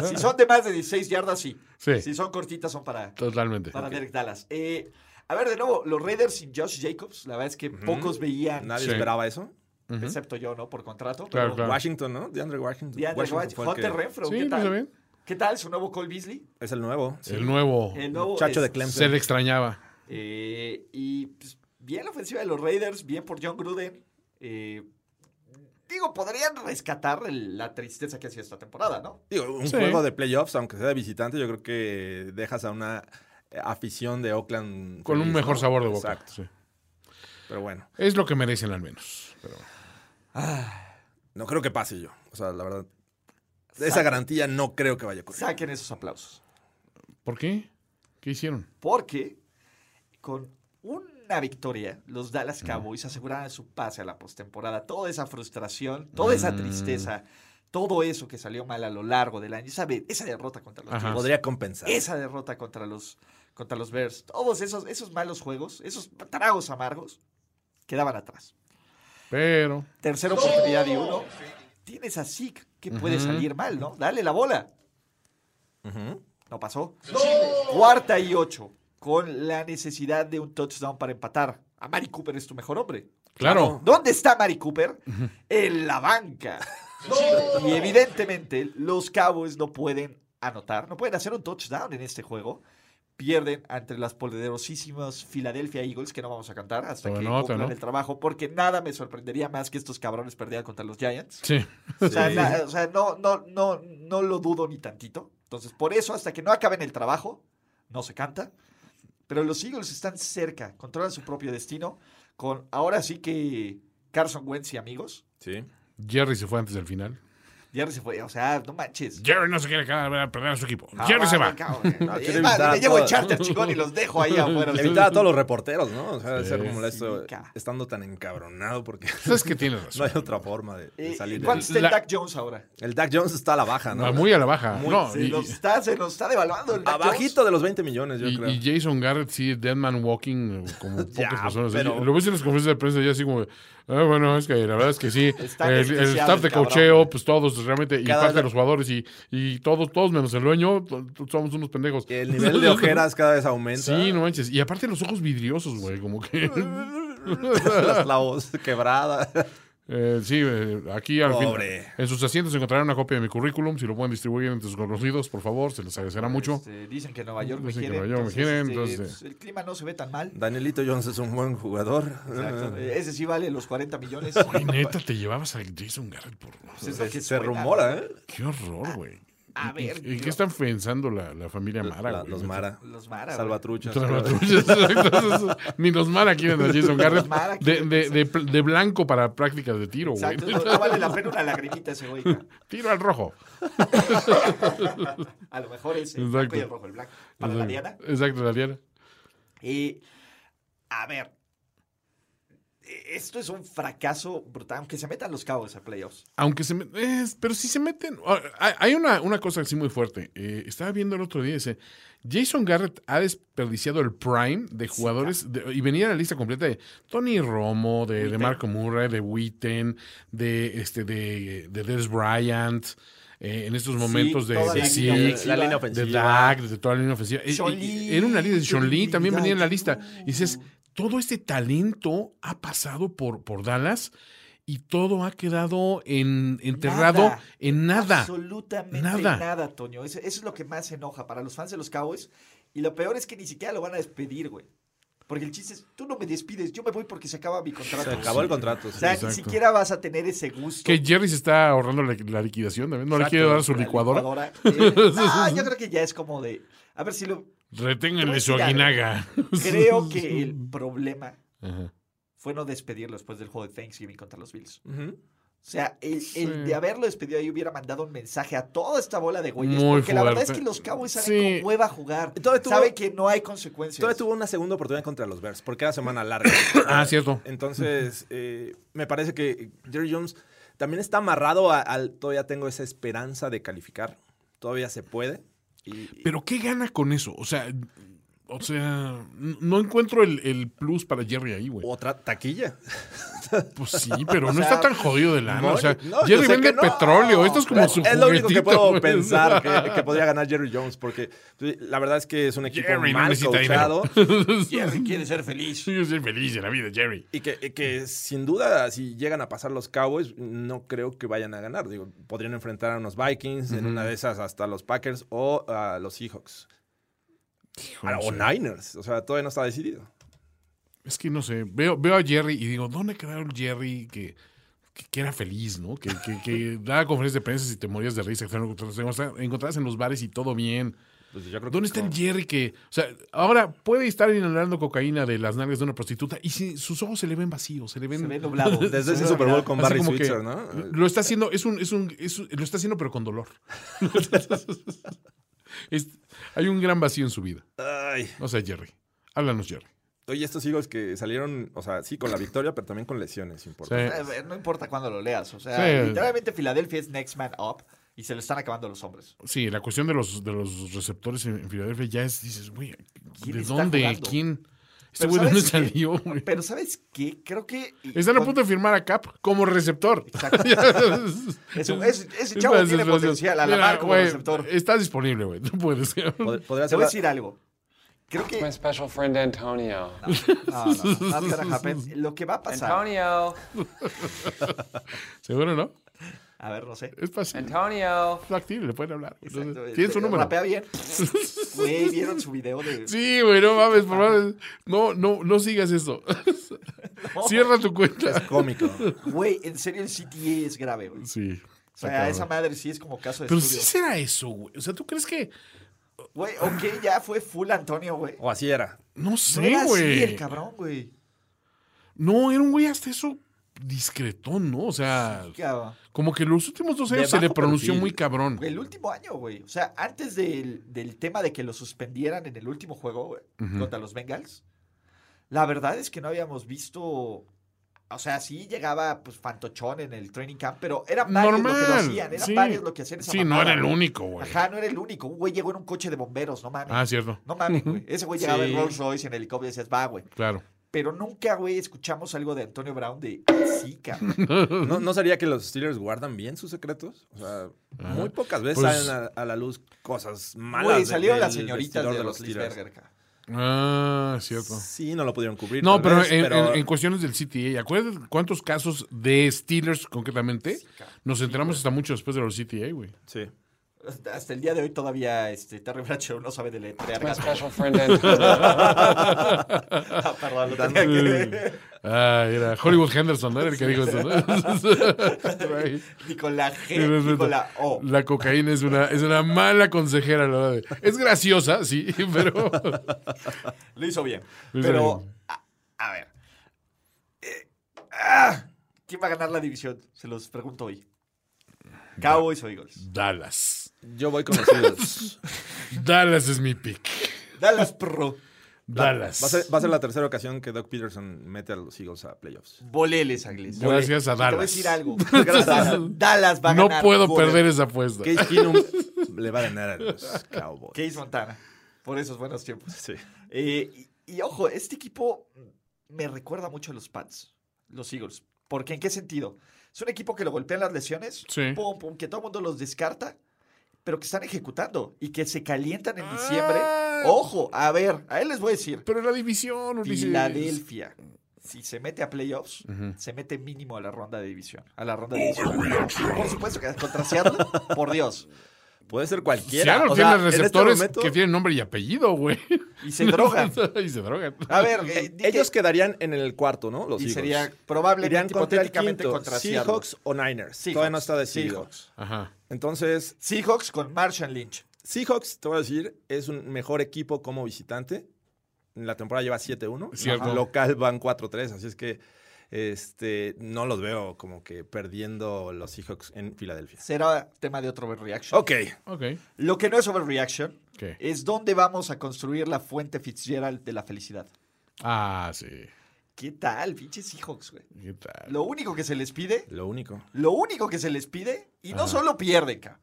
[SPEAKER 2] si son de más de 16 yardas, sí.
[SPEAKER 4] Sí.
[SPEAKER 2] Si son cortitas, son para,
[SPEAKER 4] Totalmente.
[SPEAKER 2] para Derek Dallas. Eh, a ver, de nuevo, los Raiders sin Josh Jacobs, la verdad es que pocos veían,
[SPEAKER 3] Nadie
[SPEAKER 4] Sí. Ah.
[SPEAKER 3] esperaba eso.
[SPEAKER 2] excepto yo, ¿no? Por contrato.
[SPEAKER 4] Claro,
[SPEAKER 2] pero
[SPEAKER 4] claro.
[SPEAKER 3] Washington, ¿no? DeAndre Washington.
[SPEAKER 2] DeAndre Washington,
[SPEAKER 3] fue el que-
[SPEAKER 2] Hunter Renfro,
[SPEAKER 4] Sí,
[SPEAKER 2] ¿qué
[SPEAKER 3] pues,
[SPEAKER 4] lo
[SPEAKER 2] tal?
[SPEAKER 4] hizo bien.
[SPEAKER 2] ¿Qué tal su nuevo Cole Beasley?
[SPEAKER 3] Es el nuevo. sí.
[SPEAKER 4] El nuevo.
[SPEAKER 2] El nuevo
[SPEAKER 3] Chacho
[SPEAKER 2] es-
[SPEAKER 3] de
[SPEAKER 4] Se
[SPEAKER 3] Clemson.
[SPEAKER 4] le extrañaba.
[SPEAKER 2] Eh, y pues, bien la ofensiva de los Raiders, bien por John Gruden. Eh, digo, podrían rescatar el- la tristeza que ha sido esta temporada, ¿no?
[SPEAKER 3] Digo, un
[SPEAKER 4] Sí.
[SPEAKER 3] juego de playoffs, aunque sea de visitante, yo creo que dejas a una eh, afición de Oakland.
[SPEAKER 4] Con un
[SPEAKER 3] feliz,
[SPEAKER 4] mejor
[SPEAKER 3] ¿no?
[SPEAKER 4] sabor de boca.
[SPEAKER 3] Exacto.
[SPEAKER 4] sí.
[SPEAKER 3] Pero bueno,
[SPEAKER 4] Es lo que merecen al menos. Pero bueno.
[SPEAKER 3] no creo que pase yo. O sea, la verdad. Esa
[SPEAKER 2] Saca.
[SPEAKER 3] garantía no creo que vaya a ocurrir.
[SPEAKER 2] Saquen esos aplausos.
[SPEAKER 4] ¿Por qué? ¿Qué hicieron?
[SPEAKER 2] Porque con una victoria, los Dallas Cowboys aseguraron su pase a la postemporada. Toda esa frustración, toda esa tristeza, todo eso que salió mal a lo largo del año. Esa, ve- esa derrota contra los
[SPEAKER 4] Ajá.
[SPEAKER 2] Chiefs,
[SPEAKER 3] Podría compensar.
[SPEAKER 2] esa derrota contra los, contra los Bears, todos esos, esos malos juegos, esos tragos amargos, quedaban atrás.
[SPEAKER 4] Pero.
[SPEAKER 2] Tercera oportunidad y uno. Tienes a Zeke que puede salir mal, ¿no? Dale la bola. No pasó. Cuarta y ocho. Con la necesidad de un touchdown para empatar. A Mari Cooper es tu mejor hombre.
[SPEAKER 4] Claro.
[SPEAKER 2] ¿Dónde está Mari Cooper? En la banca. Y evidentemente los Cowboys no pueden anotar, no pueden hacer un touchdown en este juego. Pierden ante las poderosísimas Philadelphia Eagles, que no vamos a cantar hasta
[SPEAKER 4] Te
[SPEAKER 2] que
[SPEAKER 4] anota,
[SPEAKER 2] cumplan
[SPEAKER 4] ¿no?
[SPEAKER 2] el trabajo, porque nada me sorprendería más que estos cabrones perdieran contra los Giants.
[SPEAKER 4] Sí.
[SPEAKER 2] O sea, na- o sea, no, no, no, no lo dudo ni tantito. Entonces, por eso, hasta que no acaben el trabajo, no se canta. Pero los Eagles están cerca, controlan su propio destino. Con ahora sí que Carson Wentz y amigos.
[SPEAKER 3] Sí.
[SPEAKER 4] Jerry se fue antes del final.
[SPEAKER 2] Jerry se fue, o sea, no manches.
[SPEAKER 4] Jerry no se quiere acabar a perder a su equipo.
[SPEAKER 2] Ah,
[SPEAKER 4] Jerry se va.
[SPEAKER 2] cabrón.
[SPEAKER 3] No, quiero
[SPEAKER 2] Es más,
[SPEAKER 3] evitar
[SPEAKER 2] me llevo el
[SPEAKER 3] todo.
[SPEAKER 2] charter, chingón, y los dejo ahí afuera.
[SPEAKER 3] Le evitaba a todos los reporteros, ¿no? O sea, debe ser molesto
[SPEAKER 2] Sí, ca.
[SPEAKER 3] estando tan encabronado porque
[SPEAKER 4] Sabes que tienes
[SPEAKER 3] no
[SPEAKER 4] razón.
[SPEAKER 3] hay otra forma de, de
[SPEAKER 2] Eh,
[SPEAKER 3] salir de
[SPEAKER 2] ¿Cuánto
[SPEAKER 3] ahí.
[SPEAKER 2] está el
[SPEAKER 4] La-
[SPEAKER 2] Dak Jones ahora?
[SPEAKER 3] El Dak Jones está a la baja, ¿no?
[SPEAKER 4] Va Muy a la baja. no,
[SPEAKER 2] se,
[SPEAKER 4] y,
[SPEAKER 2] nos está, se nos está devaluando el Dak
[SPEAKER 3] Abajito de los 20 millones, yo
[SPEAKER 4] y-
[SPEAKER 3] creo.
[SPEAKER 4] y Jason Garrett, sí, Deadman Walking, eh, como pocas
[SPEAKER 3] Ya,
[SPEAKER 4] personas.
[SPEAKER 3] pero-
[SPEAKER 4] Oye, Lo ves en las conferencias de prensa, ya así como, ah, bueno, es que la verdad es que sí.
[SPEAKER 2] Está
[SPEAKER 4] el- el,
[SPEAKER 2] desquiciado
[SPEAKER 4] staff
[SPEAKER 2] el
[SPEAKER 4] de
[SPEAKER 2] cabrón,
[SPEAKER 4] cocheo,
[SPEAKER 2] güey.
[SPEAKER 4] pues todos realmente, y
[SPEAKER 3] Cada-
[SPEAKER 4] parte de los jugadores, y, y todos, todos menos el dueño, to- to- somos unos pendejos.
[SPEAKER 3] Que el nivel de ojeras cada vez aumenta.
[SPEAKER 4] Sí, no manches. Y aparte los ojos vidriosos, güey, como que...
[SPEAKER 3] Las- la voz quebrada.
[SPEAKER 4] Eh, sí, eh, aquí al fin-
[SPEAKER 3] Pobre.
[SPEAKER 4] en sus asientos encontrarán una copia de mi currículum. Si lo pueden distribuir entre sus conocidos, por favor, se les agradecerá mucho.
[SPEAKER 2] Este, dicen que Nueva York me
[SPEAKER 4] Dicen que
[SPEAKER 2] quiere.
[SPEAKER 4] Nueva York me
[SPEAKER 2] entonces,
[SPEAKER 4] quiere,
[SPEAKER 2] este,
[SPEAKER 4] entonces-
[SPEAKER 2] pues, el clima no se ve tan mal.
[SPEAKER 3] Danielito Jones es un buen jugador.
[SPEAKER 2] Exacto. Eh, Ese sí vale los 40 millones.
[SPEAKER 4] Ah. Güey, neta, te llevabas a Jason Garrett por.
[SPEAKER 2] Pues es lo
[SPEAKER 3] Se,
[SPEAKER 2] que
[SPEAKER 3] se
[SPEAKER 2] suena.
[SPEAKER 3] rumora, ¿eh?
[SPEAKER 4] Qué horror, güey.
[SPEAKER 2] A ver,
[SPEAKER 4] ¿En
[SPEAKER 2] tío,
[SPEAKER 4] qué están pensando la, la familia Mara,
[SPEAKER 3] La-
[SPEAKER 4] güey?
[SPEAKER 3] los Mara.
[SPEAKER 2] Los Mara,
[SPEAKER 3] Salvatruchas.
[SPEAKER 4] Salvatruchas, exacto. Ni los Mara quieren a Jason Garrett.
[SPEAKER 2] Los Mara
[SPEAKER 4] De,
[SPEAKER 2] quieren,
[SPEAKER 4] de- de pl- de blanco para prácticas de tiro, güey.
[SPEAKER 2] Exacto, no, no vale la pena una lagrimita ese güey. ca.
[SPEAKER 4] Tiro al rojo.
[SPEAKER 2] A lo mejor es el
[SPEAKER 4] Exacto.
[SPEAKER 2] blanco y el rojo, el blanco. Para la Diana.
[SPEAKER 4] Exacto, la Diana.
[SPEAKER 2] Y, a ver, e, esto es un fracaso brutal. Aunque se metan los cabos a playoffs.
[SPEAKER 4] Aunque se met- es- pero si se meten. ah, hay- Hay una, una cosa así muy fuerte. Eh, estaba viendo el otro día, dice, Jason Garrett ha desperdiciado el prime de jugadores de- y venía la lista completa de Tony Romo, de, de Marco Murray, de Witten, de este, de, de Des Bryant, eh, en estos momentos de,
[SPEAKER 2] toda
[SPEAKER 4] de
[SPEAKER 2] la
[SPEAKER 4] Zeke,
[SPEAKER 2] línea
[SPEAKER 3] La línea
[SPEAKER 4] de
[SPEAKER 3] ofensiva.
[SPEAKER 4] Dak, de toda la línea ofensiva. Eh,
[SPEAKER 2] Sean
[SPEAKER 4] eh,
[SPEAKER 2] Lee,
[SPEAKER 4] Era una línea
[SPEAKER 3] Este
[SPEAKER 4] de Sean Lee, también venía en la lista.
[SPEAKER 2] debilidad.
[SPEAKER 4] Y dices, todo este talento ha pasado por, por Dallas y todo ha quedado en, enterrado
[SPEAKER 2] Nada.
[SPEAKER 4] en nada.
[SPEAKER 2] Absolutamente
[SPEAKER 4] Nada.
[SPEAKER 2] nada, Toño. Eso, eso es lo que más enoja para los fans de los Cowboys. Y lo peor es que ni siquiera lo van a despedir, güey. Porque el chiste es, tú no me despides, yo me voy porque se acaba mi contrato.
[SPEAKER 3] Se acabó el contrato.
[SPEAKER 2] O
[SPEAKER 3] sí.
[SPEAKER 2] sea, ni
[SPEAKER 4] Exacto.
[SPEAKER 2] siquiera vas a tener ese gusto.
[SPEAKER 4] Que Jerry se está ahorrando la, la liquidación también. No le quiere dar su
[SPEAKER 2] La
[SPEAKER 4] licuadora.
[SPEAKER 2] licuadora, eh. Ah, yo creo que ya es como de. A ver si lo.
[SPEAKER 4] Reténganle
[SPEAKER 2] Pues
[SPEAKER 4] su
[SPEAKER 2] mira,
[SPEAKER 4] aguinaga.
[SPEAKER 2] Creo que el problema
[SPEAKER 4] Ajá.
[SPEAKER 2] fue no despedirlo después del juego de Thanksgiving contra los Bills.
[SPEAKER 3] Ujú.
[SPEAKER 2] O sea, el, el de haberlo despedido ahí hubiera mandado un mensaje a toda esta bola de güeyes.
[SPEAKER 4] Muy
[SPEAKER 2] porque la verdad es
[SPEAKER 4] fuerte.
[SPEAKER 2] que los Cowboys saben
[SPEAKER 4] Sí.
[SPEAKER 2] cómo va a jugar.
[SPEAKER 3] Todavía tuvo-
[SPEAKER 2] saben que no hay consecuencias.
[SPEAKER 3] Todavía tuvo una segunda oportunidad contra los Bears, porque era semana larga.
[SPEAKER 4] Ah, cierto.
[SPEAKER 3] Entonces, eh, me parece que Jerry Jones también está amarrado a- al todavía tengo esa esperanza de calificar. Todavía se puede. Y,
[SPEAKER 4] Pero ¿qué gana con eso? O sea, o sea, n- no encuentro el, el plus para Jerry ahí, güey.
[SPEAKER 3] otra taquilla.
[SPEAKER 4] Pues sí, pero no está tan jodido de lana.
[SPEAKER 3] No,
[SPEAKER 4] Ah, o sea,
[SPEAKER 3] no, yo
[SPEAKER 4] Jerry
[SPEAKER 3] sé
[SPEAKER 4] vende
[SPEAKER 3] que no.
[SPEAKER 4] petróleo. Esto es como
[SPEAKER 3] Es,
[SPEAKER 4] su
[SPEAKER 3] es lo único que
[SPEAKER 4] juguetito,
[SPEAKER 3] puedo
[SPEAKER 4] güey.
[SPEAKER 3] pensar que, que podría ganar Jerry Jones, porque sí, la verdad es que es un equipo
[SPEAKER 4] Jerry no
[SPEAKER 3] mal
[SPEAKER 4] necesita
[SPEAKER 3] coachado
[SPEAKER 2] Jerry quiere ser feliz.
[SPEAKER 4] Sí, yo soy feliz de la vida, Jerry.
[SPEAKER 3] y que, y que sin duda, si llegan a pasar los Cowboys, no creo que vayan a ganar. Digo, podrían enfrentar a unos Vikings, en una de esas hasta los Packers o a los Seahawks.
[SPEAKER 4] Híjole,
[SPEAKER 2] Pues
[SPEAKER 3] Ah,
[SPEAKER 4] no
[SPEAKER 3] O
[SPEAKER 4] sé.
[SPEAKER 3] Niners, o sea, todavía no está decidido.
[SPEAKER 4] Es que no sé, veo, veo a Jerry y digo, ¿dónde quedaron Jerry que, que, que era feliz, ¿no? Que, que, que daba conferencias de prensa y te morías de risa, que te encontrabas- encontrabas en los bares y todo bien.
[SPEAKER 3] Pues yo creo que
[SPEAKER 4] ¿Dónde está el
[SPEAKER 3] no.
[SPEAKER 4] Jerry que, o sea, ahora puede estar inhalando cocaína de las nalgas de una prostituta y si- sus ojos se le ven vacíos, se le ven...
[SPEAKER 2] Se ve nublado.
[SPEAKER 3] Desde
[SPEAKER 2] Se
[SPEAKER 3] ese
[SPEAKER 2] ve
[SPEAKER 3] Super
[SPEAKER 2] nublado.
[SPEAKER 3] Bowl con
[SPEAKER 4] así
[SPEAKER 3] Barry
[SPEAKER 4] como que
[SPEAKER 3] Switzer, ¿no?
[SPEAKER 4] Lo está haciendo, es un, es un, es un- lo está haciendo pero con dolor. Es- hay un gran vacío en su vida.
[SPEAKER 3] Ay.
[SPEAKER 4] No sé, Jerry. Háblanos, Jerry.
[SPEAKER 3] Oye, estos Eagles que salieron, o sea, sí, con la victoria, pero también con lesiones importantes.
[SPEAKER 4] Sí.
[SPEAKER 2] Eh, eh, No importa cuándo lo leas. O sea,
[SPEAKER 4] Sí.
[SPEAKER 2] literalmente Filadelfia es next man up y se lo están acabando los hombres.
[SPEAKER 4] Sí, la cuestión de los, de los receptores en, en Filadelfia ya es, dices, güey,
[SPEAKER 2] ¿Quién
[SPEAKER 4] ¿de
[SPEAKER 2] está
[SPEAKER 4] dónde?
[SPEAKER 2] jugando?
[SPEAKER 4] ¿Quién? ¿Este
[SPEAKER 2] Pero
[SPEAKER 4] güey de dónde
[SPEAKER 2] ¿sabes qué?
[SPEAKER 4] salió, güey?
[SPEAKER 2] Pero ¿sabes qué? Creo que... y-
[SPEAKER 4] Están a
[SPEAKER 2] con-
[SPEAKER 4] punto de firmar a Cap como receptor.
[SPEAKER 2] Exacto. Eso- ese- ese chavo
[SPEAKER 4] Una
[SPEAKER 2] tiene
[SPEAKER 4] sensación.
[SPEAKER 2] potencial, a la
[SPEAKER 4] Mira,
[SPEAKER 2] mar como
[SPEAKER 4] güey,
[SPEAKER 2] receptor.
[SPEAKER 4] Está disponible, güey. No puedes.
[SPEAKER 3] Pod- Podría
[SPEAKER 2] Te voy a
[SPEAKER 3] ser la,
[SPEAKER 2] decir algo. Creo que...
[SPEAKER 5] My special friend Antonio.
[SPEAKER 2] No, no, no, not gonna happen. Lo que va a pasar...
[SPEAKER 5] Antonio.
[SPEAKER 4] Seguro, ¿no?
[SPEAKER 2] A ver, no sé.
[SPEAKER 4] Es fácil.
[SPEAKER 5] Antonio.
[SPEAKER 4] Es factible, le pueden hablar.
[SPEAKER 2] Exacto,
[SPEAKER 4] Entonces,
[SPEAKER 2] este,
[SPEAKER 4] Tiene su número.
[SPEAKER 2] Rapea bien. Güey, ¿vieron su video de...?
[SPEAKER 4] Sí, güey, no mames, por favor. No, no, no sigas eso. Cierra tu cuenta.
[SPEAKER 3] cómico.
[SPEAKER 2] Güey, en serio el CTA es grave, güey. O
[SPEAKER 4] Sí.
[SPEAKER 2] sea, esa madre sí es como caso de
[SPEAKER 4] Pero sí
[SPEAKER 2] estudio.
[SPEAKER 4] será eso, güey. O sea, ¿tú crees que.?
[SPEAKER 2] Güey, ok, ya fue full Antonio, güey.
[SPEAKER 3] O así era.
[SPEAKER 4] No
[SPEAKER 2] No
[SPEAKER 4] sé,
[SPEAKER 2] era así el
[SPEAKER 4] güey.
[SPEAKER 2] cabrón, güey.
[SPEAKER 4] No, era un güey hasta eso discretón, ¿no? O sea,
[SPEAKER 2] Cabrón.
[SPEAKER 4] como que los últimos dos
[SPEAKER 3] De
[SPEAKER 4] años se le
[SPEAKER 3] bajo
[SPEAKER 4] pronunció
[SPEAKER 3] perfil.
[SPEAKER 4] muy cabrón.
[SPEAKER 2] El último año, güey. O sea, antes del, del tema de que lo suspendieran en el último juego, güey, contra los Bengals, la verdad es que no habíamos visto. O sea, sí llegaba pues fantochón en el training camp, pero eran varios lo que lo
[SPEAKER 4] Normal.
[SPEAKER 2] hacían. Eran
[SPEAKER 4] sí.
[SPEAKER 2] varios lo que hacían esa
[SPEAKER 4] Sí, no
[SPEAKER 2] mamada,
[SPEAKER 4] era el
[SPEAKER 2] güey.
[SPEAKER 4] único, güey.
[SPEAKER 2] Ajá, no era el único. Un güey llegó en un coche de bomberos, no mames.
[SPEAKER 4] Ah, cierto.
[SPEAKER 2] No mames, güey. Ese güey llegaba
[SPEAKER 3] Sí.
[SPEAKER 2] en Rolls Royce, en helicóptero y decías, va, güey.
[SPEAKER 4] Claro.
[SPEAKER 2] Pero nunca, güey, escuchamos algo de Antonio Brown de sí, cabrón.
[SPEAKER 3] ¿No, ¿no sería que los Steelers guardan bien sus secretos? O sea, muy pocas veces
[SPEAKER 4] Pues-
[SPEAKER 3] salen a, a la luz cosas
[SPEAKER 2] Ah,
[SPEAKER 3] malas.
[SPEAKER 2] Güey,
[SPEAKER 3] de-
[SPEAKER 2] salieron
[SPEAKER 3] del
[SPEAKER 2] las señoritas
[SPEAKER 3] vestidor
[SPEAKER 2] de los
[SPEAKER 3] Steelers.
[SPEAKER 2] Lisberger, cabrón.
[SPEAKER 4] Ah, cierto.
[SPEAKER 3] Sí, no lo pudieron cubrir.
[SPEAKER 4] No,
[SPEAKER 3] tal
[SPEAKER 4] pero,
[SPEAKER 3] vez,
[SPEAKER 4] en,
[SPEAKER 3] pero-
[SPEAKER 4] en- en cuestiones del CTA, ¿acuerdas cuántos casos de Steelers concretamente? Nos enteramos hasta mucho después de los CTA, güey.
[SPEAKER 3] Sí.
[SPEAKER 2] Hasta el día de hoy todavía este, Terry Bradshaw no sabe de letrear.
[SPEAKER 5] My
[SPEAKER 3] Pues,
[SPEAKER 2] gato.
[SPEAKER 5] special friend Antonio.
[SPEAKER 2] Ah, Perdón, lo
[SPEAKER 3] pues,
[SPEAKER 2] tenía que...
[SPEAKER 4] Ah, era Hollywood Henderson, ¿no? Era el que dijo eso, ¿no? Por ahí.
[SPEAKER 2] Ni con la
[SPEAKER 3] pues,
[SPEAKER 2] G,
[SPEAKER 3] Eh,
[SPEAKER 4] Sí,
[SPEAKER 2] ni
[SPEAKER 4] respeto.
[SPEAKER 2] con la O.
[SPEAKER 4] La cocaína es una, es una mala consejera, la verdad. Es graciosa, sí, pero.
[SPEAKER 3] pues,
[SPEAKER 2] Lo hizo bien.
[SPEAKER 4] Lo hizo
[SPEAKER 2] Pero,
[SPEAKER 4] bien.
[SPEAKER 2] a, a ver. Eh, ah, ¿Quién va a ganar la división? Se los pregunto hoy. Cowboys o Eagles.
[SPEAKER 4] Dallas.
[SPEAKER 3] Yo voy con los Steelers.
[SPEAKER 4] Dallas es mi pick.
[SPEAKER 2] Dallas Pro.
[SPEAKER 4] Dallas.
[SPEAKER 3] Va a, ser, va a ser la tercera ocasión que Doug Peterson mete a los Eagles a playoffs.
[SPEAKER 2] Boleles, Agles.
[SPEAKER 4] Gracias a
[SPEAKER 2] Y Te voy a
[SPEAKER 4] Dallas.
[SPEAKER 2] decir algo. Gracias a Dallas. Dallas va a
[SPEAKER 4] no
[SPEAKER 2] ganar.
[SPEAKER 4] puedo
[SPEAKER 2] Boleles.
[SPEAKER 4] perder esa apuesta.
[SPEAKER 3] Case Keenum le va a ganar a los Cowboys.
[SPEAKER 2] Case Montana. Por esos buenos tiempos.
[SPEAKER 3] Sí.
[SPEAKER 2] Eh, y, y ojo, este equipo me recuerda mucho a los Pats, los Eagles. Porque en qué sentido? Es un equipo que lo golpean las lesiones,
[SPEAKER 4] Sí.
[SPEAKER 2] pum, pum, que todo el mundo los descarta, pero que están ejecutando y que se calientan en diciembre.
[SPEAKER 4] Ah.
[SPEAKER 2] Ojo, a ver, a él les voy a decir.
[SPEAKER 4] Pero la división, Ulises.
[SPEAKER 2] Filadelfia, si se mete a playoffs, se mete mínimo a la ronda de división. A la ronda de división. Por supuesto que contra Seattle, por Dios.
[SPEAKER 3] Puede ser cualquiera.
[SPEAKER 4] Seattle
[SPEAKER 3] O sea,
[SPEAKER 4] tiene
[SPEAKER 3] en este
[SPEAKER 4] receptores
[SPEAKER 3] momento-
[SPEAKER 4] que tienen nombre y apellido, güey.
[SPEAKER 2] Y se drogan.
[SPEAKER 4] y se drogan.
[SPEAKER 2] A ver,
[SPEAKER 3] Eh,
[SPEAKER 2] eh, di
[SPEAKER 3] ellos
[SPEAKER 2] que-
[SPEAKER 3] quedarían en el cuarto, ¿no? Los
[SPEAKER 2] Y
[SPEAKER 3] Eagles.
[SPEAKER 2] sería probablemente,
[SPEAKER 3] Irían contra el
[SPEAKER 2] hipotéticamente,
[SPEAKER 3] quinto,
[SPEAKER 2] contra Seattle.
[SPEAKER 3] Seahawks o Niners. Todavía no está decidido.
[SPEAKER 2] Seahawks.
[SPEAKER 4] Ajá.
[SPEAKER 3] Entonces,
[SPEAKER 2] Seahawks con Martian Lynch.
[SPEAKER 3] Seahawks, te voy a decir, es un mejor equipo como visitante. En la temporada lleva 7-1.
[SPEAKER 4] Cierto.
[SPEAKER 3] Ajá. Local van 4-3, así es que este, no los veo como que perdiendo los Seahawks en Filadelfia.
[SPEAKER 2] Será tema de otro reaction.
[SPEAKER 3] Ok.
[SPEAKER 4] Ok.
[SPEAKER 2] Lo que no es overreaction
[SPEAKER 4] ¿Qué?
[SPEAKER 2] es dónde vamos a construir la fuente Fitzgerald de la felicidad.
[SPEAKER 4] Ah, sí.
[SPEAKER 2] ¿Qué tal, pinches Seahawks, güey?
[SPEAKER 4] ¿Qué tal?
[SPEAKER 2] Lo único que se les pide,
[SPEAKER 3] Lo único.
[SPEAKER 2] lo único que se les pide, y no solo pierden, ca.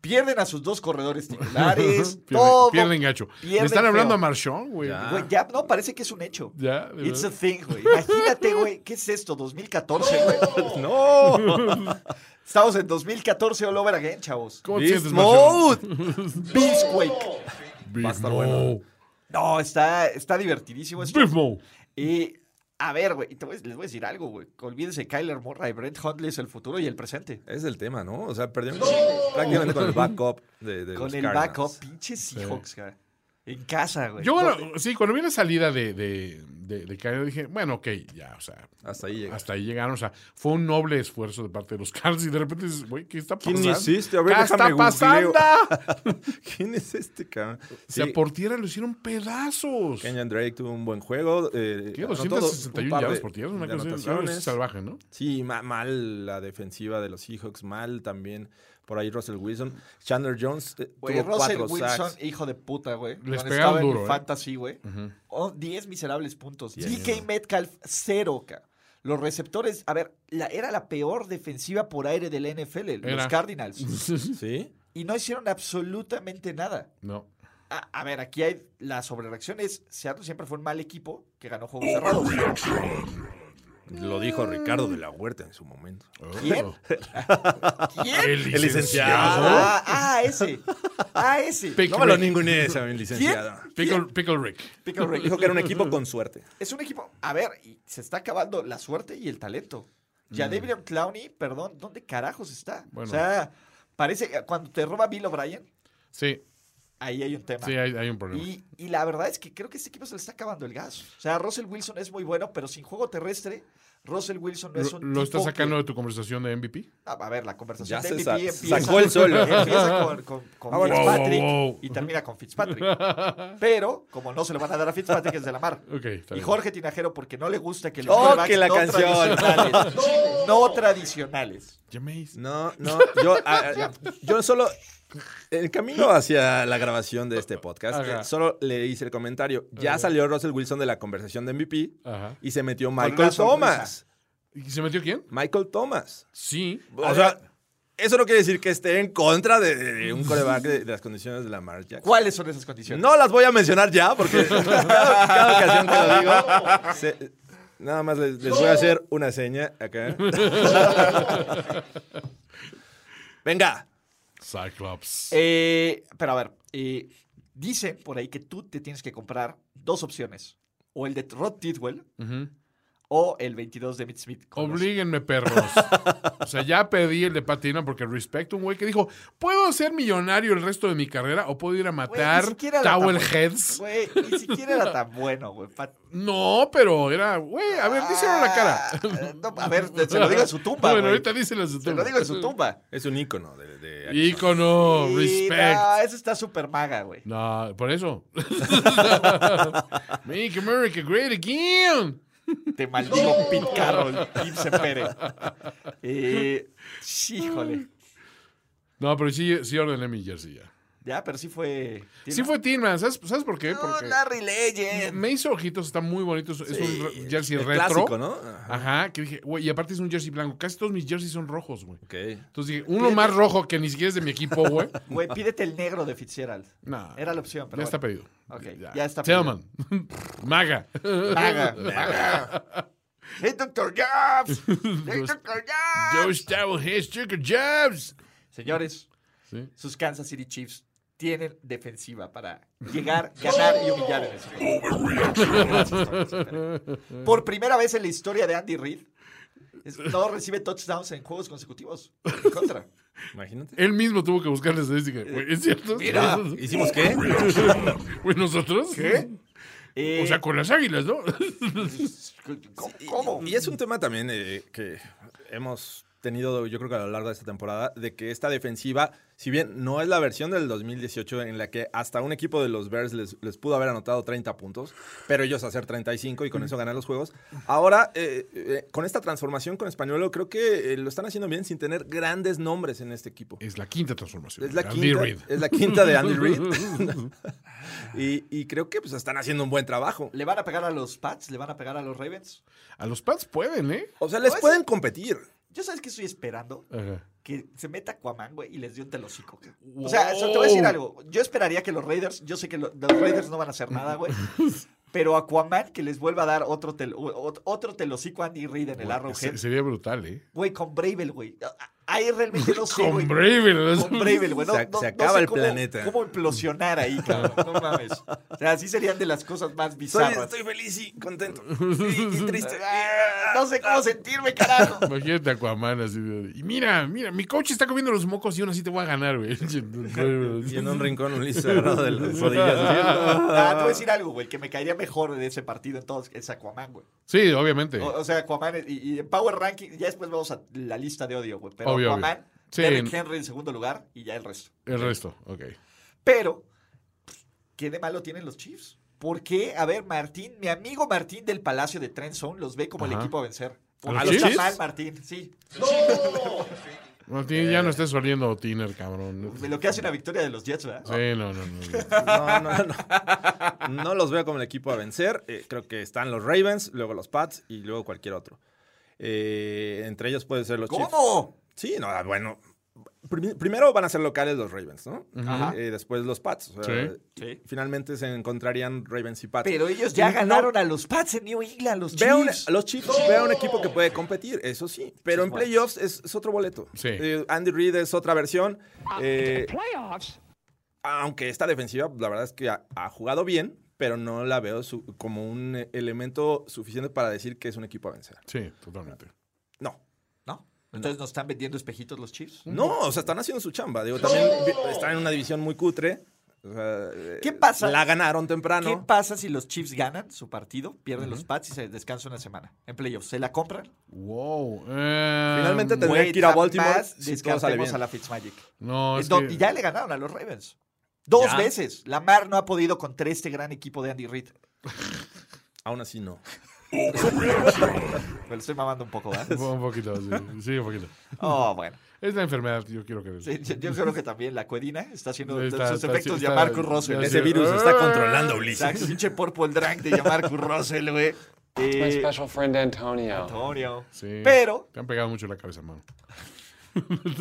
[SPEAKER 2] Pierden a sus dos corredores titulares,
[SPEAKER 4] Pierden,
[SPEAKER 2] todo.
[SPEAKER 4] pierden gacho.
[SPEAKER 2] Pierden
[SPEAKER 4] Le están hablando
[SPEAKER 2] feo.
[SPEAKER 4] a Marchón, güey.
[SPEAKER 3] Ya.
[SPEAKER 2] Güey, ya, no, parece que es un hecho.
[SPEAKER 4] Ya, de
[SPEAKER 2] It's a
[SPEAKER 4] verdad.
[SPEAKER 2] thing, güey. Imagínate, güey, ¿qué es esto? ¿2014, güey?
[SPEAKER 3] ¡No!
[SPEAKER 2] Estamos en 2014 all over again, chavos.
[SPEAKER 4] ¿Cómo te
[SPEAKER 3] ¡Beast
[SPEAKER 4] sientes, Marchón?
[SPEAKER 3] Mode!
[SPEAKER 2] Beastquake.
[SPEAKER 4] Big
[SPEAKER 3] Va a estar
[SPEAKER 4] Mo.
[SPEAKER 3] bueno.
[SPEAKER 2] No, está, está divertidísimo. esto.
[SPEAKER 4] Big Mo.
[SPEAKER 2] Y a ver, güey, te voy- les voy a decir algo, güey. Olvídense, Kyler Murray, Brent Huntley es el futuro y el presente.
[SPEAKER 3] Es el tema, ¿no? O sea, perdieron prácticamente con el backup de, de
[SPEAKER 2] Con
[SPEAKER 3] los
[SPEAKER 2] el
[SPEAKER 3] Cardinals.
[SPEAKER 2] backup, pinches Seahawks, güey. En casa, güey.
[SPEAKER 4] Yo,
[SPEAKER 2] No,
[SPEAKER 4] bueno, sí, cuando vi la salida de, de, de, de Kyler, dije, bueno, ok, ya, o sea,
[SPEAKER 3] Hasta ahí llega.
[SPEAKER 4] hasta ahí llegaron. O sea, fue un noble esfuerzo de parte de los Cards y de repente dices, güey, ¿qué está
[SPEAKER 3] ¿Quién
[SPEAKER 4] pasando?
[SPEAKER 3] hiciste? A ver,
[SPEAKER 4] ¿Qué
[SPEAKER 3] déjame
[SPEAKER 4] está pasando?
[SPEAKER 3] ¿Quién es este cabrón?
[SPEAKER 4] O sea,
[SPEAKER 3] Sí,
[SPEAKER 4] por tierra lo hicieron pedazos.
[SPEAKER 3] Kenyan Drake tuvo un buen juego. Eh,
[SPEAKER 4] ¿Qué?
[SPEAKER 3] anotó
[SPEAKER 4] 261
[SPEAKER 3] un par
[SPEAKER 4] yardas
[SPEAKER 3] de-
[SPEAKER 4] por tierra, una
[SPEAKER 3] de
[SPEAKER 4] cosa así. Ah,
[SPEAKER 3] anotaciones.
[SPEAKER 4] es salvaje, ¿no?
[SPEAKER 3] Sí, ma- mal la defensiva de los Seahawks, mal también por ahí Russell Wilson. Chandler Jones eh,
[SPEAKER 2] Güey,
[SPEAKER 3] tuvo
[SPEAKER 2] Russell
[SPEAKER 3] cuatro
[SPEAKER 2] Wilson,
[SPEAKER 3] sacks.
[SPEAKER 2] hijo de puta, güey.
[SPEAKER 4] Les
[SPEAKER 2] Cuando
[SPEAKER 4] pegaron
[SPEAKER 2] estaba en mi
[SPEAKER 4] duro, ¿eh?
[SPEAKER 2] fantasy, güey. Oh, 10 miserables puntos.
[SPEAKER 3] Ya,
[SPEAKER 2] DK
[SPEAKER 3] ya.
[SPEAKER 2] Metcalf, cero, ca. Los receptores, a ver, la, era la peor defensiva por aire del NFL, los
[SPEAKER 4] Era.
[SPEAKER 2] Cardinals.
[SPEAKER 3] Sí,
[SPEAKER 2] y no hicieron absolutamente nada.
[SPEAKER 4] No.
[SPEAKER 2] A, a ver, aquí hay la sobrereacción es Seattle siempre fue un mal equipo que ganó juegos cerrados.
[SPEAKER 3] lo dijo Ricardo de la Huerta en su momento.
[SPEAKER 2] ¿Quién? ¿Quién?
[SPEAKER 4] Oh, El
[SPEAKER 3] El licenciado.
[SPEAKER 2] Ah, ah, ese. Ah, ese.
[SPEAKER 4] Pick
[SPEAKER 3] No me lo
[SPEAKER 4] Rick.
[SPEAKER 3] ningunees a mi licenciado.
[SPEAKER 4] Pickle, Pickle Rick.
[SPEAKER 2] Pickle Rick.
[SPEAKER 3] Dijo que era un equipo con suerte.
[SPEAKER 2] Es un equipo. A ver, y se está acabando la suerte y el talento. Ya David Clowney, perdón, ¿dónde carajos está?
[SPEAKER 4] Mm.
[SPEAKER 2] O
[SPEAKER 4] Bueno.
[SPEAKER 2] sea, parece que cuando te roba Bill O'Brien,
[SPEAKER 4] Sí,
[SPEAKER 2] ahí hay un tema.
[SPEAKER 4] sí, hay, hay un problema.
[SPEAKER 2] Y, y la verdad es que creo que este equipo se le está acabando el gas. O sea, Russell Wilson es muy bueno, pero sin juego terrestre, Russell Wilson no es
[SPEAKER 4] ¿Lo,
[SPEAKER 2] un
[SPEAKER 4] lo
[SPEAKER 2] tipo
[SPEAKER 4] estás sacando
[SPEAKER 2] que-
[SPEAKER 4] de tu conversación de MVP?
[SPEAKER 2] Ah, A ver, la conversación
[SPEAKER 3] Ya
[SPEAKER 2] de
[SPEAKER 3] se sa-
[SPEAKER 2] MVP
[SPEAKER 3] se
[SPEAKER 2] empieza,
[SPEAKER 3] sacó el solo.
[SPEAKER 2] empieza con, con- con
[SPEAKER 3] Ah, bueno.
[SPEAKER 2] Fitzpatrick
[SPEAKER 4] Wow, wow, wow.
[SPEAKER 2] y termina con Fitzpatrick. Pero, como no se lo van a dar a Fitzpatrick, es de la mar.
[SPEAKER 4] Ok, está
[SPEAKER 2] y
[SPEAKER 4] bien.
[SPEAKER 2] Jorge Tinajero, porque no le gusta que los
[SPEAKER 3] Oh,
[SPEAKER 2] quarterbacks
[SPEAKER 3] que la
[SPEAKER 2] no
[SPEAKER 3] canción.
[SPEAKER 2] tradicionales. no tradicionales.
[SPEAKER 4] Jameis.
[SPEAKER 3] No, no, yo, ah, ah, yo solo, el camino hacia la grabación de este podcast,
[SPEAKER 4] Ajá.
[SPEAKER 3] eh, solo le hice el comentario. Ya salió Russell Wilson de la conversación de MVP
[SPEAKER 4] Ajá.
[SPEAKER 3] y se metió
[SPEAKER 2] una
[SPEAKER 3] Michael
[SPEAKER 2] sonrisa.
[SPEAKER 3] Thomas.
[SPEAKER 4] ¿Y se metió quién?
[SPEAKER 3] Michael Thomas.
[SPEAKER 4] Sí.
[SPEAKER 3] O sea, eso no quiere decir que esté en contra de, de un coreback de, de las condiciones de la marcha.
[SPEAKER 2] ¿Cuáles son esas condiciones?
[SPEAKER 3] No las voy a mencionar ya, porque cada, cada ocasión que lo digo, se- nada más les, les voy a hacer una seña acá. Venga.
[SPEAKER 4] Cyclops.
[SPEAKER 2] Eh, pero a ver, eh, dice por ahí que tú te tienes que comprar dos opciones. O el de Rod Tidwell
[SPEAKER 4] Ujú.
[SPEAKER 2] o el 22 de Emmitt Smith. con los-
[SPEAKER 4] Oblíguenme, perros. O sea, ya pedí el de Patina porque respecto a un güey que dijo, ¿puedo ser millonario el resto de mi carrera o puedo ir a
[SPEAKER 2] Güey, ni
[SPEAKER 4] matar
[SPEAKER 2] siquiera era tan
[SPEAKER 4] Towel
[SPEAKER 2] bueno.
[SPEAKER 4] Heads?
[SPEAKER 2] Güey, ni siquiera era tan bueno, güey. Pat-
[SPEAKER 4] No, pero era, güey, a ver, díselo a la cara.
[SPEAKER 2] Ah, no, a ver, se lo digo en su tumba,
[SPEAKER 4] Bueno,
[SPEAKER 2] güey.
[SPEAKER 4] ahorita díselo en su tumba.
[SPEAKER 2] Se lo digo en su tumba.
[SPEAKER 3] Es un ícono de... de-
[SPEAKER 4] Ícono,
[SPEAKER 2] Y,
[SPEAKER 4] Oh, respect.
[SPEAKER 2] No, eso está súper maga, güey.
[SPEAKER 4] No, por eso. Make America great again.
[SPEAKER 2] Te maldigo Pete Carroll, Gibson Pérez. Eh, sí, híjole.
[SPEAKER 4] No, pero sí, sí ordené mi jersey ya.
[SPEAKER 2] Ya, pero sí fue.
[SPEAKER 4] Sí fue Tin Man, ¿sabes, ¿sabes por qué?
[SPEAKER 2] No,
[SPEAKER 4] Porque
[SPEAKER 2] Larry Legend.
[SPEAKER 4] me hizo ojitos, está muy bonito. Es, es un re- jersey
[SPEAKER 3] el
[SPEAKER 4] retro.
[SPEAKER 3] clásico, ¿no? Ah, Ajá.
[SPEAKER 4] Ajá, que dije, güey, y aparte es un jersey blanco. Casi todos mis jerseys son rojos, güey.
[SPEAKER 3] Ok.
[SPEAKER 4] Entonces dije, uno más rojo que ni siquiera es de mi equipo, güey.
[SPEAKER 2] Güey, pídete el negro de Fitzgerald.
[SPEAKER 4] Nah.
[SPEAKER 2] Era la opción, pero.
[SPEAKER 4] ya está
[SPEAKER 2] bueno.
[SPEAKER 4] pedido.
[SPEAKER 2] Ok, ya está pedido.
[SPEAKER 4] Tillman. Maga.
[SPEAKER 2] Maga, maga. ¡Hey, Dr. Jobs! ¡Hey, Dr. Jobs!
[SPEAKER 4] Josh Towel Heads, Chicken Jobs.
[SPEAKER 2] Señores,
[SPEAKER 4] Sí.
[SPEAKER 2] sus Kansas City Chiefs tienen defensiva para llegar, ganar y humillar en el Super Bowl. Gracias, Tony Cepeda. Por primera vez en la historia de Andy Reid, es- no recibe touchdowns en juegos consecutivos. En contra.
[SPEAKER 3] Imagínate.
[SPEAKER 4] Él mismo tuvo que buscar la estadística.
[SPEAKER 2] Eh,
[SPEAKER 4] Güey, ¿Es cierto?
[SPEAKER 3] Mira, ¿hicimos qué?
[SPEAKER 4] Güey, ¿nosotros? ¿Qué?
[SPEAKER 2] Eh,
[SPEAKER 4] O sea, con las águilas, ¿no?
[SPEAKER 2] ¿cómo- ¿Cómo?
[SPEAKER 3] Y es un tema también eh, que hemos tenido, yo creo que a lo largo de esta temporada, de que esta defensiva, si bien no es la versión del 2018 en la que hasta un equipo de los Bears les, les pudo haber anotado 30 puntos, pero ellos hacer 35 y con eso ganar los juegos, ahora eh, eh, con esta transformación con Españolo creo que eh, lo están haciendo bien sin tener grandes nombres en este equipo.
[SPEAKER 4] Es la quinta transformación.
[SPEAKER 3] Es la,
[SPEAKER 4] Andy
[SPEAKER 3] quinta,
[SPEAKER 4] Reid.
[SPEAKER 3] es la quinta de Andy Reid. y, y creo que pues están haciendo un buen trabajo.
[SPEAKER 2] ¿Le van a pegar a los Pats? ¿Le van a pegar a los Ravens?
[SPEAKER 4] A los Pats pueden, ¿eh?
[SPEAKER 3] O sea, les
[SPEAKER 2] Pues-
[SPEAKER 3] pueden competir.
[SPEAKER 2] Yo sabes que estoy esperando
[SPEAKER 4] Ajá.
[SPEAKER 2] que se meta Aquaman, güey, y les dio un telocico. O sea, o sea, te voy a decir algo. Yo esperaría que los Raiders, yo sé que lo- los Raiders no van a hacer nada, güey. Pero Aquaman que les vuelva a dar otro, tel- o- otro telocico a Andy Reid en el
[SPEAKER 4] Se-
[SPEAKER 2] Arrowhead.
[SPEAKER 4] sería brutal, ¿eh?
[SPEAKER 2] Güey, con Bravel, güey. A- a- Ahí realmente no sé, güey.
[SPEAKER 4] Con Bravel.
[SPEAKER 2] Con Bravel, güey. No,
[SPEAKER 3] Se-
[SPEAKER 2] no-
[SPEAKER 3] se
[SPEAKER 2] no
[SPEAKER 3] acaba
[SPEAKER 2] sé
[SPEAKER 3] el
[SPEAKER 2] cómo-
[SPEAKER 3] planeta.
[SPEAKER 2] ¿Cómo implosionar ahí, cabrón? No mames. O sea, así serían de las cosas más
[SPEAKER 3] Soy-
[SPEAKER 2] bizarras.
[SPEAKER 3] estoy feliz y contento. Y, y triste.
[SPEAKER 2] Ah, No sé cómo sentirme, carajo.
[SPEAKER 4] Imagínate a Aquaman así. de- Y mira, mira, mi coach está comiendo los mocos y aún así te voy a ganar, güey.
[SPEAKER 3] Y en un rincón un liso agarrado de las rodillas. así.
[SPEAKER 2] Ah, te voy a decir algo, güey, que me caería mejor de ese partido entonces es Aquaman, güey.
[SPEAKER 4] Sí, obviamente.
[SPEAKER 2] O, o sea, Aquaman y, y en Power Ranking, ya después vamos a la lista de odio, güey. Pero
[SPEAKER 4] Obvio, obvio.
[SPEAKER 2] Aquaman,
[SPEAKER 4] Sí.
[SPEAKER 2] Derrick Henry en segundo lugar y ya el resto.
[SPEAKER 4] El resto, ok.
[SPEAKER 2] Pero, pues, ¿qué de malo tienen los Chiefs? ¿Por qué? A ver, Martín, mi amigo Martín del Palacio de Trend Zone los ve como el
[SPEAKER 4] Ajá.
[SPEAKER 2] equipo a vencer.
[SPEAKER 4] ¿A
[SPEAKER 2] Porque
[SPEAKER 4] los
[SPEAKER 2] está
[SPEAKER 4] Chiefs?
[SPEAKER 2] mal, Martín, sí.
[SPEAKER 4] Martín, ya no estés oliendo Tiner, cabrón.
[SPEAKER 2] Eh. Lo que hace una victoria de los Jets, ¿verdad?
[SPEAKER 4] Sí, no, no, no.
[SPEAKER 3] No, no, no. No los veo como el equipo a vencer. Eh, creo que están los Ravens, luego los Pats y luego cualquier otro. Eh, entre ellos pueden ser los Chiefs.
[SPEAKER 2] ¿Cómo?
[SPEAKER 3] Sí, no, ah, bueno. Primi- Primero van a ser locales los Ravens, ¿no?
[SPEAKER 2] Ajá.
[SPEAKER 3] Eh, después los Pats. o sea,
[SPEAKER 4] Sí.
[SPEAKER 2] Sí.
[SPEAKER 3] Finalmente se encontrarían Ravens y Pats.
[SPEAKER 2] Pero ellos ya
[SPEAKER 3] No,
[SPEAKER 2] ganaron a los Pats en New England, los
[SPEAKER 3] Veo un-
[SPEAKER 2] Chiefs.
[SPEAKER 3] los Chiefs veo un equipo que puede competir, eso sí. Pero en playoffs es, es otro boleto.
[SPEAKER 4] Sí.
[SPEAKER 3] Eh, Andy Reid es otra versión. eh, aunque esta defensiva, la verdad es que ha, ha jugado bien, pero no la veo su- como un eh, elemento suficiente para decir que es un equipo a vencer.
[SPEAKER 4] Sí, totalmente.
[SPEAKER 3] No.
[SPEAKER 2] ¿No? Entonces nos están vendiendo espejitos los Chiefs.
[SPEAKER 3] No, o sea, están haciendo su chamba. Digo, también vi- están en una división muy cutre. o sea, eh,
[SPEAKER 2] ¿Qué pasa?
[SPEAKER 3] La ganaron
[SPEAKER 2] ¿Qué
[SPEAKER 3] temprano.
[SPEAKER 2] pasa si los Chiefs ganan su partido, pierden los Pats y se descansa una semana en playoffs? ¿Se la compran?
[SPEAKER 4] Wow. eh,
[SPEAKER 3] Finalmente te- Tendría
[SPEAKER 2] Güey,
[SPEAKER 3] que ir a
[SPEAKER 2] jamás
[SPEAKER 3] Baltimore si todo sale
[SPEAKER 2] descartemos
[SPEAKER 3] bien.
[SPEAKER 2] a la Fitzmagic.
[SPEAKER 4] No,
[SPEAKER 2] Es
[SPEAKER 4] es
[SPEAKER 2] donde
[SPEAKER 4] que-
[SPEAKER 2] ya le ganaron a los Ravens. Dos veces. Lamar no ha podido contra este gran equipo de Andy Reid.
[SPEAKER 3] Aún así no.
[SPEAKER 2] Me lo estoy mamando un poco, ¿verdad?
[SPEAKER 4] Un poquito, sí. Sí, un poquito.
[SPEAKER 2] Oh, bueno.
[SPEAKER 4] Es la enfermedad, yo quiero que...
[SPEAKER 2] Sí, yo- yo creo que también la cuedina está haciendo de
[SPEAKER 4] Está-
[SPEAKER 2] sus
[SPEAKER 4] está-
[SPEAKER 2] efectos de
[SPEAKER 4] está-
[SPEAKER 2] Marcus Russell.
[SPEAKER 4] ya ¡Ah!
[SPEAKER 3] Ese
[SPEAKER 4] sé.
[SPEAKER 3] virus está controlando,
[SPEAKER 2] Exacto,
[SPEAKER 3] Ulises.
[SPEAKER 2] pinche Purple Drag de Marcus Russell, güey.
[SPEAKER 5] My
[SPEAKER 2] Eh,
[SPEAKER 5] special friend Antonio.
[SPEAKER 2] Antonio.
[SPEAKER 4] Sí.
[SPEAKER 2] Pero
[SPEAKER 4] Te han pegado mucho la cabeza, hermano.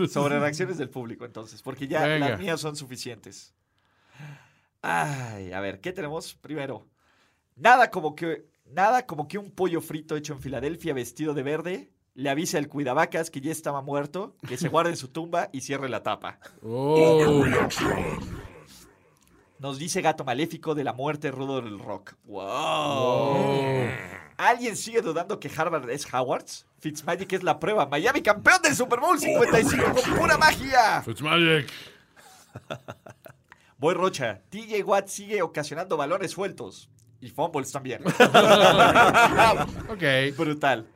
[SPEAKER 2] Sobre reacciones del público, entonces, porque ya
[SPEAKER 4] Venga.
[SPEAKER 2] las mías son suficientes. Ay, a ver, ¿qué tenemos primero? Nada como que, nada como que un pollo frito hecho en Filadelfia vestido de verde le avise al cuidavacas que ya estaba muerto, que se guarde en su tumba y cierre la tapa.
[SPEAKER 4] Oh,
[SPEAKER 2] Nos dice Gato Maléfico de la muerte rudo del rock. ¡Wow! ¿Alguien sigue dudando que Harvard es Howard's? Fitzmagic es la prueba. Miami campeón del Super Bowl 55 con pura magia.
[SPEAKER 4] Fitzmagic.
[SPEAKER 2] Voy Rocha, TJ Watt sigue ocasionando balones sueltos. Y fumbles también.
[SPEAKER 4] Ok.
[SPEAKER 2] Brutal.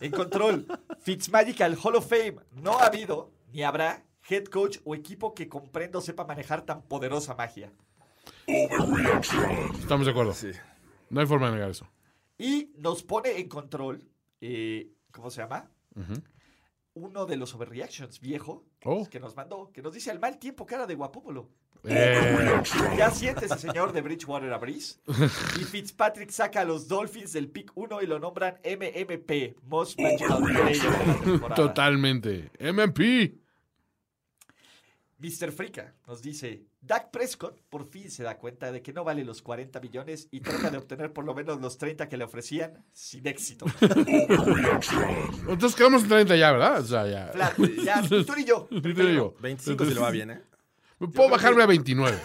[SPEAKER 2] En control, Fitzmagic al Hall of Fame. No ha habido, ni habrá, head coach o equipo que comprendo sepa manejar tan poderosa magia.
[SPEAKER 4] Estamos de acuerdo.
[SPEAKER 3] Sí.
[SPEAKER 4] No hay forma de negar eso.
[SPEAKER 2] Y nos pone en control, eh, ¿cómo se llama? Uno de los overreactions viejo
[SPEAKER 4] Oh.
[SPEAKER 2] que nos mandó, que nos dice al mal tiempo cara de guapúmulo.
[SPEAKER 4] Eh,
[SPEAKER 2] Ya siéntese, señor de Bridgewater a Breeze. Y Fitzpatrick saca a los Dolphins del pick 1 y lo nombran MMP, Most Magical Player de la temporada.
[SPEAKER 4] totalmente. MMP.
[SPEAKER 2] Mr. Frica nos dice, Dak Prescott por fin se da cuenta de que no vale los 40 millones y trata de obtener por lo menos los 30 que le ofrecían sin éxito.
[SPEAKER 4] Entonces quedamos en 30 ya, ¿verdad? O sea, ya.
[SPEAKER 2] Flat, ya, ni tú ni yo.
[SPEAKER 4] Sí, te digo.
[SPEAKER 3] 25 si le va bien, ¿eh?
[SPEAKER 4] Puedo bajarme a 29.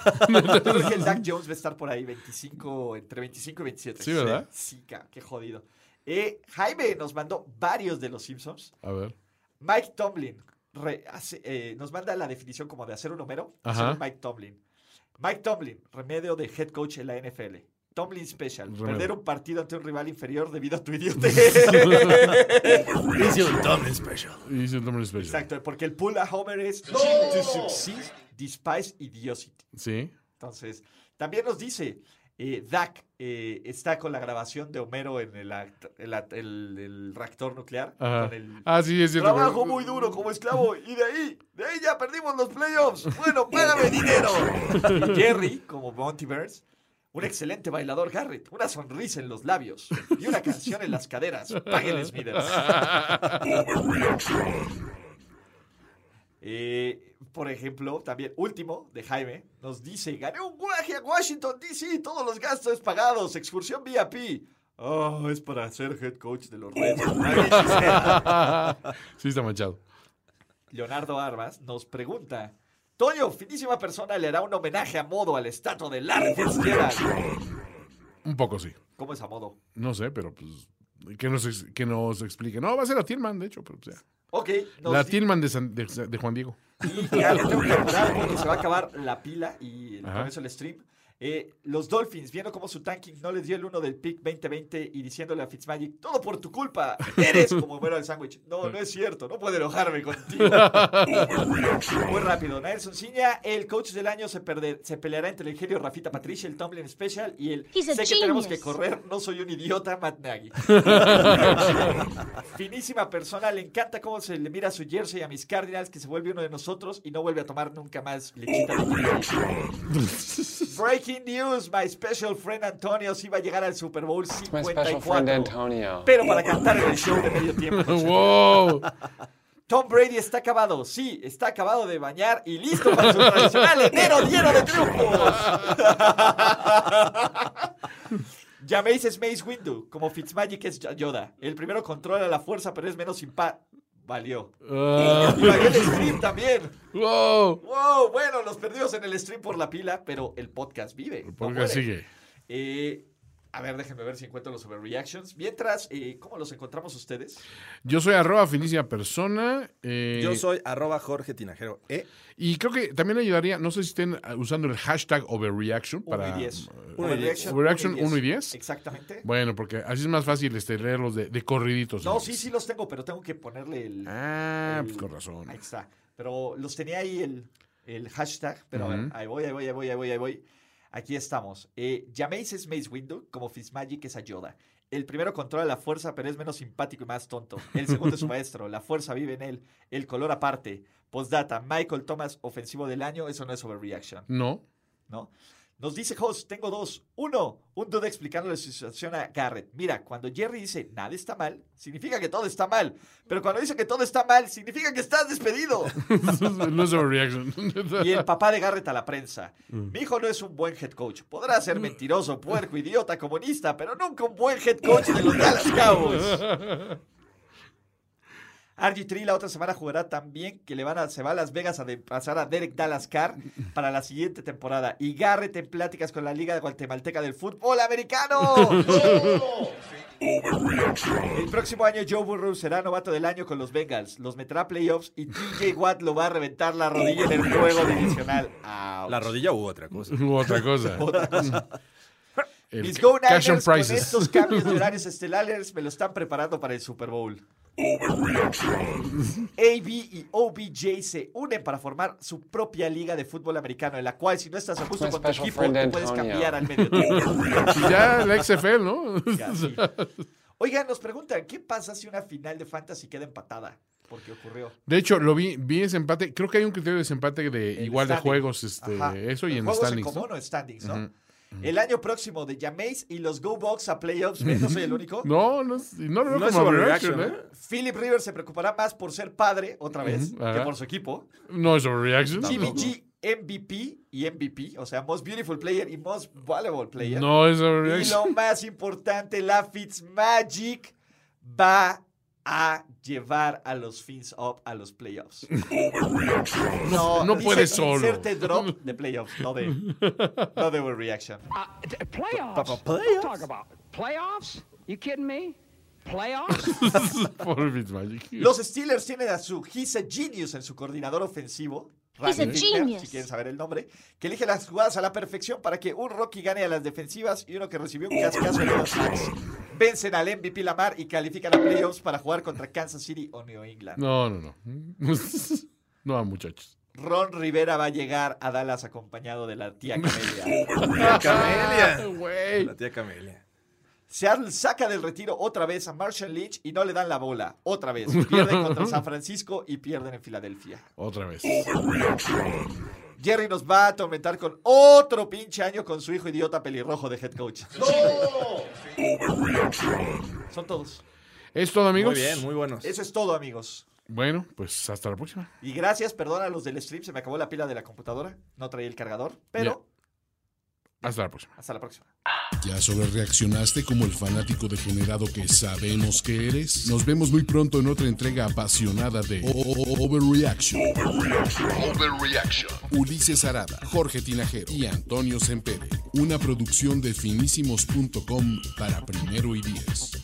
[SPEAKER 2] Yo creo que el Dak Jones va a estar por ahí 25, entre 25 y 27.
[SPEAKER 4] Sí, ¿verdad?
[SPEAKER 2] Sí, ca- qué jodido. Eh, Jaime nos mandó varios de los Simpsons.
[SPEAKER 4] A ver.
[SPEAKER 2] Mike Tomlin, re- hace- eh, nos manda la definición como de hacer un Homero,
[SPEAKER 4] Ajá.
[SPEAKER 2] hacer un Mike Tomlin. Mike Tomlin, remedio de head coach en la NFL. Tomlin Special,
[SPEAKER 4] Remedio.
[SPEAKER 2] perder un partido ante un rival inferior debido a tu idiotez.
[SPEAKER 3] Hice un Tomlin Special.
[SPEAKER 4] Y dice Tomlin Special.
[SPEAKER 2] Exacto, porque el pull a Homer es to succeed, despise idiocity.
[SPEAKER 4] Sí.
[SPEAKER 2] Entonces, también nos dice, eh, Dak eh, está con la grabación de Homero en el, act- el at- el- el reactor nuclear.
[SPEAKER 4] Ajá.
[SPEAKER 2] con el-
[SPEAKER 4] Ah, sí, es cierto.
[SPEAKER 2] Trabajo muy duro como esclavo y de ahí, de ahí ya perdimos los playoffs. Bueno, págame dinero. Y Jerry, como Monty Burns, un excelente bailador Garrett, una sonrisa en los labios y una canción en las caderas. Páguenle, Smithers. Eh, por ejemplo, también último de Jaime nos dice: Gané un viaje a Washington DC, todos los gastos pagados, excursión VIP. Oh, es para ser head coach de los Reds.
[SPEAKER 4] sí, está manchado.
[SPEAKER 2] Leonardo Armas nos pregunta: Toño, finísima persona, le hará un homenaje a modo a la estatua de Larry Fitzgerald.
[SPEAKER 4] Un poco sí.
[SPEAKER 2] ¿Cómo es a modo?
[SPEAKER 4] No sé, pero pues. Que nos, ex- que nos explique. No, va a ser la Tillman, de hecho. Pero, pues, ya.
[SPEAKER 2] Ok, nos
[SPEAKER 4] La
[SPEAKER 2] di-
[SPEAKER 4] Tillman de, San- de, de Juan Diego.
[SPEAKER 2] y ya le tengo que apurar porque se va a acabar la pila y
[SPEAKER 4] Ajá.
[SPEAKER 2] con eso el stream. Eh, los Dolphins, viendo cómo su tanking no les dio el uno del pick 2020 y diciéndole a Fitzmagic, todo por tu culpa, eres como bueno del sándwich. No, no es cierto, no puedo enojarme contigo. Muy rápido, Nelson Ciña, el coach del año se, perder- se peleará entre el genio Rafita Patricia, el Tomlin Special y el
[SPEAKER 6] He's a
[SPEAKER 2] sé que tenemos que
[SPEAKER 6] genius.
[SPEAKER 2] correr, no soy un idiota, Matt Nagy. Finísima persona, le encanta cómo se le mira a su jersey a mis Cardinals, que se vuelve uno de nosotros y no vuelve a tomar nunca más lechita. de Kennedy. Breaking news, my special friend Antonio sí va a llegar al Super Bowl
[SPEAKER 5] My special friend
[SPEAKER 2] 54.
[SPEAKER 5] Antonio.
[SPEAKER 2] Pero para cantar en el show de medio tiempo.
[SPEAKER 4] ¡Wow!
[SPEAKER 2] Tom Brady está acabado, sí, está acabado de bañar y listo para su tradicional enero lleno de triunfos. Jameis es Mace Windu, como Fitzmagic es Yoda. El primero controla la fuerza, pero es menos impa... Valió.
[SPEAKER 4] Ah,
[SPEAKER 2] Y valió el stream también.
[SPEAKER 4] ¡Wow!
[SPEAKER 2] Wow, bueno, los perdidos en el stream por la pila, pero el podcast vive. no
[SPEAKER 4] Porque
[SPEAKER 2] muere.
[SPEAKER 4] sigue.
[SPEAKER 2] Eh, a ver, déjenme ver si encuentro los overreactions. Mientras, eh, ¿cómo los encontramos ustedes?
[SPEAKER 4] Yo soy arroba finísima persona. eh,
[SPEAKER 3] Yo soy arroba Jorge Tinajero. ¿Eh?
[SPEAKER 4] Y creo que también ayudaría, no sé si estén ah, usando el hashtag overreaction
[SPEAKER 2] Uno
[SPEAKER 4] para...
[SPEAKER 2] y 10.
[SPEAKER 4] Overreaction, uno y diez.
[SPEAKER 2] Exactamente.
[SPEAKER 4] Bueno, porque así es más fácil este, leerlos de, de corriditos.
[SPEAKER 2] No, sí, sí los tengo, pero tengo que ponerle el.
[SPEAKER 4] Ah, pues
[SPEAKER 2] el-
[SPEAKER 4] con razón.
[SPEAKER 2] Ahí está. Pero los tenía ahí el, el hashtag. Pero a ver,
[SPEAKER 4] Ujú.
[SPEAKER 2] ahí voy, ahí voy, ahí voy, ahí voy, ahí voy. Aquí estamos. Eh, Jameis es Mace Windu, como Fitzmagic es a Yoda. El primero controla la fuerza, pero es menos simpático y más tonto. El segundo es su maestro. La fuerza vive en él. El color aparte. Postdata, Michael Thomas, ofensivo del año. Eso no es overreaction.
[SPEAKER 4] No.
[SPEAKER 2] ¿no? Nos dice Host, tengo dos. Uno, un dude explicando la situación a Garrett. Mira, cuando Jerry dice nada está mal, significa que todo está mal. Pero cuando dice que todo está mal, significa que estás despedido.
[SPEAKER 4] no es overreaction.
[SPEAKER 2] Y el papá de Garrett a la prensa. Mi hijo no es un buen head coach. Podrá ser mentiroso, puerco, idiota, comunista, pero nunca un buen head coach de los Dallas Cowboys. RG3 la otra semana jugará también que le van a, se va a Las Vegas a de- pasar a Derek Dallas Carr para la siguiente temporada. Y Garrett en pláticas con la Liga Guatemalteca del Fútbol Americano. El próximo año Joe Burrow será novato del año con los Bengals. Los meterá a playoffs y TJ Watt lo va a reventar la rodilla en el juego divisional. Ouch.
[SPEAKER 3] La rodilla u otra cosa.
[SPEAKER 4] U otra cosa.
[SPEAKER 2] Otra cosa.
[SPEAKER 4] El
[SPEAKER 2] Mis Go
[SPEAKER 4] ca-
[SPEAKER 2] Niners con estos cambios de horarios estelares me lo están preparando para el Super Bowl. AB y OBJ se unen para formar su propia liga de fútbol americano, en la cual si no estás a gusto
[SPEAKER 5] My
[SPEAKER 2] con tu
[SPEAKER 5] special
[SPEAKER 2] equipo,
[SPEAKER 5] friend
[SPEAKER 2] te puedes
[SPEAKER 5] Antonio.
[SPEAKER 2] cambiar al medio tiempo.
[SPEAKER 4] Ya la XFL, ¿no?
[SPEAKER 2] Casi. Oigan, nos preguntan, ¿qué pasa si una final de Fantasy queda empatada? Porque ocurrió.
[SPEAKER 4] De hecho, lo vi, vi ese empate. Creo que hay un criterio de desempate de
[SPEAKER 2] El
[SPEAKER 4] igual de
[SPEAKER 2] standing.
[SPEAKER 4] juegos, este,
[SPEAKER 2] Ajá.
[SPEAKER 4] eso y en
[SPEAKER 2] juegos
[SPEAKER 4] standings.
[SPEAKER 2] en común
[SPEAKER 4] ¿no?
[SPEAKER 2] o standings, ¿no? El año próximo de Jameis y los Go Bucks a playoffs, ¿ves? no soy el único.
[SPEAKER 4] No, no, es- y no lo veo
[SPEAKER 3] No es
[SPEAKER 4] como
[SPEAKER 3] overreaction,
[SPEAKER 4] overreaction,
[SPEAKER 3] ¿eh?
[SPEAKER 4] ¿eh?
[SPEAKER 2] Philip Rivers se preocupará más por ser padre otra vez
[SPEAKER 4] Ujú, ajá.
[SPEAKER 2] que por su equipo.
[SPEAKER 4] No es overreaction.
[SPEAKER 2] Jimmy G MVP y MVP, o sea, Most Beautiful Player y Most Valuable Player.
[SPEAKER 4] No es
[SPEAKER 2] Y
[SPEAKER 4] overreaction.
[SPEAKER 2] lo más importante, la Fitzmagic va a llevar a los Fins up a los playoffs. No,
[SPEAKER 4] no
[SPEAKER 2] dice
[SPEAKER 4] puede solo.
[SPEAKER 2] inserte drop de playoffs, no de, no de overreaction.
[SPEAKER 7] Uh, d- playoffs?
[SPEAKER 3] Pa- pa-
[SPEAKER 7] What are you
[SPEAKER 3] playoffs?
[SPEAKER 7] talking about? Playoffs? You kidding me?
[SPEAKER 8] Playoffs?
[SPEAKER 9] Por Fitzmagic.
[SPEAKER 2] Los Steelers tienen a su He's a Genius en su coordinador ofensivo.
[SPEAKER 6] He's a
[SPEAKER 2] Ryan Fickner,
[SPEAKER 6] genius.
[SPEAKER 2] Si quieren saber el nombre. Que elige las jugadas a la perfección para que un Rocky gane a las defensivas y uno que recibió un cascazo en los sacks. Vencen al MVP Lamar y califican a playoffs para jugar contra Kansas City o New England.
[SPEAKER 9] No, no, no. No, muchachos.
[SPEAKER 2] Ron Rivera va a llegar a Dallas acompañado de la tía Camelia.
[SPEAKER 3] La Camelia.
[SPEAKER 9] Güey.
[SPEAKER 3] La tía Camelia.
[SPEAKER 2] Seattle saca del retiro otra vez a Marshall Lynch y no le dan la bola. Otra vez. Pierden contra San Francisco y pierden en Filadelfia.
[SPEAKER 9] Otra vez.
[SPEAKER 2] Jerry nos va a atormentar con otro pinche año con su hijo idiota pelirrojo de head coach. Son todos.
[SPEAKER 9] Es todo, amigos.
[SPEAKER 3] Muy bien, muy buenos.
[SPEAKER 2] Eso es todo, amigos.
[SPEAKER 9] Bueno, pues hasta la próxima.
[SPEAKER 2] Y gracias, perdón a los del stream, se me acabó la pila de la computadora, no traía el cargador, pero
[SPEAKER 9] Hasta la próxima.
[SPEAKER 2] hasta la próxima.
[SPEAKER 1] ¿Ya sobre reaccionaste como el fanático degenerado que sabemos que eres? Nos vemos muy pronto en otra entrega apasionada de O- O- O- Overreaction. Ulises Arada, Jorge Tinajero y Antonio Sempere. Una producción de finísimos.com para primero y diez.